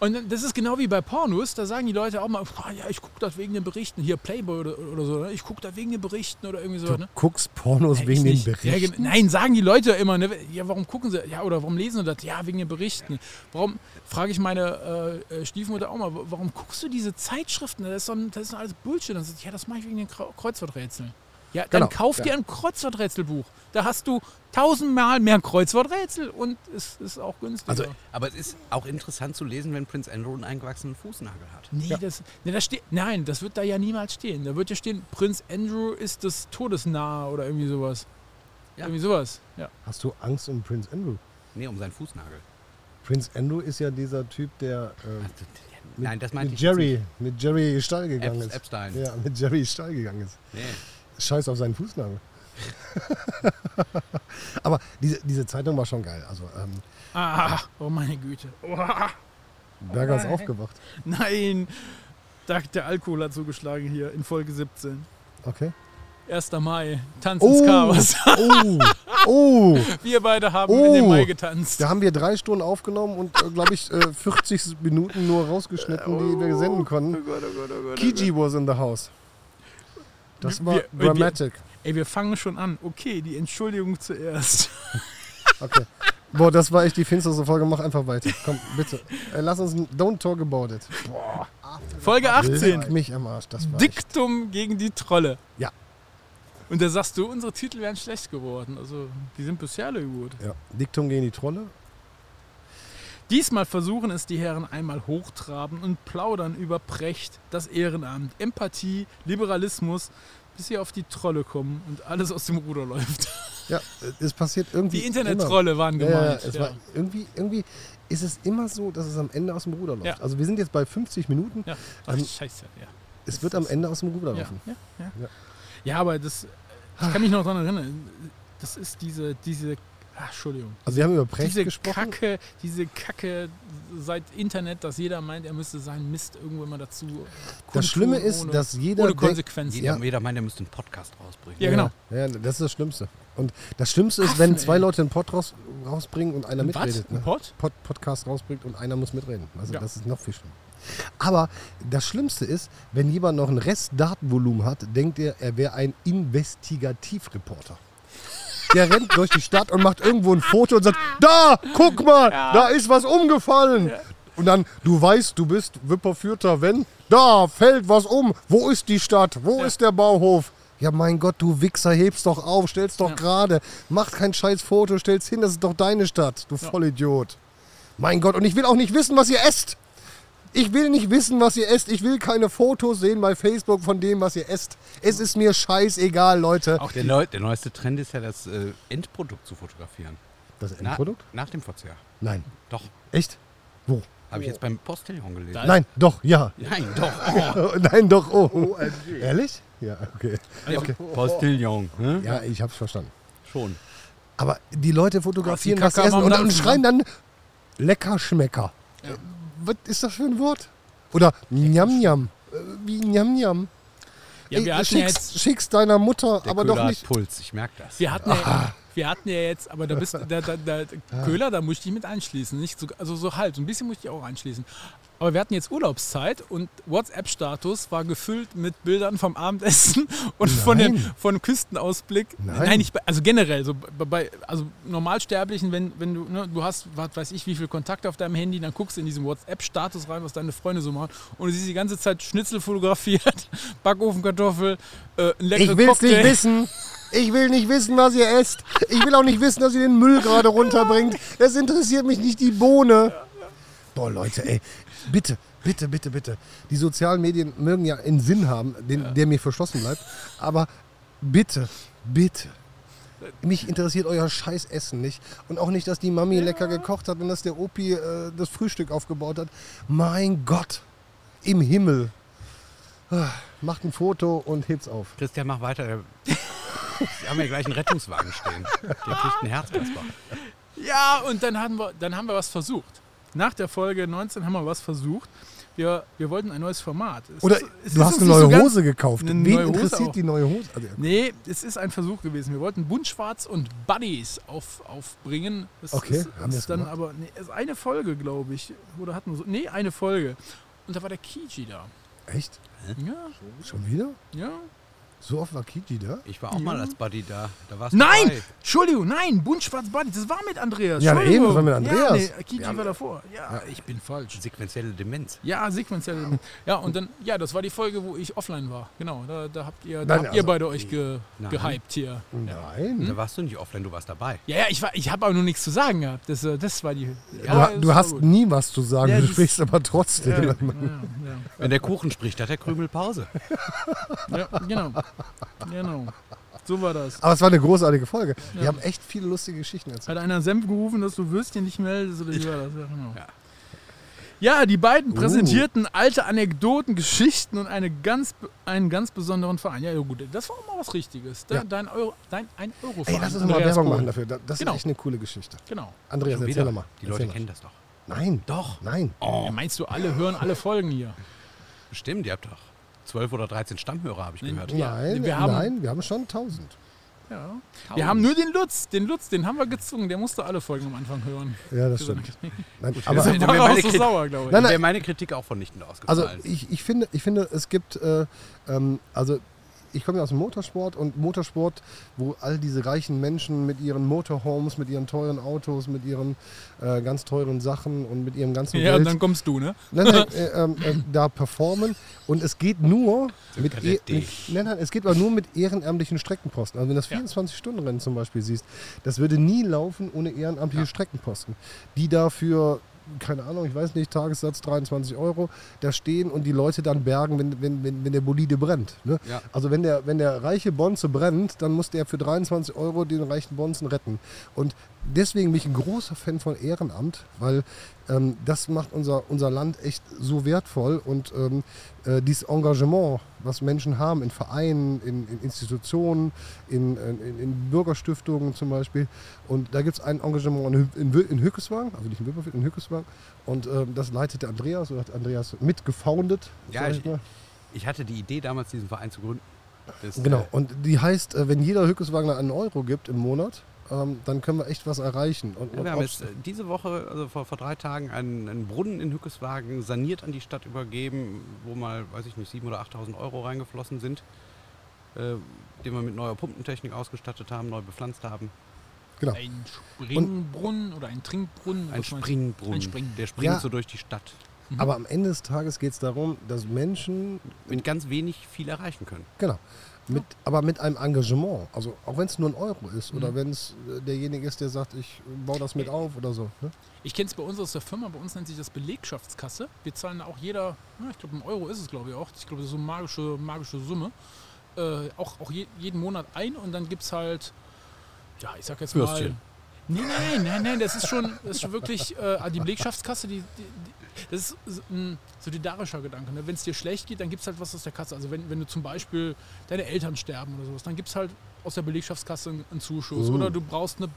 Speaker 3: und dann- das ist genau wie bei Pornos, da sagen die Leute auch mal, "Ah, ja, ich gucke das wegen den Berichten, hier Playboy oder, oder so, ne? ich gucke das wegen den Berichten oder irgendwie so.
Speaker 4: Du
Speaker 3: Ne?
Speaker 4: guckst Pornos
Speaker 3: Ja,
Speaker 4: wegen
Speaker 3: ich
Speaker 4: den
Speaker 3: nicht. Ja,
Speaker 4: Berichten.
Speaker 3: gen- nein, sagen die Leute immer, ne? ja, warum gucken sie, ja, oder warum lesen sie das? Ja, wegen den Berichten. Warum, frage ich meine äh, äh, Stiefmutter auch mal, wa- warum guckst du diese Zeitschriften? Das ist doch, das ist doch alles Bullshit. Dann sagt, sie, ja, das mache ich wegen den Kreu- Kreuzworträtseln. Ja, dann
Speaker 4: Genau,
Speaker 3: kauf
Speaker 4: ja.
Speaker 3: dir ein Kreuzworträtselbuch. Da hast du tausendmal mehr Kreuzworträtsel und es ist auch günstiger.
Speaker 1: Also,
Speaker 4: Genau.
Speaker 1: aber es ist auch interessant zu lesen, wenn Prinz Andrew einen eingewachsenen Fußnagel hat.
Speaker 3: Nee, das, nee, das steht, nein, das wird da ja niemals stehen. Da wird ja stehen, Prinz Andrew ist des Todes nahe oder irgendwie sowas.
Speaker 1: Ja.
Speaker 3: Irgendwie sowas. Ja.
Speaker 4: Hast du Angst um Prince Andrew?
Speaker 1: Nee, um seinen Fußnagel.
Speaker 4: Prince Andrew ist ja dieser Typ, der äh,
Speaker 1: Also, Nein, das meinte
Speaker 4: mit
Speaker 1: ich jetzt
Speaker 4: Jerry, mit Jerry Stall gegangen
Speaker 1: Ep-
Speaker 4: ist.
Speaker 1: Epstein.
Speaker 4: Ja, mit Jerry Stall gegangen ist.
Speaker 1: nicht. Nee.
Speaker 4: Scheiß auf seinen Fußnagel. Aber diese, diese Zeitung war schon geil. Also ähm,
Speaker 3: Ah, oh meine Güte. Oh.
Speaker 4: Berger ist
Speaker 3: nein.
Speaker 4: aufgewacht.
Speaker 3: Nein, da- der Alkohol hat zugeschlagen hier in Folge 17.
Speaker 4: Okay.
Speaker 3: 1. Mai, Tanz ins
Speaker 4: Oh,
Speaker 3: Chaos.
Speaker 4: oh, oh.
Speaker 3: Wir beide haben in den
Speaker 4: Oh.
Speaker 3: Mai getanzt.
Speaker 4: Da haben wir drei Stunden aufgenommen und, glaube ich, äh, 40 Minuten nur rausgeschnitten, die wir senden
Speaker 3: Oh
Speaker 4: konnten. Kiji was in the house. Das
Speaker 3: Wir-
Speaker 4: war
Speaker 3: wir- wir-
Speaker 4: dramatic.
Speaker 3: Ey, wir fangen schon an. Okay, die Entschuldigung zuerst.
Speaker 4: Okay. Boah, das war echt die finsterste Folge. Mach einfach weiter. Komm, bitte. Äh, lass uns, don't talk about it.
Speaker 3: Folge 18.
Speaker 4: Leck mich am Arsch. Das war echt-
Speaker 3: Diktum gegen die Trolle.
Speaker 4: Ja.
Speaker 3: Und da sagst du, unsere Titel wären schlecht geworden. Also, die sind bisher alle gut.
Speaker 4: Ja. Diktum gegen die Trolle.
Speaker 3: Diesmal versuchen es die Herren einmal hochtraben und plaudern über Precht, das Ehrenamt, Empathie, Liberalismus, bis sie auf die Trolle kommen und alles aus dem Ruder läuft.
Speaker 4: Ja, äh, es passiert irgendwie.
Speaker 3: Die Internet-Trolle waren
Speaker 4: immer. Genau. Ja, ja,
Speaker 3: gemeint.
Speaker 4: es
Speaker 3: Ja.
Speaker 4: War irgendwie, irgendwie ist es immer so, dass es am Ende aus dem Ruder läuft.
Speaker 3: Ja.
Speaker 4: Also wir sind jetzt bei 50 Minuten.
Speaker 3: Ja. Ach,
Speaker 4: Ähm,
Speaker 3: scheiße, ja.
Speaker 4: Es wird am Ende aus dem Ruder
Speaker 3: Ja,
Speaker 4: laufen.
Speaker 3: ja, ja.
Speaker 4: Ja.
Speaker 3: ja. aber das, ich kann mich noch daran erinnern, das ist diese, diese, ach, Entschuldigung,
Speaker 4: Also wir haben über Precht
Speaker 3: diese
Speaker 4: gesprochen.
Speaker 3: Kacke, diese Kacke seit Internet, dass jeder meint, er müsste sein Mist irgendwo immer dazu. kundtun,
Speaker 4: Das Schlimme ist,
Speaker 3: ohne,
Speaker 4: dass jeder
Speaker 3: ohne
Speaker 4: denkt-
Speaker 3: Konsequenzen.
Speaker 1: Jeder,
Speaker 4: Ja.
Speaker 1: jeder meint, er müsste einen Podcast rausbringen.
Speaker 3: Ja, genau.
Speaker 4: Ja, das ist das Schlimmste. Und das Schlimmste ist, wenn
Speaker 3: Affen,
Speaker 4: zwei
Speaker 3: ey.
Speaker 4: Leute einen Pod raus, rausbringen und einer
Speaker 3: Ein Was?
Speaker 4: mitredet.
Speaker 3: Ein
Speaker 4: Ne?
Speaker 3: Pod?
Speaker 4: Pod Podcast rausbringt und einer muss mitreden. Also
Speaker 3: Ja.
Speaker 4: das ist noch viel schlimmer. Aber das Schlimmste ist, wenn jemand noch ein Restdatenvolumen hat, denkt er, er wäre ein Investigativreporter. Der rennt durch die Stadt und macht irgendwo ein Foto und sagt, da, guck mal, da ist was umgefallen. Und dann, du weißt, du bist Wipperfürter, wenn, da fällt was um. Wo ist die Stadt? Wo ist der Bauhof? Ja, mein Gott, du Wichser, hebst doch auf, stellst doch
Speaker 3: Ja.
Speaker 4: gerade. Mach kein scheiß Foto, stellst hin, das ist doch deine Stadt, du Vollidiot. Mein Gott, und ich will auch nicht wissen, was ihr esst. Ich will nicht wissen, was ihr esst. Ich will keine Fotos sehen bei Facebook von dem, was ihr esst. Es ist mir scheißegal, Leute.
Speaker 1: Auch der, Neu der neueste Trend ist ja, das äh, Endprodukt zu fotografieren.
Speaker 4: Das
Speaker 1: Na- Nach dem Verzehr.
Speaker 4: Nein.
Speaker 1: Doch.
Speaker 4: Echt? Wo?
Speaker 1: Habe ich jetzt beim Postillon gelesen.
Speaker 4: Nein, doch, ja.
Speaker 1: Nein, doch.
Speaker 4: Oh, Nein, doch, oh. Ehrlich? Ja, okay.
Speaker 1: Oh. Postillon. Ne?
Speaker 4: Ja, ich hab's verstanden.
Speaker 1: Schon.
Speaker 4: Aber die Leute fotografieren
Speaker 3: Die
Speaker 4: das
Speaker 3: Kacke
Speaker 4: Essen
Speaker 3: haben wir
Speaker 4: und,
Speaker 3: am
Speaker 4: und
Speaker 3: Dampfen,
Speaker 4: schreien dann Leckerschmecker. Äh, Was ist das für ein Wort? Oder Njam Njam. Äh, Wie Njam Njam.
Speaker 3: Ja, wir
Speaker 4: Ey,
Speaker 3: hatten ja
Speaker 4: schick's,
Speaker 3: jetzt,
Speaker 4: schick's deiner Mutter,
Speaker 1: Der
Speaker 4: aber
Speaker 1: Köder
Speaker 4: doch nicht.
Speaker 1: hat Puls, ich merke das.
Speaker 3: wir hatten ja, wir hatten ja jetzt, aber da bist da, da, da, Köhler, da muss ich dich mit einschließen. Nicht so, also so halb, so ein bisschen muss ich dich auch einschließen. Aber wir hatten jetzt Urlaubszeit und WhatsApp-Status war gefüllt mit Bildern vom Abendessen und von dem
Speaker 4: Nein.
Speaker 3: von Küstenausblick.
Speaker 4: Nein.
Speaker 3: nicht bei, also generell, so bei, bei also Normalsterblichen, wenn, wenn du, ne, du hast, was weiß ich, wie viel Kontakt auf deinem Handy, dann guckst du in diesen WhatsApp-Status rein, was deine Freunde so machen und du siehst die ganze Zeit Schnitzel fotografiert, Backofenkartoffel, äh, ein leckerer
Speaker 4: Ich will's
Speaker 3: Cocktail.
Speaker 4: nicht wissen. Ich will nicht wissen, was ihr esst. Ich will auch nicht wissen, dass ihr den Müll gerade runterbringt. Das interessiert mich nicht die Bohne. Boah, Leute, ey. Bitte, bitte, bitte, bitte. Die sozialen Medien mögen ja einen Sinn haben, den, der mir verschlossen bleibt. Aber bitte, bitte. Mich interessiert euer Scheißessen nicht. Und auch nicht, dass die Mami lecker gekocht hat und dass der Opi äh, das Frühstück aufgebaut hat. Mein Gott. Im Himmel. Ah, Macht ein Foto und hebt's auf.
Speaker 1: Christian, mach weiter. der- Wir haben ja gleich einen Rettungswagen stehen. Der kriegt einen Herzkasper.
Speaker 3: Ja, und dann haben wir, dann haben wir was versucht. Nach der Folge 19 haben wir was versucht. Wir, wir wollten ein neues Format. Es
Speaker 4: Oder
Speaker 3: ist- es
Speaker 4: du
Speaker 3: ist
Speaker 4: hast
Speaker 3: uns
Speaker 4: eine
Speaker 3: nicht so
Speaker 4: neue
Speaker 3: ganz-
Speaker 4: Hose gekauft.
Speaker 3: Eine
Speaker 4: Wen
Speaker 3: neue Hose
Speaker 4: interessiert
Speaker 3: auch.
Speaker 4: die neue Hose? Also,
Speaker 3: Nee, es ist ein Versuch gewesen. Wir wollten Buntschwarz und Buddies auf, aufbringen. Das
Speaker 4: Okay,
Speaker 3: ist,
Speaker 4: haben wir das
Speaker 3: ist dann
Speaker 4: gemacht?
Speaker 3: aber nee, es ist eine Folge, glaube ich. Oder hatten wir so. Nee, eine Folge. Und da war der Kiji da.
Speaker 4: echt?
Speaker 3: Ja,
Speaker 4: Schon wieder?
Speaker 3: ja.
Speaker 4: So oft war Kiki da?
Speaker 1: Ich war auch mal als Buddy da. da warst du
Speaker 3: Nein!
Speaker 1: dabei.
Speaker 3: Entschuldigung, nein, Buntschwarz Buddies. Das war mit Andreas.
Speaker 4: Ja, eben,
Speaker 3: Entschuldigung.
Speaker 4: das war mit Andreas.
Speaker 3: Ja, nee, Kiji war davor. Ja, ich bin falsch.
Speaker 1: Sequenzielle Demenz.
Speaker 3: Ja, sequenziell. Ja, und dann, ja, das war die Folge, wo ich offline war. Genau, da, da habt ihr, da
Speaker 4: Nein,
Speaker 3: habt
Speaker 4: also-
Speaker 3: ihr beide euch ge,
Speaker 1: Nein.
Speaker 3: gehypt hier.
Speaker 4: Nein.
Speaker 1: Da warst du nicht offline, du warst dabei.
Speaker 3: Ja, ja, ich, war- ich habe aber nur nichts zu sagen gehabt. Das, äh, das war die.
Speaker 4: Du,
Speaker 3: Ja, das
Speaker 4: du
Speaker 3: war
Speaker 4: hast
Speaker 3: gut.
Speaker 4: nie was zu sagen,
Speaker 3: Ja,
Speaker 4: du
Speaker 3: das-
Speaker 4: sprichst aber trotzdem.
Speaker 3: Ja,
Speaker 1: Wenn der Kuchen spricht, hat der Krümel Pause.
Speaker 3: ja, ja, genau. Genau. So war das.
Speaker 4: Aber es war eine großartige Folge. Wir haben echt viele lustige Geschichten erzählt.
Speaker 3: Hat einer Senf gerufen, dass du Würstchen nicht meldest oder wie war das? Ja, genau.
Speaker 1: Ja.
Speaker 3: Ja, die
Speaker 4: Uh.
Speaker 3: beiden präsentierten alte Anekdoten, Geschichten und eine ganz, einen ganz besonderen Verein. Ja, ja, gut, das war auch mal was Richtiges. De,
Speaker 4: Ja.
Speaker 3: Dein Euro, dein ein euro
Speaker 4: Ey, lass uns mal Werbung machen dafür. Da- Das
Speaker 3: Genau.
Speaker 4: ist echt eine coole Geschichte.
Speaker 3: Genau.
Speaker 4: Andreas,
Speaker 1: Schon
Speaker 4: erzähl
Speaker 1: wieder.
Speaker 4: doch mal.
Speaker 1: Die Leute
Speaker 4: Erzähl
Speaker 1: kennen das doch.
Speaker 4: mal. Nein.
Speaker 1: Doch.
Speaker 4: Nein.
Speaker 1: Oh.
Speaker 3: Ja, meinst du, alle hören alle Folgen hier?
Speaker 1: Stimmt, ihr habt doch 12 oder 13 Stammhörer, habe ich
Speaker 3: Nee,
Speaker 1: gehört.
Speaker 3: ja.
Speaker 4: Nein,
Speaker 3: wir haben-
Speaker 4: nein, wir haben schon 1000.
Speaker 3: Ja. Wir haben nur den Lutz, den Lutz, den haben wir gezwungen, der musste alle Folgen am Anfang hören.
Speaker 4: Ja, das
Speaker 3: Gesagt.
Speaker 4: stimmt. Nein,
Speaker 3: Aber
Speaker 4: aber,
Speaker 1: sind-
Speaker 3: der
Speaker 1: aber
Speaker 3: war auch
Speaker 1: meine
Speaker 3: so
Speaker 1: Kid-
Speaker 3: sauer, glaube ich.
Speaker 1: Dann
Speaker 4: Nein, nein.
Speaker 1: wäre meine Kritik auch vernichtend
Speaker 4: Also
Speaker 1: ausgefallen.
Speaker 4: ich, ich, finde, ich finde, es gibt, äh, ähm, also ich komme ja aus dem Motorsport und Motorsport, wo all diese reichen Menschen mit ihren Motorhomes, mit ihren teuren Autos, mit ihren äh, ganz teuren Sachen und mit ihrem ganzen
Speaker 3: Ja, und
Speaker 4: Geld
Speaker 3: dann kommst du, ne?
Speaker 4: nein, nein, äh, ähm, äh, da performen und es geht nur mit,
Speaker 1: Kadett
Speaker 4: eh- mit
Speaker 1: dich.
Speaker 4: nein, nein, es geht aber nur mit ehrenamtlichen Streckenposten. Also wenn du das 24-Stunden-Rennen zum Beispiel siehst, das würde nie laufen ohne ehrenamtliche Streckenposten, die dafür keine Ahnung, ich weiß nicht, Tagessatz 23 Euro, da stehen und die Leute dann bergen, wenn, wenn, wenn, wenn der Bolide brennt. Ne?
Speaker 1: Ja.
Speaker 4: Also wenn der, wenn der reiche Bonze brennt, dann muss der für 23 Euro den reichen Bonzen retten. Und deswegen bin ich ein großer Fan von Ehrenamt, weil ähm, das macht unser, unser Land echt so wertvoll und ähm, äh, dieses Engagement, was Menschen haben in Vereinen, in, in Institutionen, in, in, in Bürgerstiftungen zum Beispiel. Und da gibt es ein Engagement in, Hü- in, Wü- in Hückeswagen, also nicht in Wipperfeld, in Hückeswagen. Und ähm, das leitet der Andreas oder hat Andreas mitgefoundet.
Speaker 1: Ja,
Speaker 4: sag
Speaker 1: ich- Ich hatte die Idee damals, diesen Verein zu gründen. Das,
Speaker 4: Genau,
Speaker 1: äh,
Speaker 4: und die heißt, äh, wenn jeder Hückeswagner einen Euro gibt im Monat, ähm, dann können wir echt was erreichen. Und, und
Speaker 1: Wir haben
Speaker 4: ob's-
Speaker 1: jetzt äh, diese Woche, also vor, vor drei Tagen, einen, einen Brunnen in Hückeswagen saniert an die Stadt übergeben, wo mal, weiß ich nicht, 7.000 oder 8.000 Euro reingeflossen sind, äh, den wir mit neuer Pumpentechnik ausgestattet haben, neu bepflanzt haben.
Speaker 3: Ein Springbrunnen oder ein
Speaker 1: Ein
Speaker 3: Trinkbrunnen? was meinst du?
Speaker 1: Springbrunnen.
Speaker 3: Ein Spring-
Speaker 1: Der springt
Speaker 4: Ja.
Speaker 1: so durch die Stadt.
Speaker 4: aber am Ende des Tages geht es darum, dass Menschen
Speaker 1: Mit ganz wenig viel erreichen können.
Speaker 4: Genau. Mit, aber mit einem Engagement. Also auch wenn es nur ein Euro ist oder wenn es äh, derjenige ist, der sagt, ich äh, baue das mit auf oder so. Ne?
Speaker 3: Ich kenne es bei uns aus der Firma, bei uns nennt sich das Belegschaftskasse. Wir zahlen auch jeder, na, ich glaube, ein Euro ist es, glaube ich, auch. Ich glaube, das ist so eine magische, magische Summe. Äh, auch auch je, jeden Monat ein und dann gibt es halt, ja, ich sag jetzt
Speaker 1: Würstchen.
Speaker 3: mal. Nein, nein, nein, nein, das ist schon, das ist schon wirklich äh, die Belegschaftskasse, die, die, die, das ist so ein solidarischer Gedanke. Ne? Wenn es dir schlecht geht, dann gibt es halt was aus der Kasse. Also wenn, wenn du zum Beispiel deine Eltern sterben oder sowas, dann gibt es halt aus der Belegschaftskasse einen, einen Zuschuss.
Speaker 4: Mhm.
Speaker 3: Oder du brauchst eine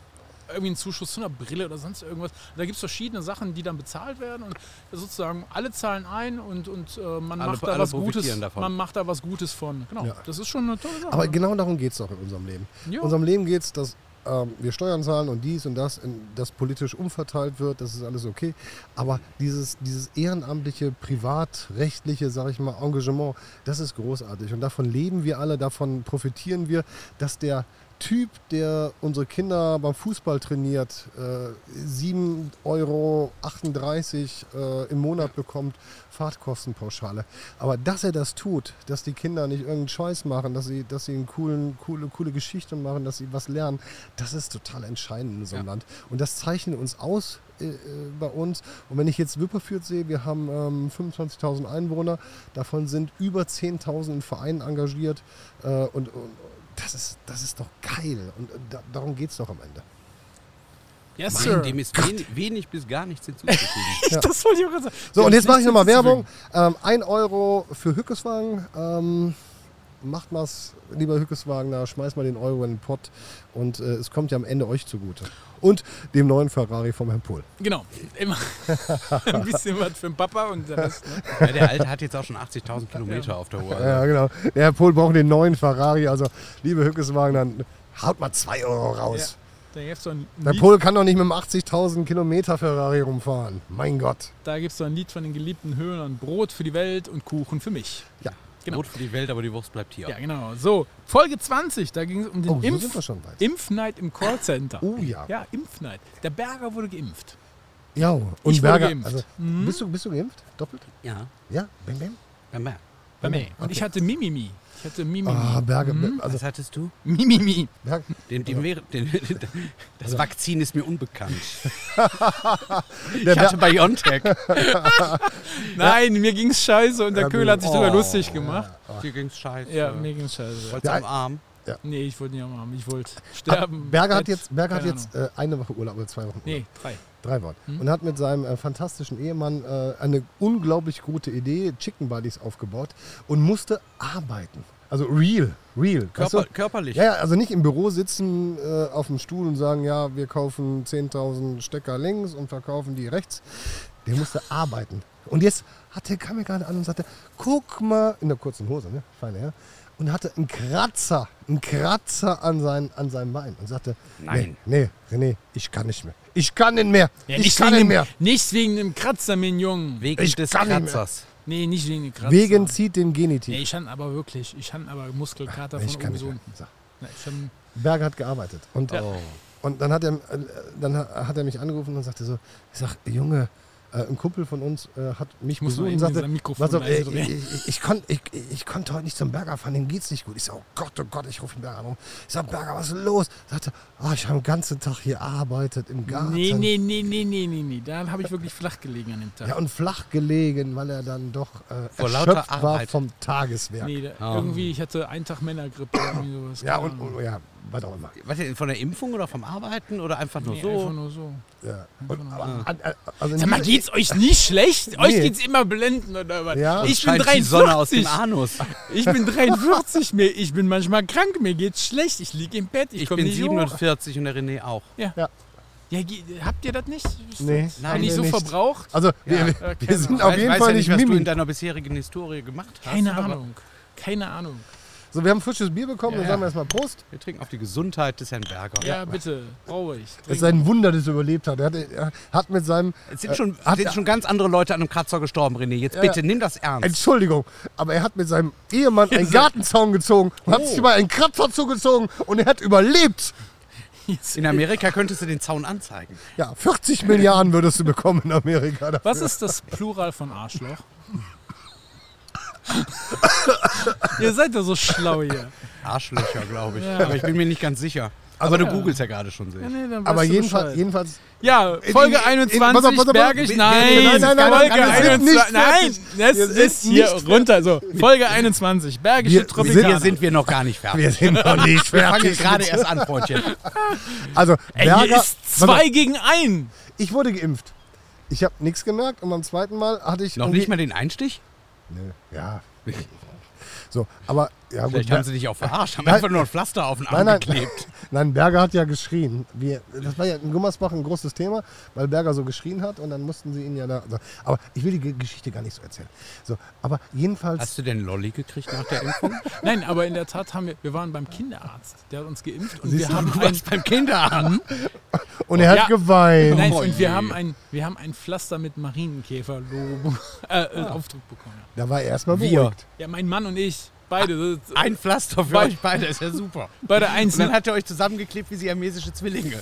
Speaker 3: irgendwie einen Zuschuss zu einer Brille oder sonst irgendwas. Und da gibt es verschiedene Sachen, die dann bezahlt werden und sozusagen alle zahlen ein und, und äh, man
Speaker 1: Alle-
Speaker 3: macht da
Speaker 1: alle
Speaker 3: was Gutes.
Speaker 1: profitieren davon.
Speaker 3: Man macht da was Gutes von. Genau.
Speaker 4: Ja.
Speaker 3: Das ist schon eine tolle Sache.
Speaker 4: Aber genau darum geht es doch in unserem Leben.
Speaker 3: Ja.
Speaker 4: In unserem Leben geht es, dass ähm, wir Steuern zahlen und dies und das, in, das politisch umverteilt wird, das ist alles okay. Aber dieses, dieses ehrenamtliche, privatrechtliche, sage ich mal, Engagement, das ist großartig. Und davon leben wir alle, davon profitieren wir, dass der Typ, der unsere Kinder beim Fußball trainiert, äh, 7,38 Euro äh, im Monat bekommt, Fahrtkostenpauschale. Aber dass er das tut, dass die Kinder nicht irgendeinen Scheiß machen, dass sie, dass sie einen coolen, coole, coole Geschichte machen, dass sie was lernen, das ist total entscheidend in so einem
Speaker 1: Ja.
Speaker 4: Land. Und das zeichnet uns aus äh, äh, bei uns. Und wenn ich jetzt Wipperfürth sehe, wir haben ähm, 25.000 Einwohner, davon sind über 10.000 in Vereinen engagiert. Äh, und, und das, ist, das ist doch geil. Und äh, da, darum geht es doch am Ende.
Speaker 3: yes,
Speaker 1: Mann,
Speaker 3: sir.
Speaker 1: dem ist wenig, wenig bis gar nichts hinzuzufügen.
Speaker 4: Ja.
Speaker 3: Das wollte ich auch gerade sagen.
Speaker 4: So,
Speaker 3: Ja,
Speaker 4: und jetzt mache ich nochmal
Speaker 3: nichts
Speaker 4: Werbung. Ähm, 1 Euro für Hückeswagen. Ähm, macht mal's, lieber Hückeswagener, schmeißt mal den Euro in den Pott und äh, es kommt ja am Ende euch zugute. Und dem neuen Ferrari vom Herrn Pohl.
Speaker 3: Genau. Immer ein bisschen was für den Papa und der Rest. Ne?
Speaker 1: ja, der Alte hat jetzt auch schon 80.000 Kilometer auf der Uhr. Also
Speaker 4: Ja, genau. Der Herr Pohl braucht den neuen Ferrari. Also, liebe Hückeswagener, haut mal 2 Euro raus.
Speaker 3: Da gibt es so ein
Speaker 4: Der
Speaker 3: Lied,
Speaker 4: Pohl kann doch nicht mit dem 80.000 Kilometer Ferrari rumfahren. Mein Gott.
Speaker 3: da gibt's so ein Lied von den geliebten Höhlern. Brot für die Welt und Kuchen für mich.
Speaker 4: Ja.
Speaker 3: Genau.
Speaker 1: Rot für die Welt, aber die Wurst bleibt hier.
Speaker 3: Ja, genau. So, Folge 20, da ging es um den
Speaker 4: Oh, so
Speaker 3: Impf
Speaker 4: sind wir schon weit.
Speaker 3: Impfnight im Callcenter.
Speaker 4: Oh ja.
Speaker 3: Ja, Impfneid. Der Berger wurde geimpft.
Speaker 4: Ja, und
Speaker 3: Ich wurde
Speaker 4: Berger.
Speaker 3: geimpft.
Speaker 4: Also, bist, du, bist du geimpft? Doppelt?
Speaker 1: Ja.
Speaker 4: Ja, bam, bam.
Speaker 1: ja. ja.
Speaker 3: Bei mir. Und ich hatte Mimimi. Ich hatte Mimimi.
Speaker 4: Ah, Berger. Also,
Speaker 1: Was hattest du?
Speaker 3: Mimimi.
Speaker 4: Berg,
Speaker 1: Den, den, wäre- den, den, das Vakzin ist mir unbekannt.
Speaker 4: Der
Speaker 1: Ich hatte Biontech.
Speaker 3: Nein, mir ging's scheiße und der
Speaker 4: Ja,
Speaker 3: Köhler hat
Speaker 4: gut.
Speaker 3: sich drüber
Speaker 1: Oh.
Speaker 3: lustig gemacht.
Speaker 1: Dir ging's scheiße.
Speaker 3: Ja, mir ging's scheiße.
Speaker 1: Wolltest du
Speaker 4: Ja.
Speaker 1: am Arm.
Speaker 3: Nee, ich wollte nicht am Arm. Ich wollte sterben.
Speaker 4: Berger hat
Speaker 3: Fett.
Speaker 4: jetzt, Berger hat
Speaker 3: Keine
Speaker 4: jetzt
Speaker 3: Ahnung.
Speaker 4: äh, eine Woche Urlaub oder zwei Wochen Urlaub.
Speaker 3: Nee, Hm? drei.
Speaker 4: Drei Wochen. Und hat mit seinem äh, fantastischen Ehemann äh, eine unglaublich gute Idee, Chicken Buddies aufgebaut und musste arbeiten. Also real, real. weißt
Speaker 1: Körper,
Speaker 4: du?
Speaker 1: körperlich.
Speaker 4: Ja, ja, also nicht im Büro sitzen äh, auf dem Stuhl und sagen, ja, wir kaufen 10.000 Stecker links und verkaufen die rechts. Der musste arbeiten. Und jetzt hat der, kam mir gerade an und sagte, guck mal, in der kurzen Hose, ne? Feine, ja. Und hatte einen Kratzer, einen Kratzer an, sein, an seinem Bein und sagte,
Speaker 1: Nein.
Speaker 4: nee, nee, René, ich kann nicht mehr. Ich kann nicht mehr.
Speaker 3: Ja,
Speaker 4: ich
Speaker 3: nicht,
Speaker 4: kann nicht
Speaker 3: wegen
Speaker 4: mehr.
Speaker 3: dem, nicht wegen dem Kratzer, mein Junge.
Speaker 1: Wegen
Speaker 4: Ich
Speaker 1: des
Speaker 4: kann nicht mehr.
Speaker 1: Kratzers.
Speaker 3: Nee, nicht wegen dem Kratzer.
Speaker 4: Wegen zieht den
Speaker 3: Nee,
Speaker 4: Genitiv.
Speaker 3: ich hatte aber wirklich, ich hatte aber Muskelkater
Speaker 4: Hm. Nee,
Speaker 3: von oben so.
Speaker 4: So.
Speaker 3: Nee, ich hatte-
Speaker 4: Berger hat gearbeitet. Und
Speaker 3: Ja.
Speaker 4: Und dann hat er, äh, dann ha- hat er mich angerufen und sagte so, ich sag, Junge, Äh, ein Kumpel von uns äh, hat mich
Speaker 3: muss mal
Speaker 4: besucht und
Speaker 3: eben
Speaker 4: sagte,
Speaker 3: sein Mikrofon
Speaker 4: was auf,
Speaker 3: leise
Speaker 4: äh, ich,
Speaker 3: drehen.
Speaker 4: ich, ich, konnt, ich, ich konnte heute nicht zum Berger fahren, dem geht's nicht gut. Ich sage, oh Gott, oh Gott, ich rufe den Berger an. Ich sage, Berger, was ist los? Sagte, ah, ich habe den ganzen Tag hier arbeitet im Garten.
Speaker 3: Nee, nee, nee, nee, nee, nee, nee. Da habe ich wirklich flach gelegen an dem Tag.
Speaker 4: Ja, und flach gelegen, weil er dann doch äh,
Speaker 1: Vor lauter
Speaker 4: erschöpft war
Speaker 1: Arbeit.
Speaker 4: vom Tageswerk.
Speaker 3: nee, da,
Speaker 1: Ah.
Speaker 3: irgendwie, ich hatte einen Tag Männergrippe oder irgendwie sowas.
Speaker 4: Ja,
Speaker 3: keine
Speaker 4: und,
Speaker 3: Ahnung.
Speaker 4: und ja, was auch immer.
Speaker 1: Was denn, von der Impfung oder vom Arbeiten oder einfach nur
Speaker 3: nee,
Speaker 1: so?
Speaker 3: einfach nur so.
Speaker 4: Ja. Und, aber, an- an- also in
Speaker 3: Sag mal,
Speaker 4: dieser-
Speaker 3: geht's euch nicht schlecht? Euch
Speaker 4: Nee.
Speaker 3: geht's immer blenden oder was?
Speaker 4: Ja.
Speaker 1: Sonst
Speaker 3: ich bin
Speaker 1: scheint die Sonne aus dem
Speaker 3: 43.
Speaker 1: Anus.
Speaker 3: Ich bin 43. Mir, ich bin manchmal krank. Mir geht's schlecht. Ich liege im Bett. Ich,
Speaker 1: Ich
Speaker 3: komm
Speaker 1: bin
Speaker 3: nicht
Speaker 1: 47 und der René auch.
Speaker 3: Hoch. Ja, ge- habt ihr das nicht? Ist
Speaker 4: Nee,
Speaker 3: das-
Speaker 1: Nein,
Speaker 3: Bin ich
Speaker 4: wir
Speaker 3: so
Speaker 4: nicht.
Speaker 3: verbraucht?
Speaker 4: Also,
Speaker 1: Ja,
Speaker 4: wir,
Speaker 3: keine
Speaker 4: wir, wir sind
Speaker 3: Ahnung.
Speaker 4: auf
Speaker 1: Ich
Speaker 4: jeden
Speaker 1: weiß
Speaker 4: Fall
Speaker 1: ja
Speaker 4: nicht
Speaker 1: was du in
Speaker 4: Mimi.
Speaker 1: deiner bisherigen Historie gemacht hast.
Speaker 3: Keine
Speaker 1: aber
Speaker 3: Ahnung. Keine Ahnung.
Speaker 4: So, wir haben frisches Bier bekommen,
Speaker 1: Ja,
Speaker 4: dann
Speaker 1: ja.
Speaker 4: sagen wir erstmal Prost.
Speaker 1: Wir trinken auf die Gesundheit des Herrn Berger.
Speaker 3: Ja, bitte. Brauche ich.
Speaker 4: Es ist
Speaker 3: Trink.
Speaker 4: ein Wunder, dass er überlebt hat. Er hat, er hat mit seinem.
Speaker 1: Es sind schon,
Speaker 4: hat-
Speaker 1: sind schon ganz andere Leute an einem Kratzer gestorben, René. Jetzt bitte, nimm das ernst.
Speaker 4: Entschuldigung, aber er hat mit seinem Ehemann einen Gartenzaun gezogen und hat sich mal einen Kratzer zugezogen und er hat überlebt.
Speaker 1: In Amerika könntest du den Zaun anzeigen.
Speaker 4: Ja, 40 Milliarden würdest du bekommen in Amerika. dafür.
Speaker 3: Was ist das Plural von Arschloch? ihr seid ja so schlau hier.
Speaker 1: Arschlöcher, glaube ich.
Speaker 3: Ja.
Speaker 1: Aber ich bin mir nicht ganz sicher.
Speaker 4: Also,
Speaker 1: Aber du googelst ja gerade schon, sehe
Speaker 3: Ja,
Speaker 1: ich.
Speaker 3: nee, dann weißt
Speaker 4: Aber
Speaker 3: du
Speaker 4: jedenfalls,
Speaker 3: Bescheid.
Speaker 4: jedenfalls
Speaker 3: Ja,
Speaker 4: in-
Speaker 3: Folge
Speaker 4: in-
Speaker 3: 21,
Speaker 4: pass auf, pass auf,
Speaker 3: Bergisch,
Speaker 1: wir-
Speaker 3: nein,
Speaker 1: wir- nein, nein, nein, wir
Speaker 3: Folge
Speaker 1: sind
Speaker 3: 21,
Speaker 4: nicht
Speaker 3: nein,
Speaker 4: fertig.
Speaker 3: das
Speaker 4: Wir sind
Speaker 3: ist hier
Speaker 4: nicht
Speaker 3: runter, so, Folge 21, Bergische
Speaker 4: Wir-
Speaker 1: Mit
Speaker 3: Tropikaner.
Speaker 1: Hier sind wir noch gar nicht fertig.
Speaker 4: Wir sind noch nicht
Speaker 1: Wir fangen
Speaker 4: fertig.
Speaker 1: gerade erst an, Freundchen.
Speaker 4: Also,
Speaker 3: Ey, hier
Speaker 4: Berger,
Speaker 3: ist 2 gegen 1.
Speaker 4: ich wurde geimpft. Ich habe nichts gemerkt und beim zweiten Mal hatte ich.
Speaker 1: Noch
Speaker 4: irgendwie-
Speaker 1: nicht mal den Einstich?
Speaker 4: Nö, ja. So, aber. Ja, gut,
Speaker 1: Vielleicht haben sie dich auch verarscht, haben einfach nur ein Pflaster auf den Arm
Speaker 4: Nein, nein,
Speaker 1: geklebt.
Speaker 4: nein, Berger hat ja geschrien. Wir, das war ja in Gummersbach ein großes Thema, weil Berger so geschrien hat und dann mussten sie ihn ja da. Also, aber ich will die Ge- Geschichte gar nicht so erzählen. So, aber jedenfalls.
Speaker 1: Hast du denn Lolli gekriegt nach der Impfung?
Speaker 3: Nein, aber in der Tat haben wir, wir waren beim Kinderarzt, der hat uns geimpft und wir
Speaker 4: Siehst du,
Speaker 3: haben
Speaker 1: Du
Speaker 3: ein,
Speaker 1: warst beim Kinderarzt.
Speaker 4: und er hat
Speaker 3: Ja.
Speaker 4: geweint.
Speaker 3: nein,
Speaker 1: Oh
Speaker 3: und
Speaker 1: je.
Speaker 3: wir haben ein, wir haben ein Pflaster mit Marienkäfer äh, äh, Aufdruck bekommen.
Speaker 4: Da war er erstmal
Speaker 1: Wir.
Speaker 4: beruhigt.
Speaker 3: Ja, mein Mann und ich, beide, das ist-
Speaker 1: Ein Pflaster für
Speaker 3: Weil-
Speaker 1: euch beide, ist ja super.
Speaker 3: beide ne?
Speaker 1: Und dann
Speaker 3: 1,90
Speaker 1: hat er euch zusammengeklebt wie siamesische Zwillinge.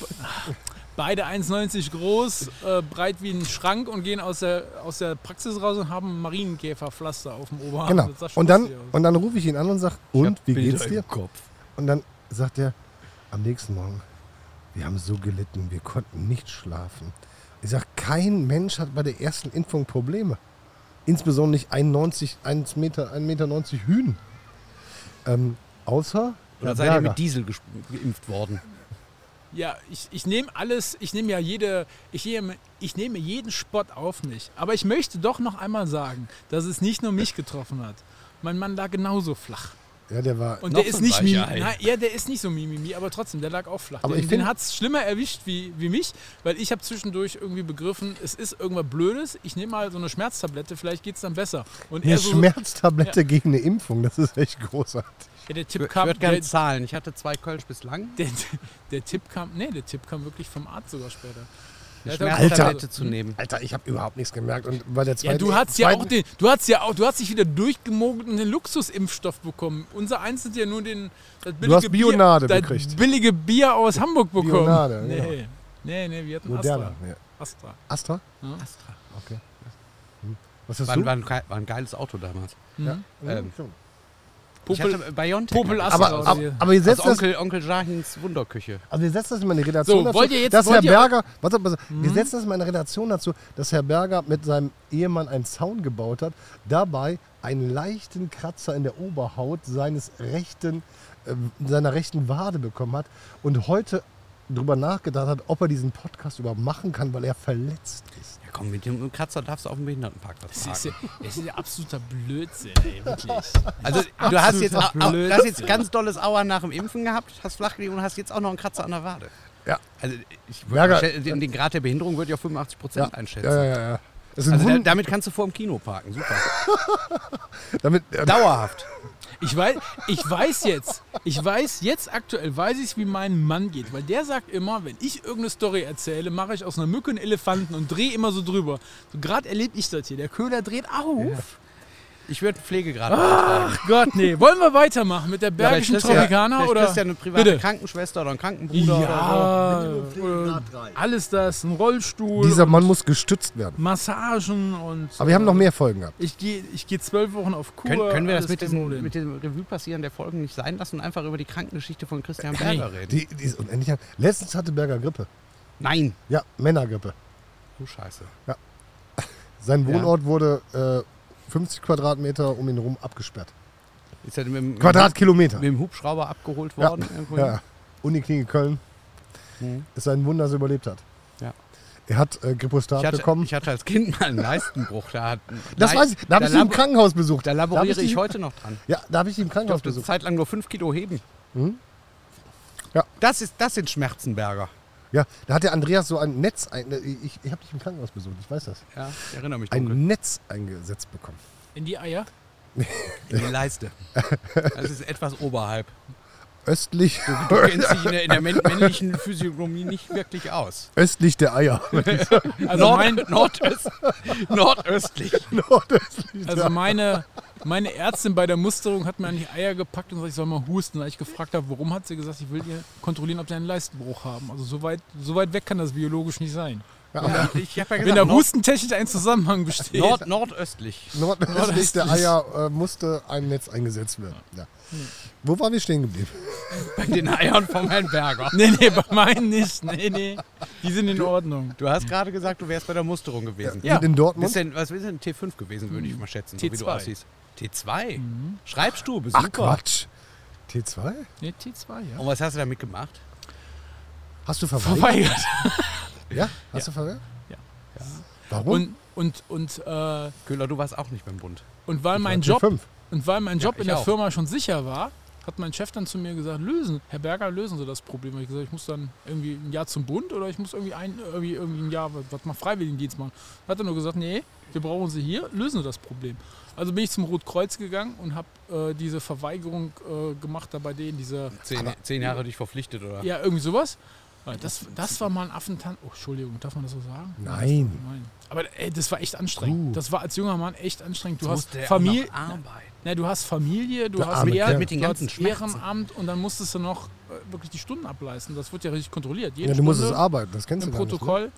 Speaker 3: beide 1,90 groß, äh, breit wie ein Schrank und gehen aus der, aus der Praxis raus und haben einen Marienkäferpflaster auf dem
Speaker 1: Ah,
Speaker 3: Oberarm.
Speaker 4: Genau.
Speaker 3: Das sah schon
Speaker 4: Und dann,
Speaker 3: lustig aus.
Speaker 4: und dann rufe ich ihn an und sage: Und wie
Speaker 1: Bilder
Speaker 4: geht's dir?
Speaker 1: Im Kopf.
Speaker 4: Und dann sagt er am nächsten Morgen, wir haben so gelitten, wir konnten nicht schlafen. Ich sage, kein Mensch hat bei der ersten Impfung Probleme. Insbesondere nicht 91, 1 Meter, 1,90 Meter Hühn. Ähm, außer
Speaker 1: Oder
Speaker 4: der
Speaker 1: seid ihr
Speaker 4: Berger.
Speaker 1: mit Diesel ges- geimpft worden?
Speaker 3: Ja, ich, ich nehme alles, ich nehme ja jede, ich nehme, ich nehme jeden Spott auf mich. Aber ich möchte doch noch einmal sagen, dass es nicht nur mich getroffen hat. Mein Mann lag genauso flach.
Speaker 4: Ja, der war.
Speaker 3: Und
Speaker 1: Noch
Speaker 3: der ist
Speaker 1: ein
Speaker 3: nicht mi
Speaker 1: weicher Ei.
Speaker 3: Nein, ja, der ist nicht so mimimi, aber trotzdem, der lag auch flach.
Speaker 4: Aber
Speaker 3: den
Speaker 4: ich
Speaker 3: den
Speaker 4: find-
Speaker 3: hat es schlimmer erwischt wie, wie mich, weil ich habe zwischendurch irgendwie begriffen, es ist irgendwas Blödes, ich nehme mal so eine Schmerztablette, vielleicht geht es dann besser. Und
Speaker 4: eine
Speaker 3: er so, ja,
Speaker 4: Schmerztablette gegen eine Impfung, das ist echt großartig.
Speaker 3: der
Speaker 1: Ich
Speaker 3: Tipp kam,
Speaker 1: würde
Speaker 3: der,
Speaker 1: gerne zahlen. Ich hatte zwei Kölsch bislang.
Speaker 3: der, der Tipp kam, nee, der Tipp kam wirklich vom Arzt sogar später. Der hat auch gesagt,
Speaker 1: Schmerztablette zu nehmen.
Speaker 4: Alter, ich habe überhaupt nichts gemerkt. Und bei der
Speaker 3: Ja,
Speaker 4: zweiten,
Speaker 3: du hast ja auch
Speaker 4: zweiten-
Speaker 3: den, du hast ja auch, du hast dich wieder durchgemogelt und den Luxusimpfstoff bekommen. Unser eins sind ja nur den, das billige
Speaker 4: hast Bionade
Speaker 3: Bier, Das
Speaker 4: gekriegt.
Speaker 3: billige Bier aus Hamburg bekommen.
Speaker 4: Bionade,
Speaker 3: nee.
Speaker 4: genau.
Speaker 3: nee, nee, wir hatten
Speaker 4: Moderner. Ja.
Speaker 3: Astra. Astra.
Speaker 4: Astra?
Speaker 1: Astra.
Speaker 4: Okay. Hm. Was hast
Speaker 1: War,
Speaker 4: du?
Speaker 1: war, ein, ge- war ein geiles Auto damals.
Speaker 4: Ja.
Speaker 1: Ähm,
Speaker 3: Popel-
Speaker 1: ich hatte Biontech.
Speaker 3: Popel
Speaker 1: gekriegt.
Speaker 3: Astra.
Speaker 4: aber,
Speaker 3: aus
Speaker 4: aber,
Speaker 3: hier.
Speaker 4: aber ihr
Speaker 1: Aus
Speaker 4: setzt das
Speaker 1: Onkel, Onkel Jahins Wunderküche.
Speaker 4: Also wir setzen das mal in Relation
Speaker 3: So,
Speaker 4: dazu,
Speaker 3: wollt ihr jetzt-
Speaker 4: dass
Speaker 3: wollt
Speaker 4: Herr
Speaker 3: ihr- Mhm.
Speaker 4: Berger, warte, warte, wir setzen das mal in Relation dazu, dass Herr Berger mit seinem Ehemann einen Zaun gebaut hat, dabei einen leichten Kratzer in der Oberhaut seines rechten, äh, seiner rechten Wade bekommen hat und heute drüber nachgedacht hat, ob er diesen Podcast überhaupt machen kann, weil er verletzt ist.
Speaker 1: Ja, komm, mit dem Kratzer darfst du auf dem Behindertenparkplatz
Speaker 3: Das ist,
Speaker 1: parken.
Speaker 3: ja, das ist ja absoluter Blödsinn, ey, wirklich.
Speaker 1: Also du hast jetzt, au, au,
Speaker 3: Blödsinn.
Speaker 1: du hast jetzt ganz dolles Aua nach dem Impfen gehabt, hast flach gelegen und hast jetzt auch noch einen Kratzer an der Wade.
Speaker 4: Ja.
Speaker 1: Also ich,
Speaker 4: Berger-
Speaker 1: ich, den, den Grad der Behinderung würde ich auf 85 Prozent einschätzen.
Speaker 4: Ja, ja, ja. ja. Das ist ein
Speaker 1: Also da,
Speaker 4: Wund-
Speaker 1: damit kannst du vor dem Kino parken, super.
Speaker 4: damit, äh,
Speaker 1: Dauerhaft.
Speaker 3: Ich weiß, ich weiß jetzt, ich weiß jetzt aktuell, weiß ich, wie mein Mann geht, weil der sagt immer, wenn ich irgendeine Story erzähle, mache ich aus einer Mücke einen Elefanten und drehe immer so drüber. So gerade erlebe ich das hier. Der Köhler dreht auf.
Speaker 1: Ich würde Pflegegrad beantragen.
Speaker 3: Ach Gott, nee. Wollen wir weitermachen mit der
Speaker 1: vielleicht
Speaker 3: Bergischen
Speaker 1: kriegst du ja-
Speaker 3: Tropikaner?
Speaker 1: vielleicht
Speaker 3: oder?
Speaker 1: kriegst du ja eine private
Speaker 3: Bitte.
Speaker 1: Krankenschwester oder einen Krankenbruder oder
Speaker 3: Ja,
Speaker 5: Pflegegrad drei.
Speaker 3: alles das, ein Rollstuhl,
Speaker 4: Dieser Mann muss gestützt werden.
Speaker 3: Massagen und.
Speaker 4: Aber wir haben noch mehr Folgen gehabt.
Speaker 3: Ich gehe ich geh zwölf Wochen auf
Speaker 1: so.
Speaker 3: Kur.
Speaker 1: Können, können wir das
Speaker 3: alles
Speaker 1: mit
Speaker 3: kein
Speaker 1: diesem,
Speaker 3: Problem.
Speaker 1: mit diesem Revue passieren der Folgen nicht sein lassen und einfach über die Krankengeschichte von Christian
Speaker 3: Nein.
Speaker 1: Berger reden?
Speaker 4: Die, die ist unendlich lang. Letztens hatte Berger Grippe.
Speaker 1: Nein.
Speaker 4: Ja, Männergrippe.
Speaker 1: Du Scheiße.
Speaker 4: Sein
Speaker 1: Ja.
Speaker 4: Wohnort wurde äh, 50 Quadratmeter um ihn herum abgesperrt.
Speaker 1: Ist er mit dem,
Speaker 4: Quadratkilometer.
Speaker 1: mit dem Hubschrauber abgeholt
Speaker 4: Ja.
Speaker 1: worden? irgendwo?
Speaker 4: Ja. Uniklinik Köln.
Speaker 1: Mhm.
Speaker 4: Ist ein Wunder, dass er überlebt hat.
Speaker 1: Ja.
Speaker 4: Er hat äh,
Speaker 1: Ich,
Speaker 4: Grippostat
Speaker 1: hatte,
Speaker 4: bekommen.
Speaker 1: ich hatte als Kind mal einen Leistenbruch. Da hat,
Speaker 4: das
Speaker 1: Leid-
Speaker 4: weiß ich. Da habe ich ihn im
Speaker 1: labo-
Speaker 4: Krankenhaus besucht.
Speaker 1: da
Speaker 4: hab
Speaker 1: laboriere ich
Speaker 4: ihn-
Speaker 1: heute noch dran.
Speaker 4: Ja, da habe ich ihn im
Speaker 1: Ich
Speaker 4: Krankenhaus
Speaker 1: durfte eine
Speaker 4: besucht.
Speaker 1: Zeit lang nur 5 Kilo heben.
Speaker 4: Mhm. Ja.
Speaker 1: Das, ist, das sind Schmerzenberger.
Speaker 4: Ja, da hat der Andreas so ein Netz. Ein, äh, ich ich habe dich im Krankenhaus besucht, ich weiß das.
Speaker 1: Ja, ich erinnere mich
Speaker 4: Ein
Speaker 1: dunkel.
Speaker 4: Netz eingesetzt bekommen.
Speaker 3: In die Eier?
Speaker 1: In die Leiste. Das ist etwas oberhalb.
Speaker 4: Östlich,
Speaker 1: Du kennst dich in der, in der männ- männlichen Physiognomie nicht wirklich aus.
Speaker 4: östlich der Eier.
Speaker 3: Also, mein,
Speaker 1: Nordöst, nordöstlich.
Speaker 4: Nordöstlich
Speaker 3: also
Speaker 4: der
Speaker 3: meine, meine Ärztin bei der Musterung hat mir an die Eier gepackt und gesagt, ich soll mal husten. Als ich gefragt habe, warum, hat sie gesagt, ich will ihr kontrollieren, ob sie einen Leistenbruch haben. Also so weit, so weit weg kann das biologisch nicht sein.
Speaker 1: Ja, ich habe ja
Speaker 3: Wenn da
Speaker 1: gesagt, Genau, Nord,
Speaker 3: hustentechnisch ein Zusammenhang besteht.
Speaker 1: Nord, nordöstlich.
Speaker 4: Nordöstlich der Eier äh, musste ein Netz eingesetzt werden. Ja. Wo waren wir stehen geblieben?
Speaker 1: Bei den Eiern vom Herrn Berger.
Speaker 3: Nee, nee, bei meinen nicht. Nee, nee. Die sind in Ordnung.
Speaker 1: Du hast gerade gesagt, du wärst bei der Musterung gewesen.
Speaker 3: Ja.
Speaker 4: In
Speaker 1: Bist
Speaker 4: Dortmund?
Speaker 1: denn, was ist denn T5 gewesen, würde
Speaker 3: Hm.
Speaker 1: ich mal schätzen, so wie du
Speaker 3: T2.
Speaker 1: aussiehst. T2?
Speaker 3: Mhm.
Speaker 1: Schreibstube, super.
Speaker 4: Ach Quatsch. T2?
Speaker 3: Nee, T2, ja.
Speaker 1: Und was hast du damit gemacht?
Speaker 4: Hast du verweigert?
Speaker 3: Verweigert.
Speaker 4: Ja? Hast du verweigert?
Speaker 3: Ja.
Speaker 4: Warum?
Speaker 3: Und, und, und, äh,
Speaker 1: Köhler, du warst auch nicht beim Bund.
Speaker 3: und weil mein
Speaker 4: T5.
Speaker 3: Job Und weil mein Job
Speaker 1: ich
Speaker 3: in der
Speaker 1: auch.
Speaker 3: Firma schon sicher war, hat mein Chef dann zu mir gesagt, lösen, Herr Berger, lösen Sie das Problem. Und ich gesagt, ich muss dann irgendwie ein Jahr zum Bund oder ich muss irgendwie ein, irgendwie, irgendwie ein Jahr, was, was mal Freiwilligendienst machen. Hat er nur gesagt, nee, wir brauchen Sie hier, lösen Sie das Problem. Also bin ich zum Rotkreuz gegangen und habe äh, diese Verweigerung äh, gemacht, da bei denen diese,
Speaker 1: Zehn, zehn Jahre dich verpflichtet, oder?
Speaker 3: ja, irgendwie sowas. Äh, Das, das war mal ein Affentanz. Oh, Entschuldigung, darf man das so sagen?
Speaker 4: Nein.
Speaker 3: Nein. Aber ey, das war echt anstrengend.
Speaker 4: Uh.
Speaker 3: Das war als junger Mann echt anstrengend. Du
Speaker 1: Jetzt
Speaker 3: hast
Speaker 1: musste er auch
Speaker 3: Familie.
Speaker 1: noch arbeiten.
Speaker 3: Na, du hast Familie, du
Speaker 4: Der
Speaker 3: hast
Speaker 4: arme Kerl.
Speaker 3: Ehren,
Speaker 1: Mit den
Speaker 3: du hast
Speaker 1: ganzen Schmerzen.
Speaker 3: Ehrenamt und dann musstest du noch äh, wirklich die Stunden ableisten. Das wird ja richtig kontrolliert. Jede
Speaker 4: Ja, du musst es
Speaker 3: Stunde
Speaker 4: arbeiten, das kennst
Speaker 3: im
Speaker 4: du gar nicht, ne?
Speaker 3: Protokoll.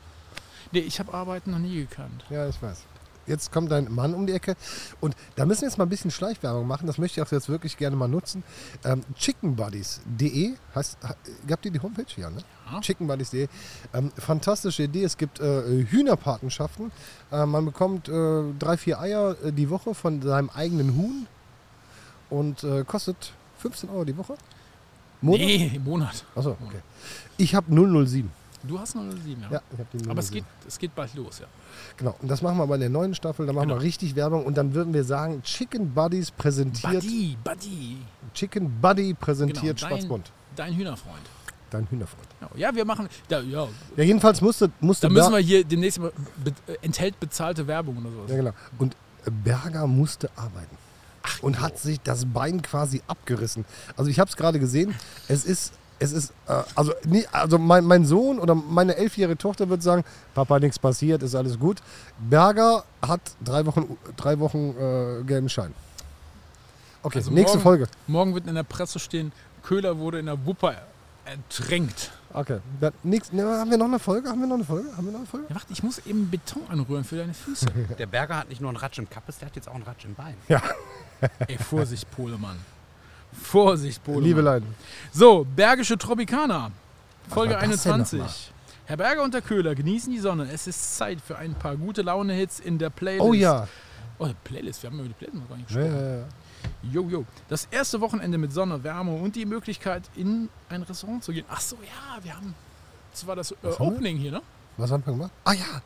Speaker 3: Nee, ich habe Arbeiten noch nie gekannt.
Speaker 4: Ja, ich weiß. Jetzt kommt dein Mann um die Ecke. Und da müssen wir jetzt mal ein bisschen Schleichwerbung machen. Das möchte ich auch jetzt wirklich gerne mal nutzen. Ähm, chickenbuddies.de heißt, ha- gehabt ihr die Homepage ja, ne? Chickenbuddies.de. Ähm, fantastische Idee. Es gibt äh, Hühnerpatenschaften. Äh, man bekommt äh, drei, vier Eier äh, die Woche von seinem eigenen Huhn und äh, kostet 15 Euro die Woche. Monat?
Speaker 3: Nee, im Monat.
Speaker 4: Achso, okay. Ich habe 007.
Speaker 3: Du hast noch sieben, ja.
Speaker 4: Ja, ich hab die 007.
Speaker 3: Aber es geht, es geht bald los, ja.
Speaker 4: Genau, und das machen wir bei der neuen Staffel, da machen
Speaker 3: Genau.
Speaker 4: wir richtig Werbung und dann würden wir sagen, Chicken Buddies präsentiert,
Speaker 3: Buddy, Buddy.
Speaker 4: Chicken Buddy
Speaker 3: Genau,
Speaker 4: präsentiert
Speaker 3: dein,
Speaker 4: Schwarzbund,
Speaker 3: dein Hühnerfreund.
Speaker 4: dein Hühnerfreund.
Speaker 3: Genau. Ja, wir machen. Da, ja,
Speaker 4: Ja, jedenfalls musste, musste
Speaker 3: da müssen wir
Speaker 4: Ber-
Speaker 3: hier demnächst mal. Be äh, enthält bezahlte Werbung oder sowas.
Speaker 4: ja, genau. und Berger musste arbeiten und hat sich das Bein quasi abgerissen. Also ich habe es gerade gesehen, es ist, es ist, äh, also, nie, also mein, mein Sohn oder meine elfjährige Tochter wird sagen, Papa, nichts passiert, ist alles gut. Berger hat drei Wochen, drei Wochen äh, gelben Schein. Okay,
Speaker 3: Also
Speaker 4: nächste
Speaker 3: morgen-
Speaker 4: Folge.
Speaker 3: Morgen wird in der Presse stehen: Köhler wurde in der Wupper ertränkt.
Speaker 4: Okay, dann nix. Ne, haben wir noch eine Folge? Haben wir noch eine Folge? Haben wir noch eine Folge?
Speaker 3: Ja, warte, ich muss eben Beton anrühren für deine Füße.
Speaker 1: Der Berger hat nicht nur einen Ratsch im Kappes, der hat jetzt auch einen Ratsch im Bein.
Speaker 3: Ey, Vorsicht, Polemann. Vorsicht, Polemann.
Speaker 4: Liebe Leiden.
Speaker 3: So, Bergische Tropikaner, Folge
Speaker 4: war das denn
Speaker 3: 21. Herr Berger und der Köhler genießen die Sonne. Es ist Zeit für ein paar gute Laune-Hits in der Playlist.
Speaker 4: Oh ja.
Speaker 3: Oh, Playlist, wir haben über die Playlist noch gar nicht
Speaker 4: Ja,
Speaker 3: gesprochen.
Speaker 4: ja, ja.
Speaker 3: Jo, jo. Das erste Wochenende mit Sonne, Wärme und die Möglichkeit, in ein Restaurant zu gehen. Ach so, ja, wir haben. Das war das äh,
Speaker 4: haben wir?
Speaker 3: Opening hier, ne?
Speaker 4: Was haben wir gemacht? Ah ja.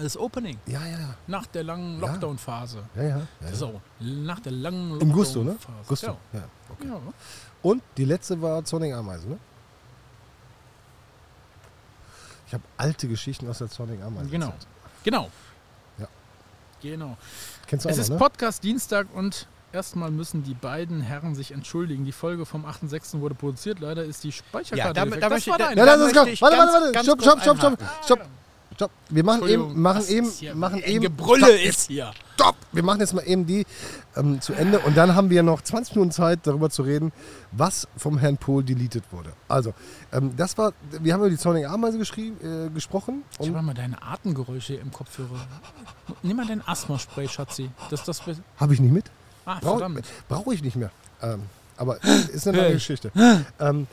Speaker 3: Das Opening.
Speaker 4: Ja, ja, ja.
Speaker 3: Nach der langen
Speaker 4: Ja.
Speaker 3: Lockdown-Phase.
Speaker 4: ja, ja. ja, ja.
Speaker 3: So, nach der langen Lockdown-Phase.
Speaker 4: Im Gusto, ne?
Speaker 3: Ja.
Speaker 4: Gusto. Ja. Okay.
Speaker 3: ja.
Speaker 4: Und die letzte war Zornig Ameisen, ne? Ich habe alte Geschichten aus der Zornig Ameisen.
Speaker 3: Genau.
Speaker 4: erzählt.
Speaker 3: Genau.
Speaker 4: Ja.
Speaker 3: Genau.
Speaker 4: Kennst du auch
Speaker 3: Es ist
Speaker 4: noch, ne?
Speaker 3: Podcast Dienstag und erstmal müssen die beiden Herren sich entschuldigen. Die Folge vom 8.6. wurde produziert. Leider ist die Speicherkarte defekt. das war
Speaker 1: da-
Speaker 3: dein.
Speaker 1: da
Speaker 4: Ja, lass
Speaker 1: möchte
Speaker 4: uns kommen.
Speaker 1: ich
Speaker 4: Warte,
Speaker 1: ganz-
Speaker 4: warte, warte.
Speaker 1: ganz
Speaker 4: Stopp,
Speaker 1: kurz
Speaker 4: stopp, stopp, stopp.
Speaker 1: einhaken.
Speaker 4: Stopp. Stopp. Wir machen eben,
Speaker 3: Entschuldigung,
Speaker 4: machen
Speaker 3: was
Speaker 4: eben,
Speaker 3: ist hier?
Speaker 4: machen
Speaker 3: Ein
Speaker 4: eben.
Speaker 3: Gebrülle
Speaker 4: Stopp,
Speaker 3: ist hier.
Speaker 4: Stopp! Wir machen jetzt mal eben die ähm, zu Ende und dann haben wir noch 20 Minuten Zeit, darüber zu reden, was vom Herrn Pohl deleted wurde. Also, ähm, das war, wir haben über die zornige Ameise geschrie- äh, gesprochen.
Speaker 3: Ich
Speaker 4: Und
Speaker 3: habe mal deine Atemgeräusche im Kopfhörer. Nimm mal dein Asthma-Spray, Schatzi. Das, das,
Speaker 4: habe ich nicht mit?
Speaker 3: ah,
Speaker 4: Brauche
Speaker 3: verdammt.
Speaker 4: brauch ich nicht mehr. Ähm, aber ist eine lange
Speaker 3: Hey.
Speaker 4: Geschichte. Ähm,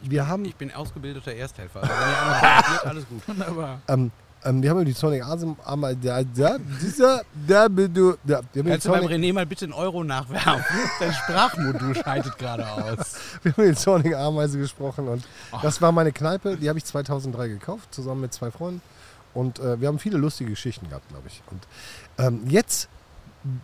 Speaker 4: wir haben
Speaker 1: Ich bin ausgebildeter Ersthelfer. Also wenn ihr einmal probiert, alles gut.
Speaker 3: Wunderbar.
Speaker 4: Ähm, ähm, wir haben über die Sonic Asim einmal da, da, dieser, da, bin du, da. Wir haben, über die
Speaker 1: Kannst du beim
Speaker 4: Sonic,
Speaker 1: René mal bitte einen Euro nachwerfen? Dein Sprachmodul scheidet gerade aus.
Speaker 4: wir haben über die Sonic Ameise gesprochen und das war meine Kneipe, die habe ich 2003 gekauft, zusammen mit zwei Freunden und äh, wir haben viele lustige Geschichten gehabt, glaube ich. Und ähm, jetzt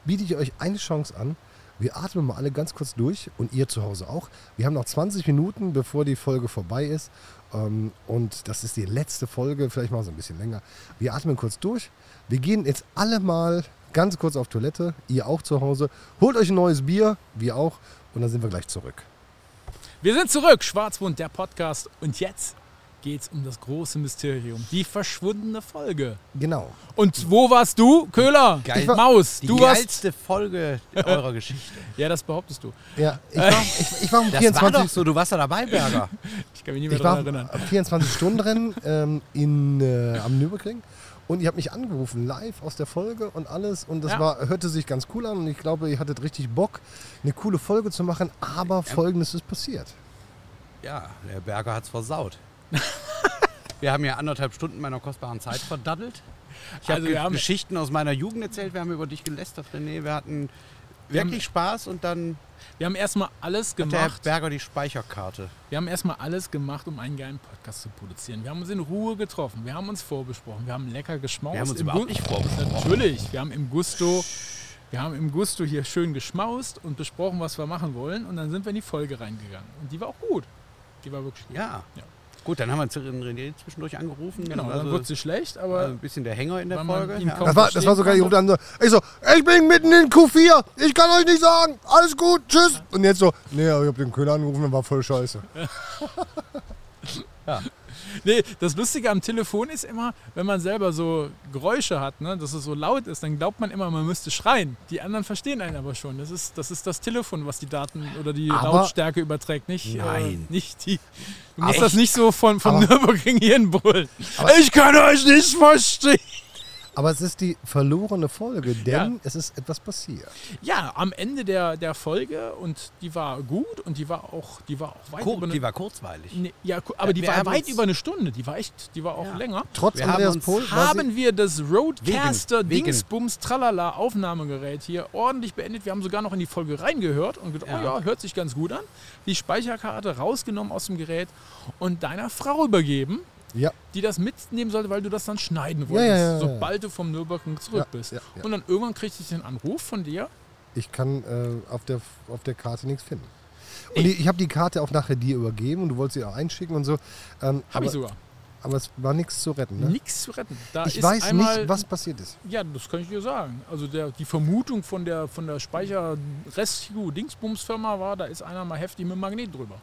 Speaker 4: biete ich euch eine Chance an. Wir atmen mal alle ganz kurz durch und ihr zu Hause auch. Wir haben noch 20 Minuten, bevor die Folge vorbei ist. Ähm, Und das ist die letzte Folge, vielleicht machen wir es ein bisschen länger. Wir atmen kurz durch. Wir gehen jetzt alle mal ganz kurz auf Toilette, ihr auch zu Hause. Holt euch ein neues Bier, wir auch. Und dann sind wir gleich zurück.
Speaker 3: Wir sind zurück, Schwarzbund, der Podcast. Und jetzt geht's um das große Mysterium, die verschwundene Folge.
Speaker 4: Genau.
Speaker 3: Und wo warst du, Köhler?
Speaker 1: Geil.
Speaker 3: Ich war- Maus,
Speaker 1: Die
Speaker 3: du warst...
Speaker 1: geilste Folge eurer Geschichte.
Speaker 3: Ja, das behauptest du.
Speaker 4: Ja, ich war, ich, ich war um
Speaker 1: Das war
Speaker 4: 24
Speaker 1: doch so, du warst da dabei, Berger.
Speaker 3: Ich kann mich nicht mehr
Speaker 4: Ich
Speaker 3: daran
Speaker 4: war
Speaker 3: erinnern.
Speaker 4: 24 Stunden drin ähm, in, äh, am Nürburgring und ihr habt mich angerufen, live aus der Folge und alles. Und das
Speaker 3: Ja.
Speaker 4: war, hörte sich ganz cool an und ich glaube, ihr hattet richtig Bock, eine coole Folge zu machen. Aber folgendes ist passiert.
Speaker 1: Ja, der Berger hat's versaut. Wir haben ja anderthalb Stunden meiner kostbaren Zeit verdaddelt. Ich
Speaker 3: Also
Speaker 1: habe
Speaker 3: wir haben-
Speaker 1: Geschichten aus meiner Jugend erzählt, wir haben über dich gelästert, René. Wir hatten
Speaker 3: haben-
Speaker 1: wirklich Spaß und dann
Speaker 3: Wir haben erstmal alles
Speaker 1: hat der Herr
Speaker 3: gemacht.
Speaker 1: Berger die Speicherkarte.
Speaker 3: Wir haben erstmal alles gemacht, um einen geilen Podcast zu produzieren. Wir haben uns in Ruhe getroffen, wir haben uns vorbesprochen, wir haben lecker geschmaust.
Speaker 1: Wir haben uns
Speaker 3: Oh, im
Speaker 1: überhaupt
Speaker 3: Gu-
Speaker 1: nicht vorbereitet.
Speaker 3: Natürlich, wir haben im Gusto, wir haben im Gusto hier schön geschmaust und besprochen, was wir machen wollen. Und dann sind wir in die Folge reingegangen. Und die war auch gut. Die war wirklich gut.
Speaker 1: Ja.
Speaker 3: Ja.
Speaker 1: Gut, dann haben wir René zwischendurch angerufen.
Speaker 3: Genau, dann
Speaker 1: also-
Speaker 3: wurde sie schlecht, aber
Speaker 1: Also ein bisschen der Hänger in der
Speaker 3: Weil man
Speaker 1: Folge.
Speaker 3: ihn
Speaker 1: Ja.
Speaker 3: kauft.
Speaker 4: Das war, das war sogar, ich ruft an so, ich so, ich bin mitten in Q4, ich kann euch nicht sagen, alles gut, tschüss. Und jetzt so, nee, aber ich hab den Köhler angerufen, der war voll scheiße.
Speaker 3: Nee, das Lustige am Telefon ist immer, wenn man selber so Geräusche hat, ne, dass es so laut ist, dann glaubt man immer, man müsste schreien. Die anderen verstehen einen aber schon. Das ist das, ist das Telefon, was die Daten oder die
Speaker 4: Aber-
Speaker 3: Lautstärke überträgt. Nicht,
Speaker 1: Nein.
Speaker 3: Äh, nicht die, du musst das nicht so von, vom
Speaker 4: Aber-
Speaker 3: Nürburgring hier brüllen. Ich kann euch nicht verstehen.
Speaker 4: Aber es ist die verlorene Folge, denn es ist etwas passiert.
Speaker 3: Ja, am Ende der, der Folge und die war gut und die war auch, die Mhm. war auch weit
Speaker 1: Kur-
Speaker 3: über eine,
Speaker 1: Die war kurzweilig.
Speaker 3: Nee, ja, gu- aber die
Speaker 1: wir
Speaker 3: war
Speaker 1: haben
Speaker 3: weit
Speaker 1: uns-
Speaker 3: über eine Stunde. Die war echt, die war auch
Speaker 1: Ja.
Speaker 3: länger.
Speaker 4: Trotz
Speaker 1: Wir haben
Speaker 4: Andreas
Speaker 1: uns-
Speaker 4: Pohl war sie-
Speaker 3: haben wir das Roadcaster
Speaker 1: Wegen, wegen.
Speaker 3: Dingsbums Tralala Aufnahmegerät hier ordentlich beendet. Wir haben sogar noch in die Folge reingehört und gedacht, oh
Speaker 1: Ja.
Speaker 3: ja, hört sich ganz gut an. Die Speicherkarte rausgenommen aus dem Gerät und deiner Frau übergeben,
Speaker 4: Ja,
Speaker 3: die das mitnehmen sollte, weil du das dann schneiden
Speaker 4: Ja, ja,
Speaker 3: wolltest,
Speaker 4: ja, ja.
Speaker 3: sobald du vom Nürburgring zurück
Speaker 4: Ja,
Speaker 3: bist.
Speaker 4: ja, ja.
Speaker 3: Und dann irgendwann kriegte ich den Anruf von dir.
Speaker 4: Ich kann äh, auf, der, auf der Karte nichts finden. Und ich, ich habe die Karte auch nachher dir übergeben und du wolltest sie auch einschicken und so. Ähm,
Speaker 3: Habe
Speaker 4: aber,
Speaker 3: ich sogar.
Speaker 4: aber es war nichts zu retten. Ne?
Speaker 3: Nichts zu retten. Da
Speaker 4: Ich
Speaker 3: ist
Speaker 4: weiß
Speaker 3: einmal
Speaker 4: nicht, was passiert ist.
Speaker 3: Ja, das kann ich dir sagen. Also der, die Vermutung von der, von der Speicher-Rescue-Dingsbums-Firma war, da ist einer mal heftig mit dem Magnet drüber.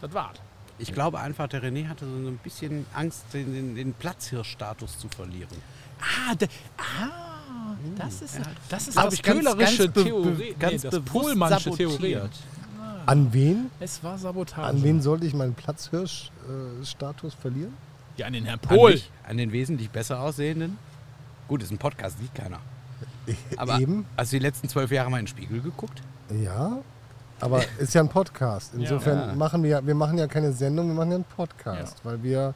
Speaker 3: Das war's.
Speaker 1: Ich glaube einfach, der René hatte so ein bisschen Angst, den, den, den Platzhirschstatus zu verlieren.
Speaker 3: Ah, da, ah
Speaker 1: Oh,
Speaker 3: das ist, das, ist
Speaker 1: Hab
Speaker 3: das köhlerische
Speaker 1: be- be-
Speaker 3: Theorie.
Speaker 1: ganz
Speaker 3: nee, das
Speaker 1: bewusst
Speaker 3: Pohlmannsche
Speaker 1: sabotiert.
Speaker 3: Theorie. Ah.
Speaker 4: An wen?
Speaker 3: Es war Sabotage.
Speaker 4: An wen sollte ich meinen Platzhirsch-Status verlieren?
Speaker 3: Ja, an den Herrn
Speaker 1: An,
Speaker 3: Pohl.
Speaker 1: dich, an den wesentlich besser aussehenden. Gut, ist ein Podcast, sieht keiner. Aber
Speaker 4: Eben.
Speaker 1: hast du die letzten zwölf Jahre mal in den Spiegel geguckt?
Speaker 4: Ja. Aber ist ja ein Podcast. Insofern
Speaker 1: Ja.
Speaker 4: machen wir, wir machen ja keine Sendung, wir machen ja einen Podcast,
Speaker 3: Ja.
Speaker 4: weil wir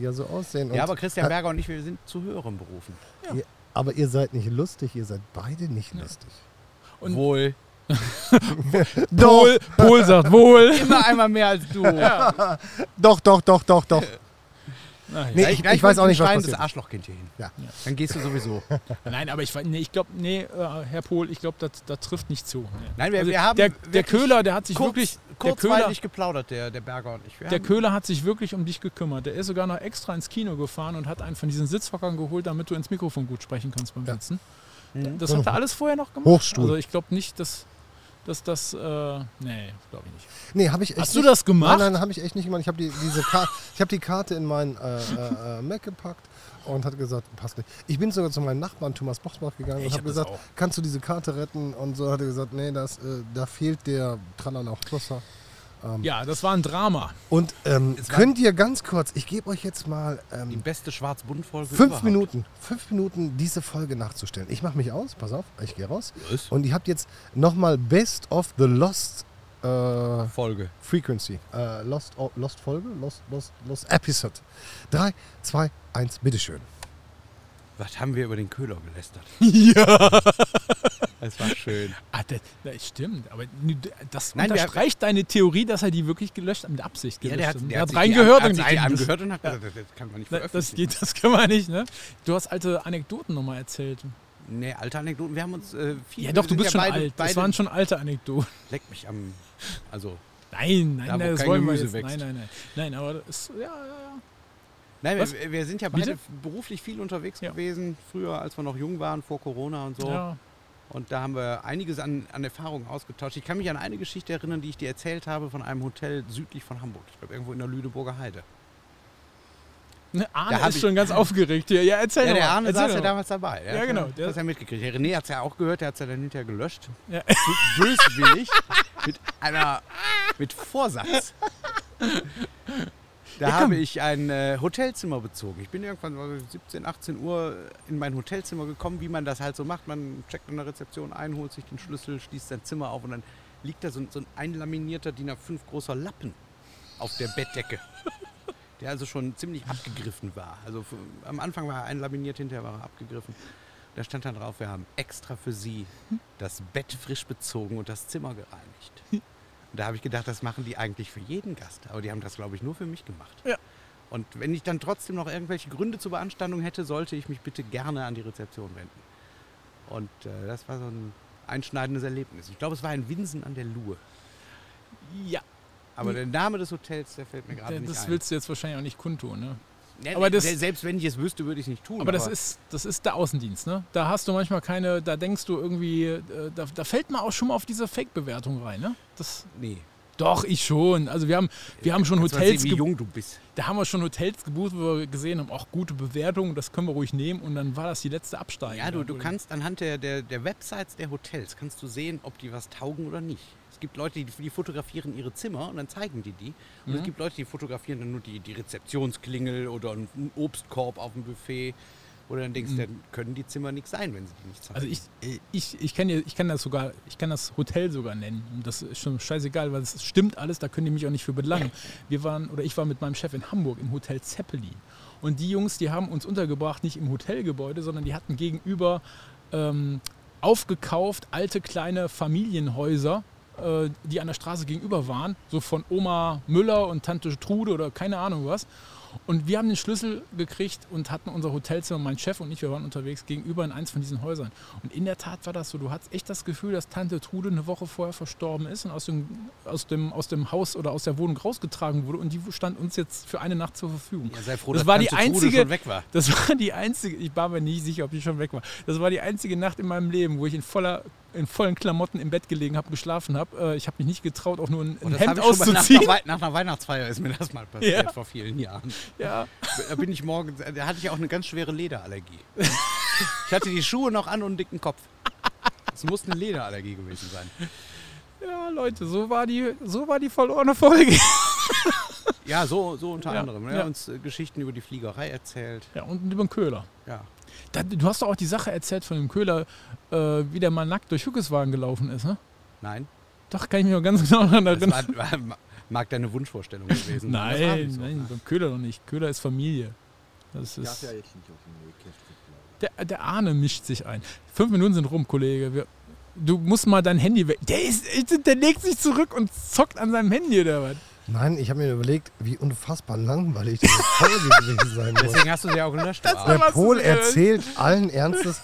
Speaker 4: ja so aussehen. Und-
Speaker 1: ja, aber Christian Berger und ich, wir sind zu höheren Berufen.
Speaker 4: ihr, aber ihr seid nicht lustig, ihr seid beide nicht lustig.
Speaker 3: Und-
Speaker 1: Wohl.
Speaker 3: Pohl, Pohl sagt wohl.
Speaker 1: Immer einmal mehr als du.
Speaker 4: Doch, doch, doch, doch, doch.
Speaker 3: Ach,
Speaker 4: Nee,
Speaker 3: ja.
Speaker 1: Gleich-
Speaker 4: ich-
Speaker 1: gleich
Speaker 4: ich weiß
Speaker 1: kommt
Speaker 4: auch
Speaker 1: ein
Speaker 4: nicht, was
Speaker 1: schreiendes
Speaker 4: passiert.
Speaker 1: Arschlochkind hier hin.
Speaker 4: Ja.
Speaker 1: Dann gehst du sowieso.
Speaker 3: Nein, aber ich, weiß- nee, ich glaube, nee, äh, Herr Pohl, ich glaube, das das trifft nicht zu. Nee.
Speaker 1: Nein, wir- wir haben
Speaker 3: Also der, der
Speaker 1: wirklich
Speaker 3: Köhler, der hat sich
Speaker 1: Kurz-
Speaker 3: wirklich... Der Köhler,
Speaker 1: Kurzweilig geplaudert, der, der Berger und ich. Wir
Speaker 3: Der
Speaker 1: haben-
Speaker 3: Köhler hat sich wirklich um dich gekümmert. Der ist sogar noch extra ins Kino gefahren und hat einen von diesen Sitzhockern geholt, damit du ins
Speaker 1: Mhm.
Speaker 3: Mikrofon gut sprechen kannst beim Sitzen. Das hat er alles vorher noch gemacht.
Speaker 4: Hochstuhl.
Speaker 3: Also ich glaube nicht, dass dass das. Äh, nee, glaube ich nicht.
Speaker 4: Nee, habe ich echt
Speaker 3: Hast du
Speaker 4: nicht-
Speaker 3: das gemacht?
Speaker 4: Nein, nein, habe ich echt nicht gemacht. Ich habe die, diese Ka ich hab die Karte in meinen äh, äh, äh, Mac gepackt und hat gesagt, passt nicht. Ich bin sogar zu meinem Nachbarn Thomas Bochsbach gegangen
Speaker 3: Ich
Speaker 4: und
Speaker 3: hab
Speaker 4: habe
Speaker 3: das
Speaker 4: gesagt,
Speaker 3: auch.
Speaker 4: kannst du diese Karte retten? Und so hat er gesagt, nee, das, äh, da fehlt der Tralala auch Schlosser.
Speaker 1: Ähm.
Speaker 3: Ja, das war ein Drama.
Speaker 4: Und ähm,
Speaker 1: Es war-
Speaker 4: könnt ihr ganz kurz, ich gebe euch jetzt mal
Speaker 1: Die
Speaker 4: ähm,
Speaker 1: beste Schwarz-Bunt-Folge
Speaker 4: fünf
Speaker 1: überhaupt.
Speaker 4: Minuten, fünf Minuten diese Folge nachzustellen. Ich mache mich aus, pass auf, ich gehe raus.
Speaker 1: Was?
Speaker 4: Und ihr habt jetzt nochmal Best of the Lost äh,
Speaker 1: Folge.
Speaker 4: Frequency. Äh, Lost, oh, Lost Folge? Lost, Lost, Lost Episode. 3, 2, 1, bitteschön.
Speaker 1: Was haben wir über den Köhler gelästert?
Speaker 3: ja.
Speaker 1: Es war schön.
Speaker 3: Ah, das, das stimmt, aber n- das
Speaker 1: Nein, der-
Speaker 3: unterstreicht deine Theorie, dass er die wirklich gelöscht hat, mit Absicht gelöscht hat. Er
Speaker 1: sich
Speaker 3: hat
Speaker 1: die
Speaker 3: reingehört
Speaker 1: an- hat
Speaker 3: und nicht
Speaker 1: sich die
Speaker 3: gelöscht.
Speaker 1: angehört und hat gesagt, das- das kann man nicht
Speaker 3: Na, Das
Speaker 1: veröffentlichen.
Speaker 3: geht, das kann man nicht, ne? Du hast alte Anekdoten nochmal erzählt.
Speaker 1: Nee, alte Anekdoten. Wir haben uns äh, viel.
Speaker 3: Ja,
Speaker 1: wir
Speaker 3: doch, du
Speaker 1: sind
Speaker 3: bist schon
Speaker 1: beide,
Speaker 3: alt.
Speaker 1: Beide,
Speaker 3: Das waren schon alte Anekdoten.
Speaker 1: Leck mich am. Also,
Speaker 3: Nein, nein,
Speaker 1: Da, wo
Speaker 3: nein, das
Speaker 1: kein
Speaker 3: wollen wir
Speaker 1: Gemüse
Speaker 3: jetzt.
Speaker 1: wächst.
Speaker 3: Nein, nein, nein. Nein, aber das ist, ja, ja, ja.
Speaker 1: nein,
Speaker 3: Was?
Speaker 1: wir, wir sind ja
Speaker 3: Bitte?
Speaker 1: beide beruflich viel unterwegs
Speaker 3: Ja.
Speaker 1: gewesen. Früher, als wir noch jung waren, vor Corona und so.
Speaker 3: ja.
Speaker 1: Und da haben wir einiges an, an Erfahrungen ausgetauscht. Ich kann mich an eine Geschichte erinnern, die ich dir erzählt habe von einem Hotel südlich von Hamburg. Ich glaube, irgendwo in der Lüneburger Heide.
Speaker 3: Ne, Arne
Speaker 1: Da hab
Speaker 3: ist
Speaker 1: ich-
Speaker 3: schon ganz aufgeregt hier. Ja, erzähl
Speaker 1: Ja,
Speaker 3: noch
Speaker 1: der
Speaker 3: mal.
Speaker 1: Arne
Speaker 3: erzähl
Speaker 1: saß
Speaker 3: noch
Speaker 1: ja
Speaker 3: mal.
Speaker 1: damals dabei. Der
Speaker 3: Ja,
Speaker 1: hat
Speaker 3: genau,
Speaker 1: Das
Speaker 3: der-
Speaker 1: hat er mitgekriegt. Der René hat es ja auch gehört, der hat es ja dann hinterher gelöscht.
Speaker 3: Ja.
Speaker 1: Bö- Böswillig. mit einer. mit Vorsatz. Da habe ich ein äh, Hotelzimmer bezogen. Ich bin irgendwann so 17, 18 Uhr in mein Hotelzimmer gekommen, wie man das halt so macht. Man checkt an der Rezeption ein, holt sich den Schlüssel, schließt sein Zimmer auf und dann liegt da so ein, so ein einlaminierter DIN A5 großer Lappen auf der Bettdecke der also schon ziemlich abgegriffen war. Also f- am Anfang war er einlaminiert, hinterher war er abgegriffen. Da stand dann drauf, wir haben extra für Sie das Bett frisch bezogen und das Zimmer gereinigt. Und da habe ich gedacht, das machen die eigentlich für jeden Gast. Aber die haben das, glaube ich, nur für mich gemacht.
Speaker 3: Ja.
Speaker 1: Und wenn ich dann trotzdem noch irgendwelche Gründe zur Beanstandung hätte, sollte ich mich bitte gerne an die Rezeption wenden. Und äh, das war so ein einschneidendes Erlebnis. Ich glaube, es war in Winsen an der Luhe.
Speaker 3: Ja,
Speaker 1: Aber der Name des Hotels, der fällt mir gerade
Speaker 3: Hm. der-
Speaker 1: nicht
Speaker 3: das
Speaker 1: ein.
Speaker 3: willst du jetzt wahrscheinlich auch nicht kundtun, ne?
Speaker 1: Nee,
Speaker 3: Aber
Speaker 1: nee,
Speaker 3: das-
Speaker 1: se- selbst wenn ich es wüsste, würde ich es nicht tun.
Speaker 3: Aber das ist, das ist der Außendienst, ne? Da hast du manchmal keine, da denkst du irgendwie, äh, da, da fällt man auch schon mal auf diese Fake-Bewertung rein, ne? Das,
Speaker 1: Nee.
Speaker 3: doch, ich schon. Also wir haben, wir haben schon
Speaker 1: Kannst du mal sehen,
Speaker 3: Hotels
Speaker 1: wie
Speaker 3: gebucht.
Speaker 1: jung du bist.
Speaker 3: Da haben wir schon Hotels gebucht, wo wir gesehen haben, auch gute Bewertungen, das können wir ruhig nehmen. Und dann war das die letzte Absteigung.
Speaker 1: Ja, du, du kannst anhand der, der, der Websites der Hotels kannst du sehen, ob die was taugen oder nicht. Es gibt Leute, die, die fotografieren ihre Zimmer und dann zeigen die die. Und es gibt Leute, die fotografieren dann nur die, die Rezeptionsklingel oder einen Obstkorb auf dem Buffet. Oder dann denkst du, dann können die Zimmer nichts sein, wenn sie die nicht zeigen.
Speaker 3: Also ich, ich, ich, kann, dir- ich kann das sogar, ich kann das Hotel sogar nennen. Und Das ist schon scheißegal, weil es stimmt alles, da können die mich auch nicht für belangen. Wir waren, oder ich war mit meinem Chef in Hamburg im Hotel Zeppelin. Und die Jungs, die haben uns untergebracht, nicht im Hotelgebäude, sondern die hatten gegenüber ähm, aufgekauft alte kleine Familienhäuser, äh, die an der Straße gegenüber waren, so von Oma Müller und Tante Trude oder keine Ahnung was. Und wir haben den Schlüssel gekriegt und hatten unser Hotelzimmer, mein Chef und ich, wir waren unterwegs gegenüber in eins von diesen Häusern. Und in der Tat war das so, du hattest echt das Gefühl, dass Tante Trude eine Woche vorher verstorben ist und aus dem, aus dem, aus dem Haus oder aus der Wohnung rausgetragen wurde und die stand uns jetzt für eine Nacht zur Verfügung.
Speaker 1: ja, sei froh,
Speaker 3: das
Speaker 1: dass
Speaker 3: war die
Speaker 1: Tante Trude
Speaker 3: einzige-
Speaker 1: schon weg war.
Speaker 3: Das war die einzige, ich war mir nicht sicher, ob die schon weg war. Das war die einzige Nacht in meinem Leben, wo ich in voller in vollen Klamotten im Bett gelegen habe, geschlafen habe. Äh, Ich habe mich nicht getraut, auch nur ein, ein
Speaker 1: Oh, das habe
Speaker 3: Hemd
Speaker 1: ich schon mal nach, einer
Speaker 3: auszuziehen.
Speaker 1: Wei- nach einer Weihnachtsfeier ist mir das mal passiert
Speaker 3: Ja.
Speaker 1: vor vielen Jahren.
Speaker 3: Ja.
Speaker 1: Da bin ich morgens, da hatte ich auch eine ganz schwere Lederallergie. Ich hatte die Schuhe noch an und einen dicken Kopf. Es muss eine Lederallergie gewesen sein.
Speaker 3: ja, Leute, so war die, so war die verlorene Folge.
Speaker 1: Ja, so, so unter
Speaker 3: Ja,
Speaker 1: anderem. Er
Speaker 3: ja.
Speaker 1: hat uns äh, Geschichten über die Fliegerei erzählt.
Speaker 3: Ja, und über den Köhler.
Speaker 1: Ja.
Speaker 3: Da, du hast doch auch die Sache erzählt von dem Köhler, äh, wie der mal nackt durch Hückeswagen gelaufen ist, ne?
Speaker 1: Nein,
Speaker 3: Doch, kann ich mich noch ganz genau daran
Speaker 1: das
Speaker 3: erinnern.
Speaker 1: war, war, mag deine Wunschvorstellung gewesen sein. Das war
Speaker 3: Nein,
Speaker 1: nicht so.
Speaker 3: nein, beim Köhler noch nicht. Köhler ist Familie. Das
Speaker 6: darf
Speaker 3: ist,
Speaker 6: ja jetzt nicht auf den Nähkästchen plaudern.
Speaker 3: der, der Arne mischt sich ein. Fünf Minuten sind rum, Kollege. Wir, du musst mal dein Handy weg. Der, ist, der legt sich zurück und zockt an seinem Handy oder was?
Speaker 4: Nein, ich habe mir überlegt, wie unfassbar langweilig diese Folge gewesen sein muss.
Speaker 1: Deswegen hast du sie auch gelöscht. du Arsch.
Speaker 4: Der
Speaker 3: Aber hast du
Speaker 4: Pol
Speaker 3: sie gehört?
Speaker 4: erzählt allen Ernstes,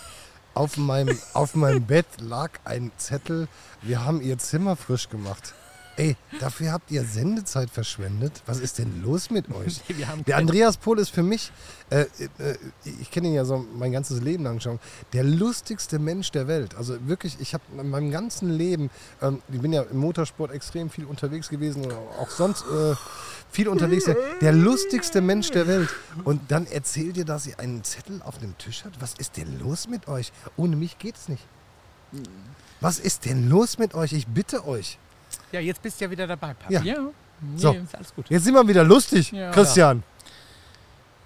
Speaker 4: auf meinem, auf meinem Bett lag ein Zettel, wir haben ihr Zimmer frisch gemacht. Ey, dafür habt ihr Sendezeit verschwendet. Was ist denn los mit euch?
Speaker 3: Wir haben
Speaker 4: Der Andreas Pohl ist für mich, äh, äh, ich kenne ihn ja so mein ganzes Leben lang schon, der lustigste Mensch der Welt. Also wirklich, ich habe in meinem ganzen Leben, ähm, ich bin ja im Motorsport extrem viel unterwegs gewesen oder auch sonst äh, viel unterwegs, der, der lustigste Mensch der Welt. Und dann erzählt ihr, dass ihr einen Zettel auf dem Tisch habt? Was ist denn los mit euch? Ohne mich geht's nicht. Was ist denn los mit euch? Ich bitte euch.
Speaker 1: Ja, jetzt bist du ja wieder dabei, Papi.
Speaker 4: Ja.
Speaker 3: ja. Nee,
Speaker 4: So.
Speaker 3: ist alles gut.
Speaker 4: Jetzt sind wir wieder lustig,
Speaker 3: Ja.
Speaker 4: Christian.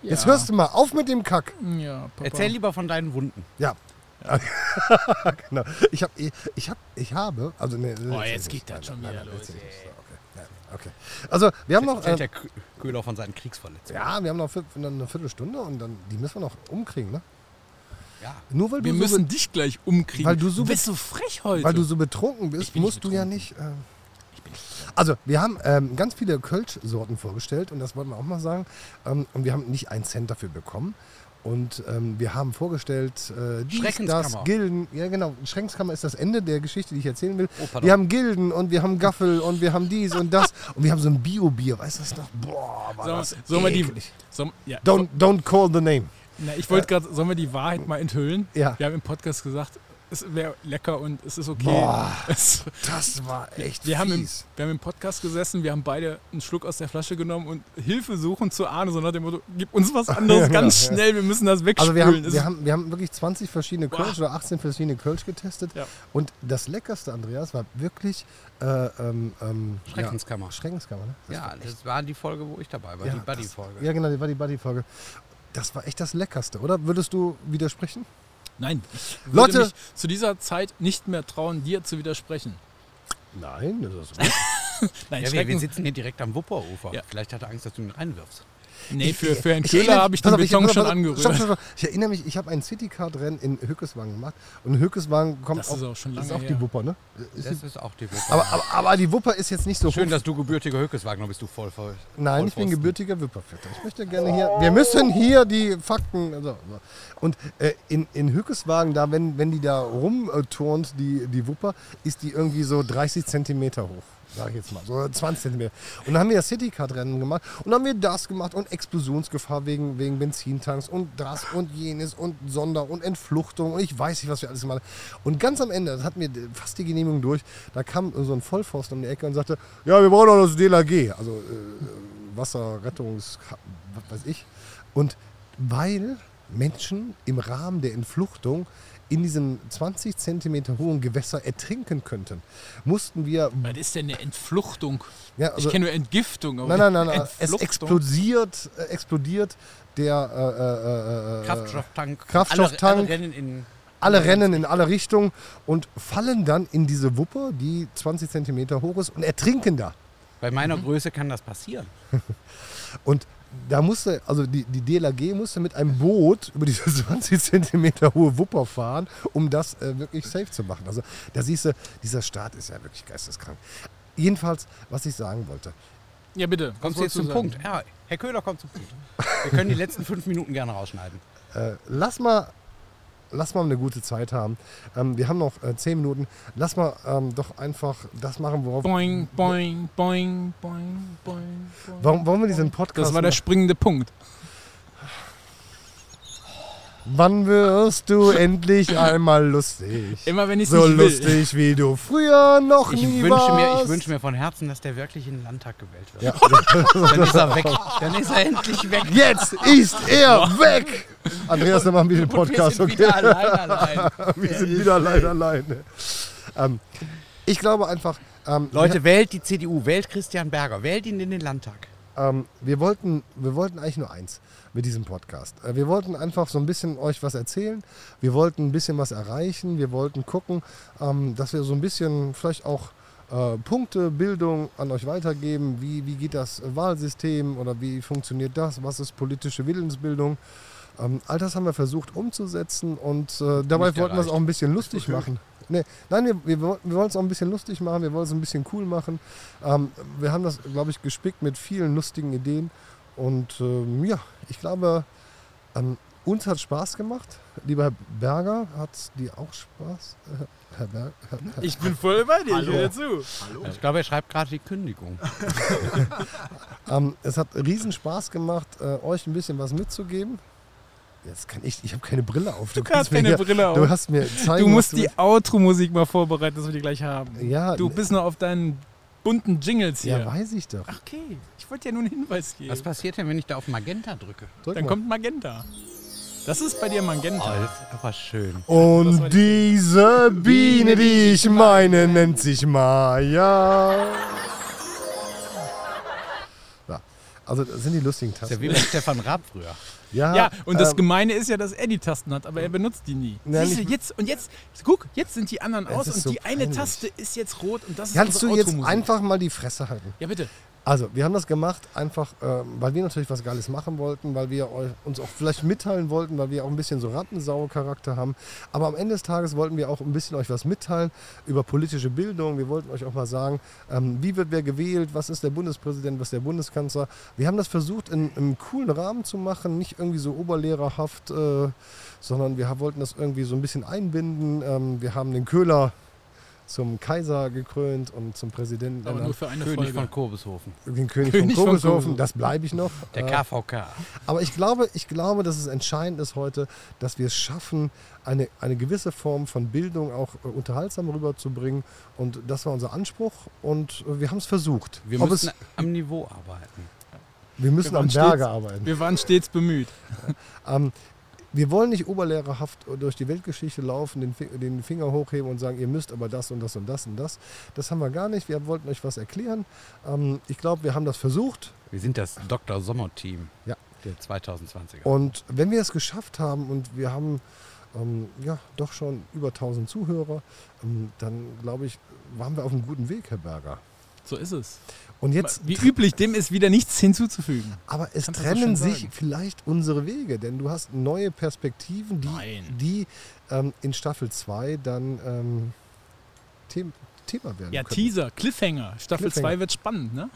Speaker 3: Ja.
Speaker 4: Jetzt hörst du mal auf mit dem Kack.
Speaker 3: Ja, Papa.
Speaker 1: Erzähl lieber von deinen Wunden.
Speaker 4: Ja. genau. Ich habe, ich habe, ich habe, also ne,
Speaker 3: Oh, jetzt geht das schon wieder los,
Speaker 4: erzähl nicht. Okay. Nein, okay. Also wir haben noch,
Speaker 1: Erzählt
Speaker 4: äh,
Speaker 1: der Kö- Köhler von seinen Kriegsverletzungen.
Speaker 4: ja, wir haben noch fünf, dann eine Viertelstunde und dann die müssen wir noch umkriegen, ne?
Speaker 1: Ja.
Speaker 4: Nur weil
Speaker 3: Wir
Speaker 4: du
Speaker 3: müssen
Speaker 4: so,
Speaker 3: dich gleich umkriegen.
Speaker 4: Weil du so-
Speaker 3: bist so frech heute.
Speaker 4: be- weil du so betrunken bist,
Speaker 3: Ich bin nicht
Speaker 4: musst du ja nicht. Äh, also wir haben ähm, ganz viele Kölsch-Sorten vorgestellt und das wollen wir auch mal sagen. Ähm, und wir haben nicht einen Cent dafür bekommen. Und ähm, wir haben vorgestellt, äh, dies, das,
Speaker 1: Schreckenskammer.
Speaker 4: Gilden, ja genau, Schreckenskammer ist das Ende der Geschichte, die ich erzählen will.
Speaker 1: Oh, pardon.
Speaker 4: wir haben Gilden und wir haben Gaffel und wir haben dies und das und wir haben so ein Bio-Bier, weißt du das noch? Boah, war
Speaker 3: sollen,
Speaker 4: das
Speaker 3: sollen wir die,
Speaker 4: eklig.
Speaker 3: sollen, ja,
Speaker 4: Don't, don't call the name.
Speaker 3: na, ich wollte gerade, sollen wir die Wahrheit mal enthüllen?
Speaker 4: Ja.
Speaker 3: Wir haben im Podcast gesagt, es wäre lecker und es ist okay.
Speaker 4: Boah.
Speaker 3: Es,
Speaker 4: Das war echt
Speaker 3: wir, haben im,
Speaker 4: fies.
Speaker 3: wir haben im Podcast gesessen, wir haben beide einen Schluck aus der Flasche genommen und Hilfe suchen zu Arne, so nach dem Motto, gib uns was anderes ganz
Speaker 4: ja.
Speaker 3: schnell, wir müssen das
Speaker 4: Also
Speaker 3: wegspülen.
Speaker 4: wir haben,
Speaker 3: Es
Speaker 4: wir,
Speaker 3: ist-
Speaker 4: haben, wir haben wirklich 20 verschiedene Kölsch oder 18 verschiedene Kölsch getestet.
Speaker 3: Ja.
Speaker 4: Und das Leckerste, Andreas, war wirklich äh, ähm, ähm,
Speaker 1: Schreckenskammer.
Speaker 4: Ja, Schreckenskammer, ne? Das
Speaker 1: Ja,
Speaker 4: war echt-
Speaker 1: das war die Folge, wo ich dabei war,
Speaker 4: ja,
Speaker 1: die
Speaker 4: das-
Speaker 1: Buddy-Folge.
Speaker 4: Ja, genau, die Buddy-Buddy-Folge. Das war echt das Leckerste, oder? Würdest du widersprechen?
Speaker 3: Nein, ich würde
Speaker 4: Leute!
Speaker 3: mich zu dieser Zeit nicht mehr trauen, dir zu widersprechen.
Speaker 4: Nein, das ist richtig.
Speaker 3: Nein,
Speaker 1: Ja, wir, wir
Speaker 3: Schrecken-
Speaker 1: sitzen hier direkt am Wupperufer.
Speaker 3: Ja.
Speaker 1: Vielleicht hat er Angst, dass du ihn reinwirfst.
Speaker 3: nee, für, für einen Köhler habe ich den Beton schon angerührt.
Speaker 4: Stopp, stopp, stopp. Ich erinnere mich, ich habe ein Citycard-Rennen in Höckeswagen gemacht. Und Höckeswagen kommt
Speaker 3: Das
Speaker 4: auch,
Speaker 3: ist auch schon
Speaker 4: das ist
Speaker 3: lange
Speaker 4: auch
Speaker 3: her.
Speaker 4: die Wupper, ne? Ist die-
Speaker 1: Das ist auch die Wupper.
Speaker 4: aber, aber, aber die Wupper ist jetzt nicht so
Speaker 1: Schön,
Speaker 4: hoch-
Speaker 1: dass du gebürtiger Höckeswagner bist, du voll, voll.
Speaker 4: Nein, ich
Speaker 1: Vollpfosten.
Speaker 4: bin gebürtiger Wippervetter. Ich möchte gerne hier. Wir müssen hier die Fakten. Also, so. und äh, in, in Hückeswagen, da, wenn, wenn die da rumturnt, die, die Wupper, ist die irgendwie so 30 Zentimeter hoch. Sag ich jetzt mal. So 20 Zentimeter. Und dann haben wir das Citycard-Rennen gemacht. Und dann haben wir das gemacht und Explosionsgefahr wegen, wegen Benzintanks und das und jenes und Sonder und Entfluchtung und ich weiß nicht, was wir alles mal. Und ganz am Ende, das hat mir fast die Genehmigung durch, da kam so ein Vollpfosten um die Ecke und sagte: Ja, wir brauchen doch das DLAG. Also. Äh, Wasserrettungs, was weiß ich. Und weil Menschen im Rahmen der Entfluchtung in diesem 20 Zentimeter hohen Gewässer ertrinken könnten, mussten wir.
Speaker 3: Was ist denn eine Entfluchtung?
Speaker 4: Ja, also,
Speaker 3: ich kenne nur Entgiftung. aber
Speaker 4: nein, nein, nein, nein. Es
Speaker 3: Entfluchtung?
Speaker 4: explodiert, äh, explodiert der. Äh, äh, äh, äh,
Speaker 1: Kraftstofftank. Alle, alle
Speaker 4: Kraftstofftank.
Speaker 1: rennen in.
Speaker 4: alle rennen in alle Richtungen und fallen dann in diese Wuppe, die 20 Zentimeter hoch ist, und ertrinken da.
Speaker 1: Bei meiner Größe kann das passieren.
Speaker 4: Und da musste, also die, die DLAG musste mit einem Boot über diese 20 Zentimeter hohe Wupper fahren, um das äh, wirklich safe zu machen. Also da siehst du, dieser Staat ist ja wirklich geisteskrank. Jedenfalls, was ich sagen wollte.
Speaker 3: Ja, bitte. was
Speaker 1: Kommst du jetzt
Speaker 3: wolltest
Speaker 1: zum
Speaker 3: du
Speaker 1: Punkt?
Speaker 3: sagen?
Speaker 1: Ja, Herr Köhler kommt zum Punkt. Wir können die letzten fünf Minuten gerne rausschneiden.
Speaker 4: Äh, lass mal. Lass mal eine gute Zeit haben. Ähm, wir haben noch äh, zehn Minuten. Lass mal ähm, doch einfach das machen, worauf.
Speaker 3: Boing, boing, boing, boing, boing. boing.
Speaker 4: Warum, warum wir diesen Podcast.
Speaker 3: Das war der springende Punkt.
Speaker 4: Wann wirst du endlich einmal lustig?
Speaker 3: Immer wenn ich es
Speaker 4: so
Speaker 3: nicht will.
Speaker 4: lustig wie du früher noch
Speaker 1: Ich
Speaker 4: nie
Speaker 1: wünsche,
Speaker 4: warst.
Speaker 1: mir, ich wünsche mir von Herzen, dass der wirklich in den Landtag gewählt wird.
Speaker 4: Ja.
Speaker 1: Dann ist er weg. Dann ist er endlich weg.
Speaker 4: Jetzt ist er weg! Andreas, dann machen wir den Podcast,
Speaker 1: wir
Speaker 4: okay?
Speaker 1: sind wieder allein, allein.
Speaker 4: Wir sind wieder allein, allein. Ähm, ich glaube einfach, ähm,
Speaker 1: Leute, wählt die CDU, wählt Christian Berger, wählt ihn in den Landtag.
Speaker 4: wir, ähm, wir, wollten, wir wollten eigentlich nur eins mit diesem Podcast. Äh, Wir wollten einfach so ein bisschen euch was erzählen. Wir wollten ein bisschen was erreichen. Wir wollten gucken, ähm, dass wir so ein bisschen vielleicht auch äh, Punkte, Bildung an euch weitergeben. Wie, wie geht das Wahlsystem oder wie funktioniert das? Was ist politische Willensbildung? Ähm, all das haben wir versucht umzusetzen und äh, dabei
Speaker 1: Nicht
Speaker 4: wollten wir es
Speaker 1: erreicht.
Speaker 4: auch ein bisschen lustig machen. Nee, nein, wir, wir, woll- wir wollen es auch ein bisschen lustig machen, wir wollen es ein bisschen cool machen. Ähm, wir haben das, glaube ich, gespickt mit vielen lustigen Ideen. Und ähm, ja, ich glaube, ähm, uns hat Spaß gemacht. Lieber Herr Berger, hat dir auch Spaß? Äh, Herr Berg, Herr,
Speaker 3: Ich bin voll bei dir,
Speaker 4: Hallo.
Speaker 3: ich höre zu.
Speaker 1: Ich glaube, er schreibt gerade die Kündigung.
Speaker 4: Ähm, es hat riesen Spaß gemacht, äh, euch ein bisschen was mitzugeben. Jetzt kann ich, ich habe keine Brille auf. Du,
Speaker 3: Du
Speaker 4: kannst
Speaker 3: hast
Speaker 4: mir
Speaker 3: keine
Speaker 4: hier,
Speaker 3: Brille
Speaker 4: Du
Speaker 3: auf.
Speaker 4: hast mir zeigen,
Speaker 3: Du musst
Speaker 4: was
Speaker 3: die Outro-Musik mal vorbereiten, dass wir die gleich haben.
Speaker 4: Ja, ne.
Speaker 3: Du bist noch auf deinen bunten Jingles
Speaker 4: ja,
Speaker 3: hier.
Speaker 4: weiß ich doch.
Speaker 3: Ach, okay, ich wollte dir nur einen Hinweis geben.
Speaker 1: Was passiert denn, wenn ich da auf Magenta drücke?
Speaker 4: Drück
Speaker 3: Dann
Speaker 4: mal.
Speaker 3: kommt Magenta. Das ist bei dir Magenta.
Speaker 1: das war schön.
Speaker 3: Das war
Speaker 4: Und
Speaker 3: die-
Speaker 4: diese Biene, die ich meine, nennt sich Maya. Ja. Also das sind die lustigen
Speaker 1: Das ist ja
Speaker 4: Tasten.
Speaker 1: wie bei Stefan Raab früher.
Speaker 3: Ja, und das
Speaker 4: ähm,
Speaker 3: Gemeine ist ja, dass er die Tasten hat, aber er benutzt die nie.
Speaker 4: Nein,
Speaker 3: Siehst du,
Speaker 4: ich-
Speaker 3: jetzt, und jetzt, guck, jetzt sind die anderen
Speaker 4: Es
Speaker 3: aus
Speaker 4: ist
Speaker 3: und
Speaker 4: so
Speaker 3: die eine
Speaker 4: peinlich.
Speaker 3: Taste ist jetzt rot und das
Speaker 4: Kannst
Speaker 3: ist
Speaker 4: du
Speaker 3: unsere
Speaker 4: jetzt
Speaker 3: Outro-Musik.
Speaker 4: einfach mal die Fresse halten?
Speaker 3: Ja, bitte.
Speaker 4: Also, wir haben das gemacht, einfach, ähm, weil wir natürlich was Geiles machen wollten, weil wir eu- uns auch vielleicht mitteilen wollten, weil wir auch ein bisschen so Rattensau-Charakter haben. Aber am Ende des Tages wollten wir auch ein bisschen euch was mitteilen über politische Bildung. Wir wollten euch auch mal sagen, ähm, wie wird wer gewählt, was ist der Bundespräsident, was ist der Bundeskanzler. Wir haben das versucht, in einem coolen Rahmen zu machen, nicht irgendwie so oberlehrerhaft, äh, sondern wir ha- wollten das irgendwie so ein bisschen einbinden. Ähm, wir haben den Köhler zum Kaiser gekrönt und zum Präsidenten.
Speaker 3: Aber
Speaker 4: ernannt
Speaker 3: nur für eine
Speaker 1: König
Speaker 3: Folge.
Speaker 1: von Kobeshofen.
Speaker 4: den
Speaker 3: König
Speaker 4: König, von
Speaker 3: von
Speaker 4: Vogelshofen,
Speaker 3: Kobelshofen.
Speaker 4: das bleibe ich noch.
Speaker 1: Der
Speaker 4: Äh,
Speaker 1: KVK.
Speaker 4: aber ich glaube, ich glaube, dass es entscheidend ist heute, dass wir es schaffen, eine, eine gewisse Form von Bildung auch äh, unterhaltsam rüberzubringen. Und das war unser Anspruch und äh, wir haben es versucht.
Speaker 1: Wir
Speaker 4: Ob
Speaker 1: müssen
Speaker 4: es,
Speaker 1: am Niveau arbeiten.
Speaker 4: wir müssen
Speaker 3: wir waren
Speaker 4: am Berge
Speaker 3: stets-
Speaker 4: arbeiten.
Speaker 3: Wir waren stets bemüht.
Speaker 4: Ähm, wir wollen nicht oberlehrerhaft äh, durch die Weltgeschichte laufen, den, Fi- den Finger hochheben und sagen, ihr müsst aber das und das und das und das. Das haben wir gar nicht. Wir wollten euch was erklären. Ähm, ich glaube, wir haben das versucht.
Speaker 1: Wir sind das Dr. Sommer-Team
Speaker 4: Ja.
Speaker 1: der 2020er.
Speaker 4: Und wenn wir es geschafft haben und wir haben ähm, ja doch schon über 1000 Zuhörer, ähm, dann glaube ich, waren wir auf einem guten Weg, Herr Berger.
Speaker 3: So ist es.
Speaker 4: Und jetzt,
Speaker 3: Wie üblich, dem ist wieder nichts hinzuzufügen.
Speaker 4: aber es
Speaker 3: kannst du das
Speaker 4: trennen
Speaker 3: schon
Speaker 4: sich
Speaker 3: sagen.
Speaker 4: vielleicht unsere Wege, denn du hast neue Perspektiven, die,
Speaker 3: Nein.
Speaker 4: die ähm, in Staffel 2 dann ähm, The Thema werden
Speaker 3: Ja,
Speaker 4: können.
Speaker 3: Teaser, Cliffhanger. Staffel
Speaker 4: Cliffhanger.
Speaker 3: 2 wird spannend, ne?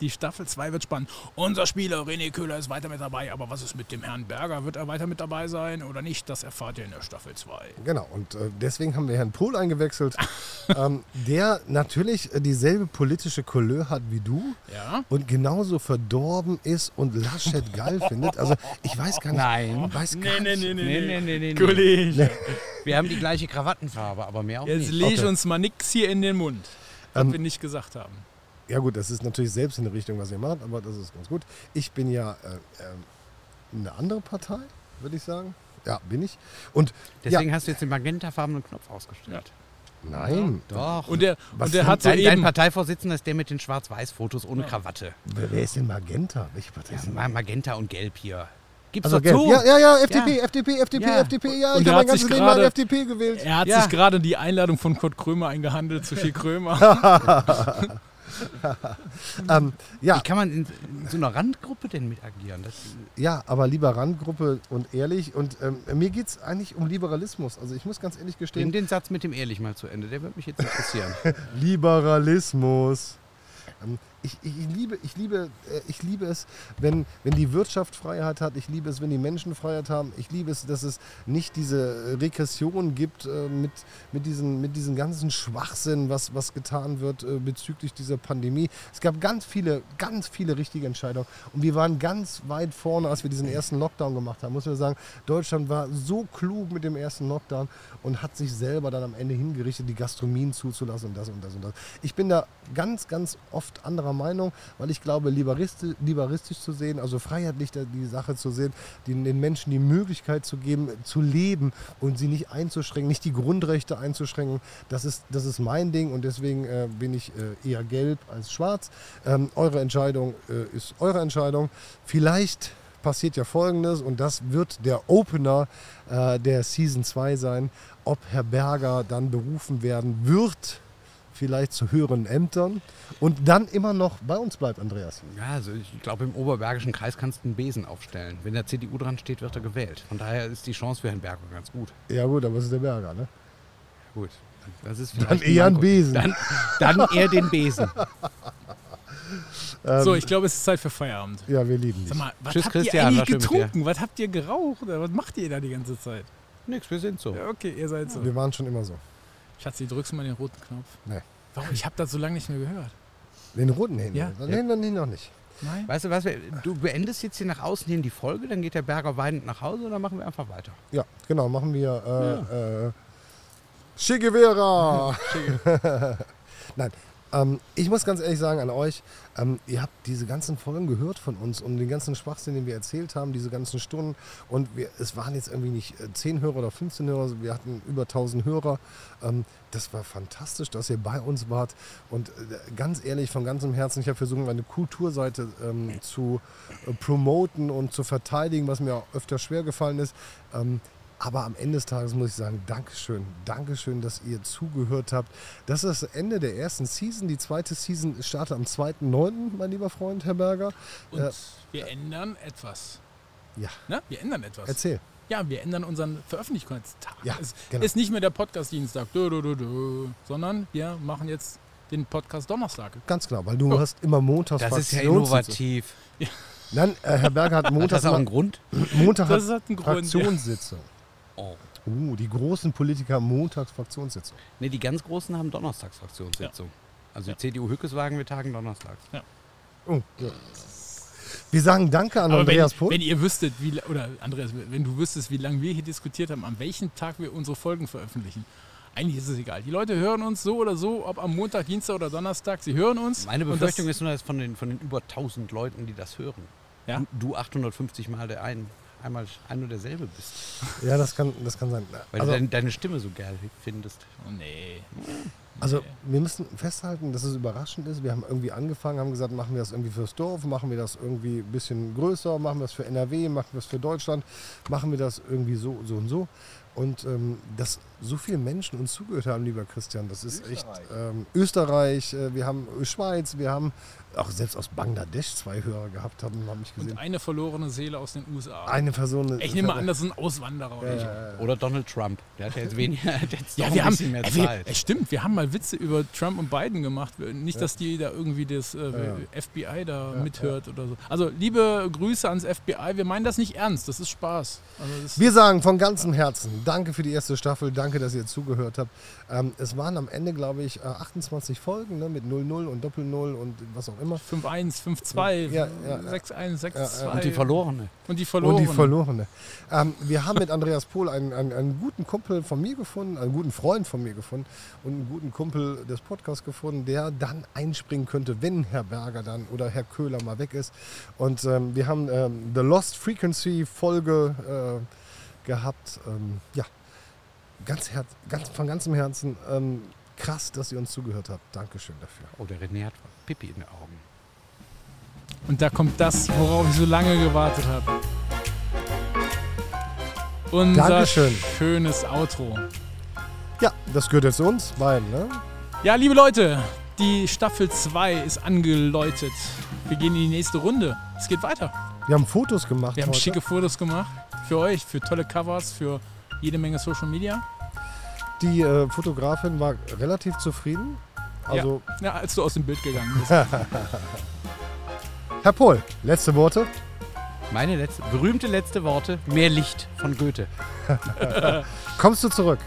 Speaker 3: Die Staffel 2 wird spannend. Unser Spieler René Köhler ist weiter mit dabei, aber was ist mit dem Herrn Berger? Wird er weiter mit dabei sein oder nicht? Das erfahrt ihr in der Staffel 2.
Speaker 4: Genau, und äh, deswegen haben wir Herrn Pohl eingewechselt, ähm, der natürlich äh, dieselbe politische Couleur hat wie du.
Speaker 3: Ja?
Speaker 4: und genauso verdorben ist und Laschet geil findet. Also ich weiß gar nicht.
Speaker 1: Nein.
Speaker 4: Weiß gar nicht.
Speaker 1: Nee, nee, nee, nee, nee.
Speaker 3: Kollege,
Speaker 1: Wir haben die gleiche Krawattenfarbe, aber mehr auch nicht.
Speaker 3: jetzt leg uns mal nix hier in den Mund, was
Speaker 4: Ähm,
Speaker 3: wir nicht gesagt haben.
Speaker 4: Ja gut, das ist natürlich selbst in die Richtung, was ihr macht, aber das ist ganz gut. Ich bin ja äh, ähm, eine andere Partei, würde ich sagen. Ja, bin ich. Und
Speaker 1: Deswegen hast du jetzt den magentafarbenen Knopf ausgestellt.
Speaker 4: ja, nein.
Speaker 1: Doch.
Speaker 3: Und der,
Speaker 4: Was
Speaker 3: und der
Speaker 4: für
Speaker 3: hat
Speaker 1: dein, dein
Speaker 3: soeben.
Speaker 1: Parteivorsitzender ist der mit den Schwarz-Weiß-Fotos ohne Krawatte.
Speaker 4: Wer, wer ist denn Magenta? Welche Partei ist
Speaker 1: Ja,
Speaker 4: denn
Speaker 1: Ma- Magenta und Gelb hier. Gib's
Speaker 4: Also
Speaker 1: doch
Speaker 4: gelb.
Speaker 1: zu.
Speaker 4: Ja, ja, ja, FDP,
Speaker 1: Ja.
Speaker 4: FDP, FDP,
Speaker 1: Ja.
Speaker 4: FDP. Ja,
Speaker 3: Und
Speaker 4: ich
Speaker 3: der
Speaker 4: habe mein
Speaker 3: hat sich
Speaker 4: ganzes Leben mal
Speaker 3: gerade-
Speaker 4: FDP gewählt.
Speaker 3: Er hat
Speaker 1: Ja.
Speaker 3: sich gerade die Einladung von Kurt Krömer eingehandelt zu viel Krömer.
Speaker 4: Ähm, ja,
Speaker 1: Wie kann man in, in so einer Randgruppe denn mit agieren? Das,
Speaker 4: Ja, aber lieber Randgruppe und ehrlich. Und ähm, mir geht es eigentlich um Liberalismus. Also ich muss ganz ehrlich
Speaker 1: nimm
Speaker 4: gestehen.
Speaker 1: den Satz mit dem Ehrlich mal zu Ende, der würde mich jetzt interessieren.
Speaker 4: Liberalismus. Ähm, ich, ich, ich, liebe, ich, liebe, äh, ich liebe es, wenn, wenn die Wirtschaft Freiheit hat. Ich liebe es, wenn die Menschen Freiheit haben. Ich liebe es, dass es nicht diese äh, Regression gibt äh, mit, mit, diesen, mit diesem ganzen Schwachsinn, was, was getan wird äh, bezüglich dieser Pandemie. Es gab ganz viele, ganz viele richtige Entscheidungen. Und wir waren ganz weit vorne, als wir diesen ersten Lockdown gemacht haben. Muss man sagen, Deutschland war so klug mit dem ersten Lockdown und hat sich selber dann am Ende hingerichtet, die Gastronomien zuzulassen und das und das und das. Ich bin da ganz, ganz oft anderer Meinung, weil ich glaube, liberalistisch, liberalistisch zu sehen, also freiheitlich da die Sache zu sehen, den, den Menschen die Möglichkeit zu geben, zu leben und sie nicht einzuschränken, nicht die Grundrechte einzuschränken, das ist, das ist mein Ding und deswegen äh, bin ich äh, eher gelb als schwarz. Ähm, eure Entscheidung äh, ist eure Entscheidung. Vielleicht passiert ja Folgendes und das wird der Opener äh, der Season 2 sein, ob Herr Berger dann berufen werden wird, vielleicht zu höheren Ämtern und dann immer noch bei uns bleibt, Andreas.
Speaker 1: Ja, also ich glaube, im Oberbergischen Kreis kannst du einen Besen aufstellen. Wenn der CDU dran steht, wird er gewählt. Von daher ist die Chance für Herrn Berger ganz gut.
Speaker 4: Ja gut, aber es ist der Berger, ne?
Speaker 1: Gut. Das ist
Speaker 4: Dann
Speaker 1: vielleicht
Speaker 4: eher ein
Speaker 1: Manko.
Speaker 4: Besen.
Speaker 1: Dann, dann eher den Besen.
Speaker 4: Ähm.
Speaker 3: so, ich glaube, es ist Zeit für Feierabend.
Speaker 4: Ja, wir lieben dich.
Speaker 3: Sag mal, was
Speaker 1: Tschüss,
Speaker 3: habt
Speaker 1: Christian,
Speaker 3: ihr
Speaker 1: war schön
Speaker 3: eigentlich
Speaker 1: mit dir.
Speaker 3: getrunken? Was habt ihr geraucht? Oder Was macht ihr da die ganze Zeit?
Speaker 1: Nix, wir sind so.
Speaker 3: Ja, okay, ihr seid so.
Speaker 4: Wir waren schon immer so.
Speaker 3: Schatzi, drückst du mal den roten Knopf?
Speaker 4: Nee.
Speaker 3: Warum? Ich habe das so lange nicht mehr gehört.
Speaker 4: Den roten hin.
Speaker 3: Ja.
Speaker 4: Den, den, den noch nicht.
Speaker 3: Nein?
Speaker 1: Weißt du was, wir- du beendest jetzt hier nach außen hin die Folge, dann geht der Berger weinend nach Hause und dann machen wir einfach weiter.
Speaker 4: Ja, genau, machen wir äh, äh, Che Guevara. Nein, ähm, ich muss ganz ehrlich sagen an euch, ähm, ihr habt diese ganzen Folgen gehört von uns und den ganzen Schwachsinn, den wir erzählt haben, diese ganzen Stunden. Und wir, es waren jetzt irgendwie nicht äh, 10 Hörer oder 15 Hörer, wir hatten über 1000 Hörer. Ähm, das war fantastisch, dass ihr bei uns wart. Und äh, ganz ehrlich, von ganzem Herzen, ich habe versucht, meine Kulturseite ähm, zu äh, promoten und zu verteidigen, was mir auch öfter schwer gefallen ist. Ähm, aber am Ende des Tages muss ich sagen, Dankeschön, Dankeschön, dass ihr zugehört habt. Das ist das Ende der ersten Season. Die zweite Season startet am 2.9., mein lieber Freund, Herr Berger. Äh,
Speaker 3: Und wir ändern etwas.
Speaker 4: Ja.
Speaker 3: Ne? Wir ändern etwas.
Speaker 4: Erzähl.
Speaker 3: Ja, wir ändern unseren Veröffentlichungstag.
Speaker 4: Ja,
Speaker 3: es
Speaker 4: genau.
Speaker 3: ist nicht mehr der Podcast-Dienstag, dö, dö, dö, dö, sondern wir machen jetzt den Podcast Donnerstag.
Speaker 4: Ganz klar, weil du hast immer montags
Speaker 1: Oh. Das ist ja
Speaker 4: Fraktions-
Speaker 1: innovativ.
Speaker 4: Nein, äh, Herr Berger hat
Speaker 1: Hat
Speaker 4: montags
Speaker 1: das auch einen
Speaker 4: immer,
Speaker 1: Grund?
Speaker 4: Montag
Speaker 3: Das
Speaker 4: hat
Speaker 3: hat einen Grund. Ja.
Speaker 4: Fraktionssitzung.
Speaker 1: Oh.
Speaker 4: Uh, die großen Politiker haben montags Fraktionssitzung.
Speaker 1: Ne, die ganz Großen haben Donnerstagsfraktionssitzung. Also CDU-Hückeswagen, wir tagen Donnerstags.
Speaker 4: Oh, ja. Wir sagen Danke an
Speaker 3: Aber wenn,
Speaker 4: Andreas Pohl.
Speaker 3: wenn ihr wüsstet, wie, la- oder Andreas, wenn du wüsstest, wie lange wir hier diskutiert haben, an welchem Tag wir unsere Folgen veröffentlichen. Eigentlich ist es egal. Die Leute hören uns so oder so, ob am Montag, Dienstag oder Donnerstag. Sie hören uns.
Speaker 1: Meine
Speaker 3: Und
Speaker 1: Befürchtung
Speaker 3: das,
Speaker 1: ist nur, dass von den, von den über 1000 Leuten, die das hören,
Speaker 3: Ja.
Speaker 1: du, du 850 Mal der ein, einmal ein und derselbe bist.
Speaker 4: Ja, das kann, das kann sein.
Speaker 1: Weil
Speaker 4: Also-
Speaker 1: du deine, deine Stimme so geil findest.
Speaker 3: Oh, nee.
Speaker 4: Also wir müssen festhalten, dass es überraschend ist. Wir haben irgendwie angefangen, haben gesagt, machen wir das irgendwie fürs Dorf, machen wir das irgendwie ein bisschen größer, machen wir das für NRW, machen wir das für Deutschland, machen wir das irgendwie so, so und so. Und ähm, dass so viele Menschen uns zugehört haben, lieber Christian, das ist echt ähm, Österreich, äh, wir haben Schweiz, wir haben auch selbst aus Bangladesch zwei Hörer gehabt, haben, haben ich
Speaker 3: Und
Speaker 4: gesehen.
Speaker 3: eine verlorene Seele aus den USA.
Speaker 4: Eine Person.
Speaker 3: ich nehme an, das sind Auswanderer. oder so.
Speaker 1: Oder Donald Trump. Der hat ja jetzt weniger, der hat jetzt doch
Speaker 3: Ja,
Speaker 1: ein
Speaker 3: wir haben,
Speaker 1: bisschen mehr
Speaker 3: äh, wir,
Speaker 1: Zeit.
Speaker 3: äh, stimmt, wir haben mal Witze über Trump und Biden gemacht. Nicht, dass die da irgendwie das äh, FBI da mithört oder so. Also liebe Grüße ans FBI. Wir meinen das nicht ernst, das ist Spaß. Also, das
Speaker 4: Wir sagen von ganzem Herzen Danke für die erste Staffel, danke, dass ihr zugehört habt. Ähm, es waren am Ende, glaube ich, äh, 28 Folgen ne, mit 0-0 und Doppel-0 und was auch immer.
Speaker 3: 5-1, 5-2,
Speaker 4: Ja, ja, ja.
Speaker 3: 6-1, 6-2.
Speaker 1: Und die verlorene.
Speaker 3: Und die
Speaker 4: Und
Speaker 3: verloren.
Speaker 4: die verlorene. Ähm, wir haben mit Andreas Pohl einen, einen, einen guten Kumpel von mir gefunden, einen guten Freund von mir gefunden und einen guten Kumpel des Podcasts gefunden, der dann einspringen könnte, wenn Herr Berger dann oder Herr Köhler mal weg ist. Und ähm, wir haben ähm, The Lost Frequency Folge äh, gehabt. Ähm, ja, ganz, herz, ganz von ganzem Herzen ähm, krass, dass ihr uns zugehört habt. Dankeschön dafür.
Speaker 1: Oh, der René hat Pipi in den Augen.
Speaker 3: Und da kommt das, worauf ich so lange gewartet habe. Unser
Speaker 4: Dankeschön.
Speaker 3: schönes Outro.
Speaker 4: Ja, das gehört jetzt zu uns beiden, ne?
Speaker 3: Ja, liebe Leute, die Staffel 2 ist angeläutet. Wir gehen in die nächste Runde. Es geht weiter.
Speaker 4: Wir haben Fotos gemacht.
Speaker 3: Wir haben
Speaker 4: heute.
Speaker 3: schicke Fotos gemacht. Für euch, für tolle Covers, für jede Menge Social Media.
Speaker 4: Die äh, Fotografin war relativ zufrieden. Also,
Speaker 3: Ja, als du aus dem Bild gegangen bist.
Speaker 4: Herr Pohl, letzte Worte.
Speaker 1: Meine letzte, berühmte letzte Worte, mehr Licht von Goethe.
Speaker 4: Kommst du zurück?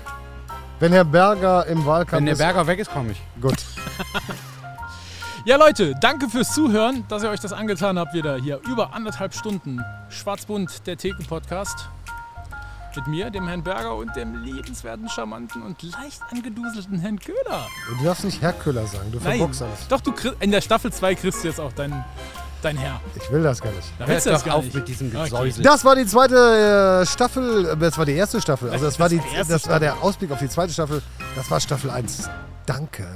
Speaker 4: Wenn Herr Berger im Wahlkampf
Speaker 1: Wenn der
Speaker 4: ist.
Speaker 1: Berger weg ist, komme ich.
Speaker 4: gut.
Speaker 3: ja, Leute, danke fürs Zuhören, dass ihr euch das angetan habt wieder hier. Über anderthalb Stunden Schwarzbund, der Theken-Podcast. Mit mir, dem Herrn Berger und dem liebenswerten, charmanten und leicht angeduselten Herrn Köhler.
Speaker 4: Du darfst nicht Herr Köhler sagen, du verbockst alles.
Speaker 3: doch, du kriegst, in der Staffel 2 kriegst du jetzt auch dein, dein Herr.
Speaker 4: Ich will das gar nicht.
Speaker 3: Da
Speaker 1: Hört
Speaker 3: willst du das
Speaker 1: doch
Speaker 3: gar
Speaker 1: auf
Speaker 3: nicht.
Speaker 1: mit diesem
Speaker 3: Okay.
Speaker 1: Gesäusel.
Speaker 4: Das war die zweite äh, Staffel, äh, das war die erste Staffel. Also das war, die,
Speaker 3: erste
Speaker 4: das war der Ausblick auf die zweite Staffel. Das war Staffel 1. Danke.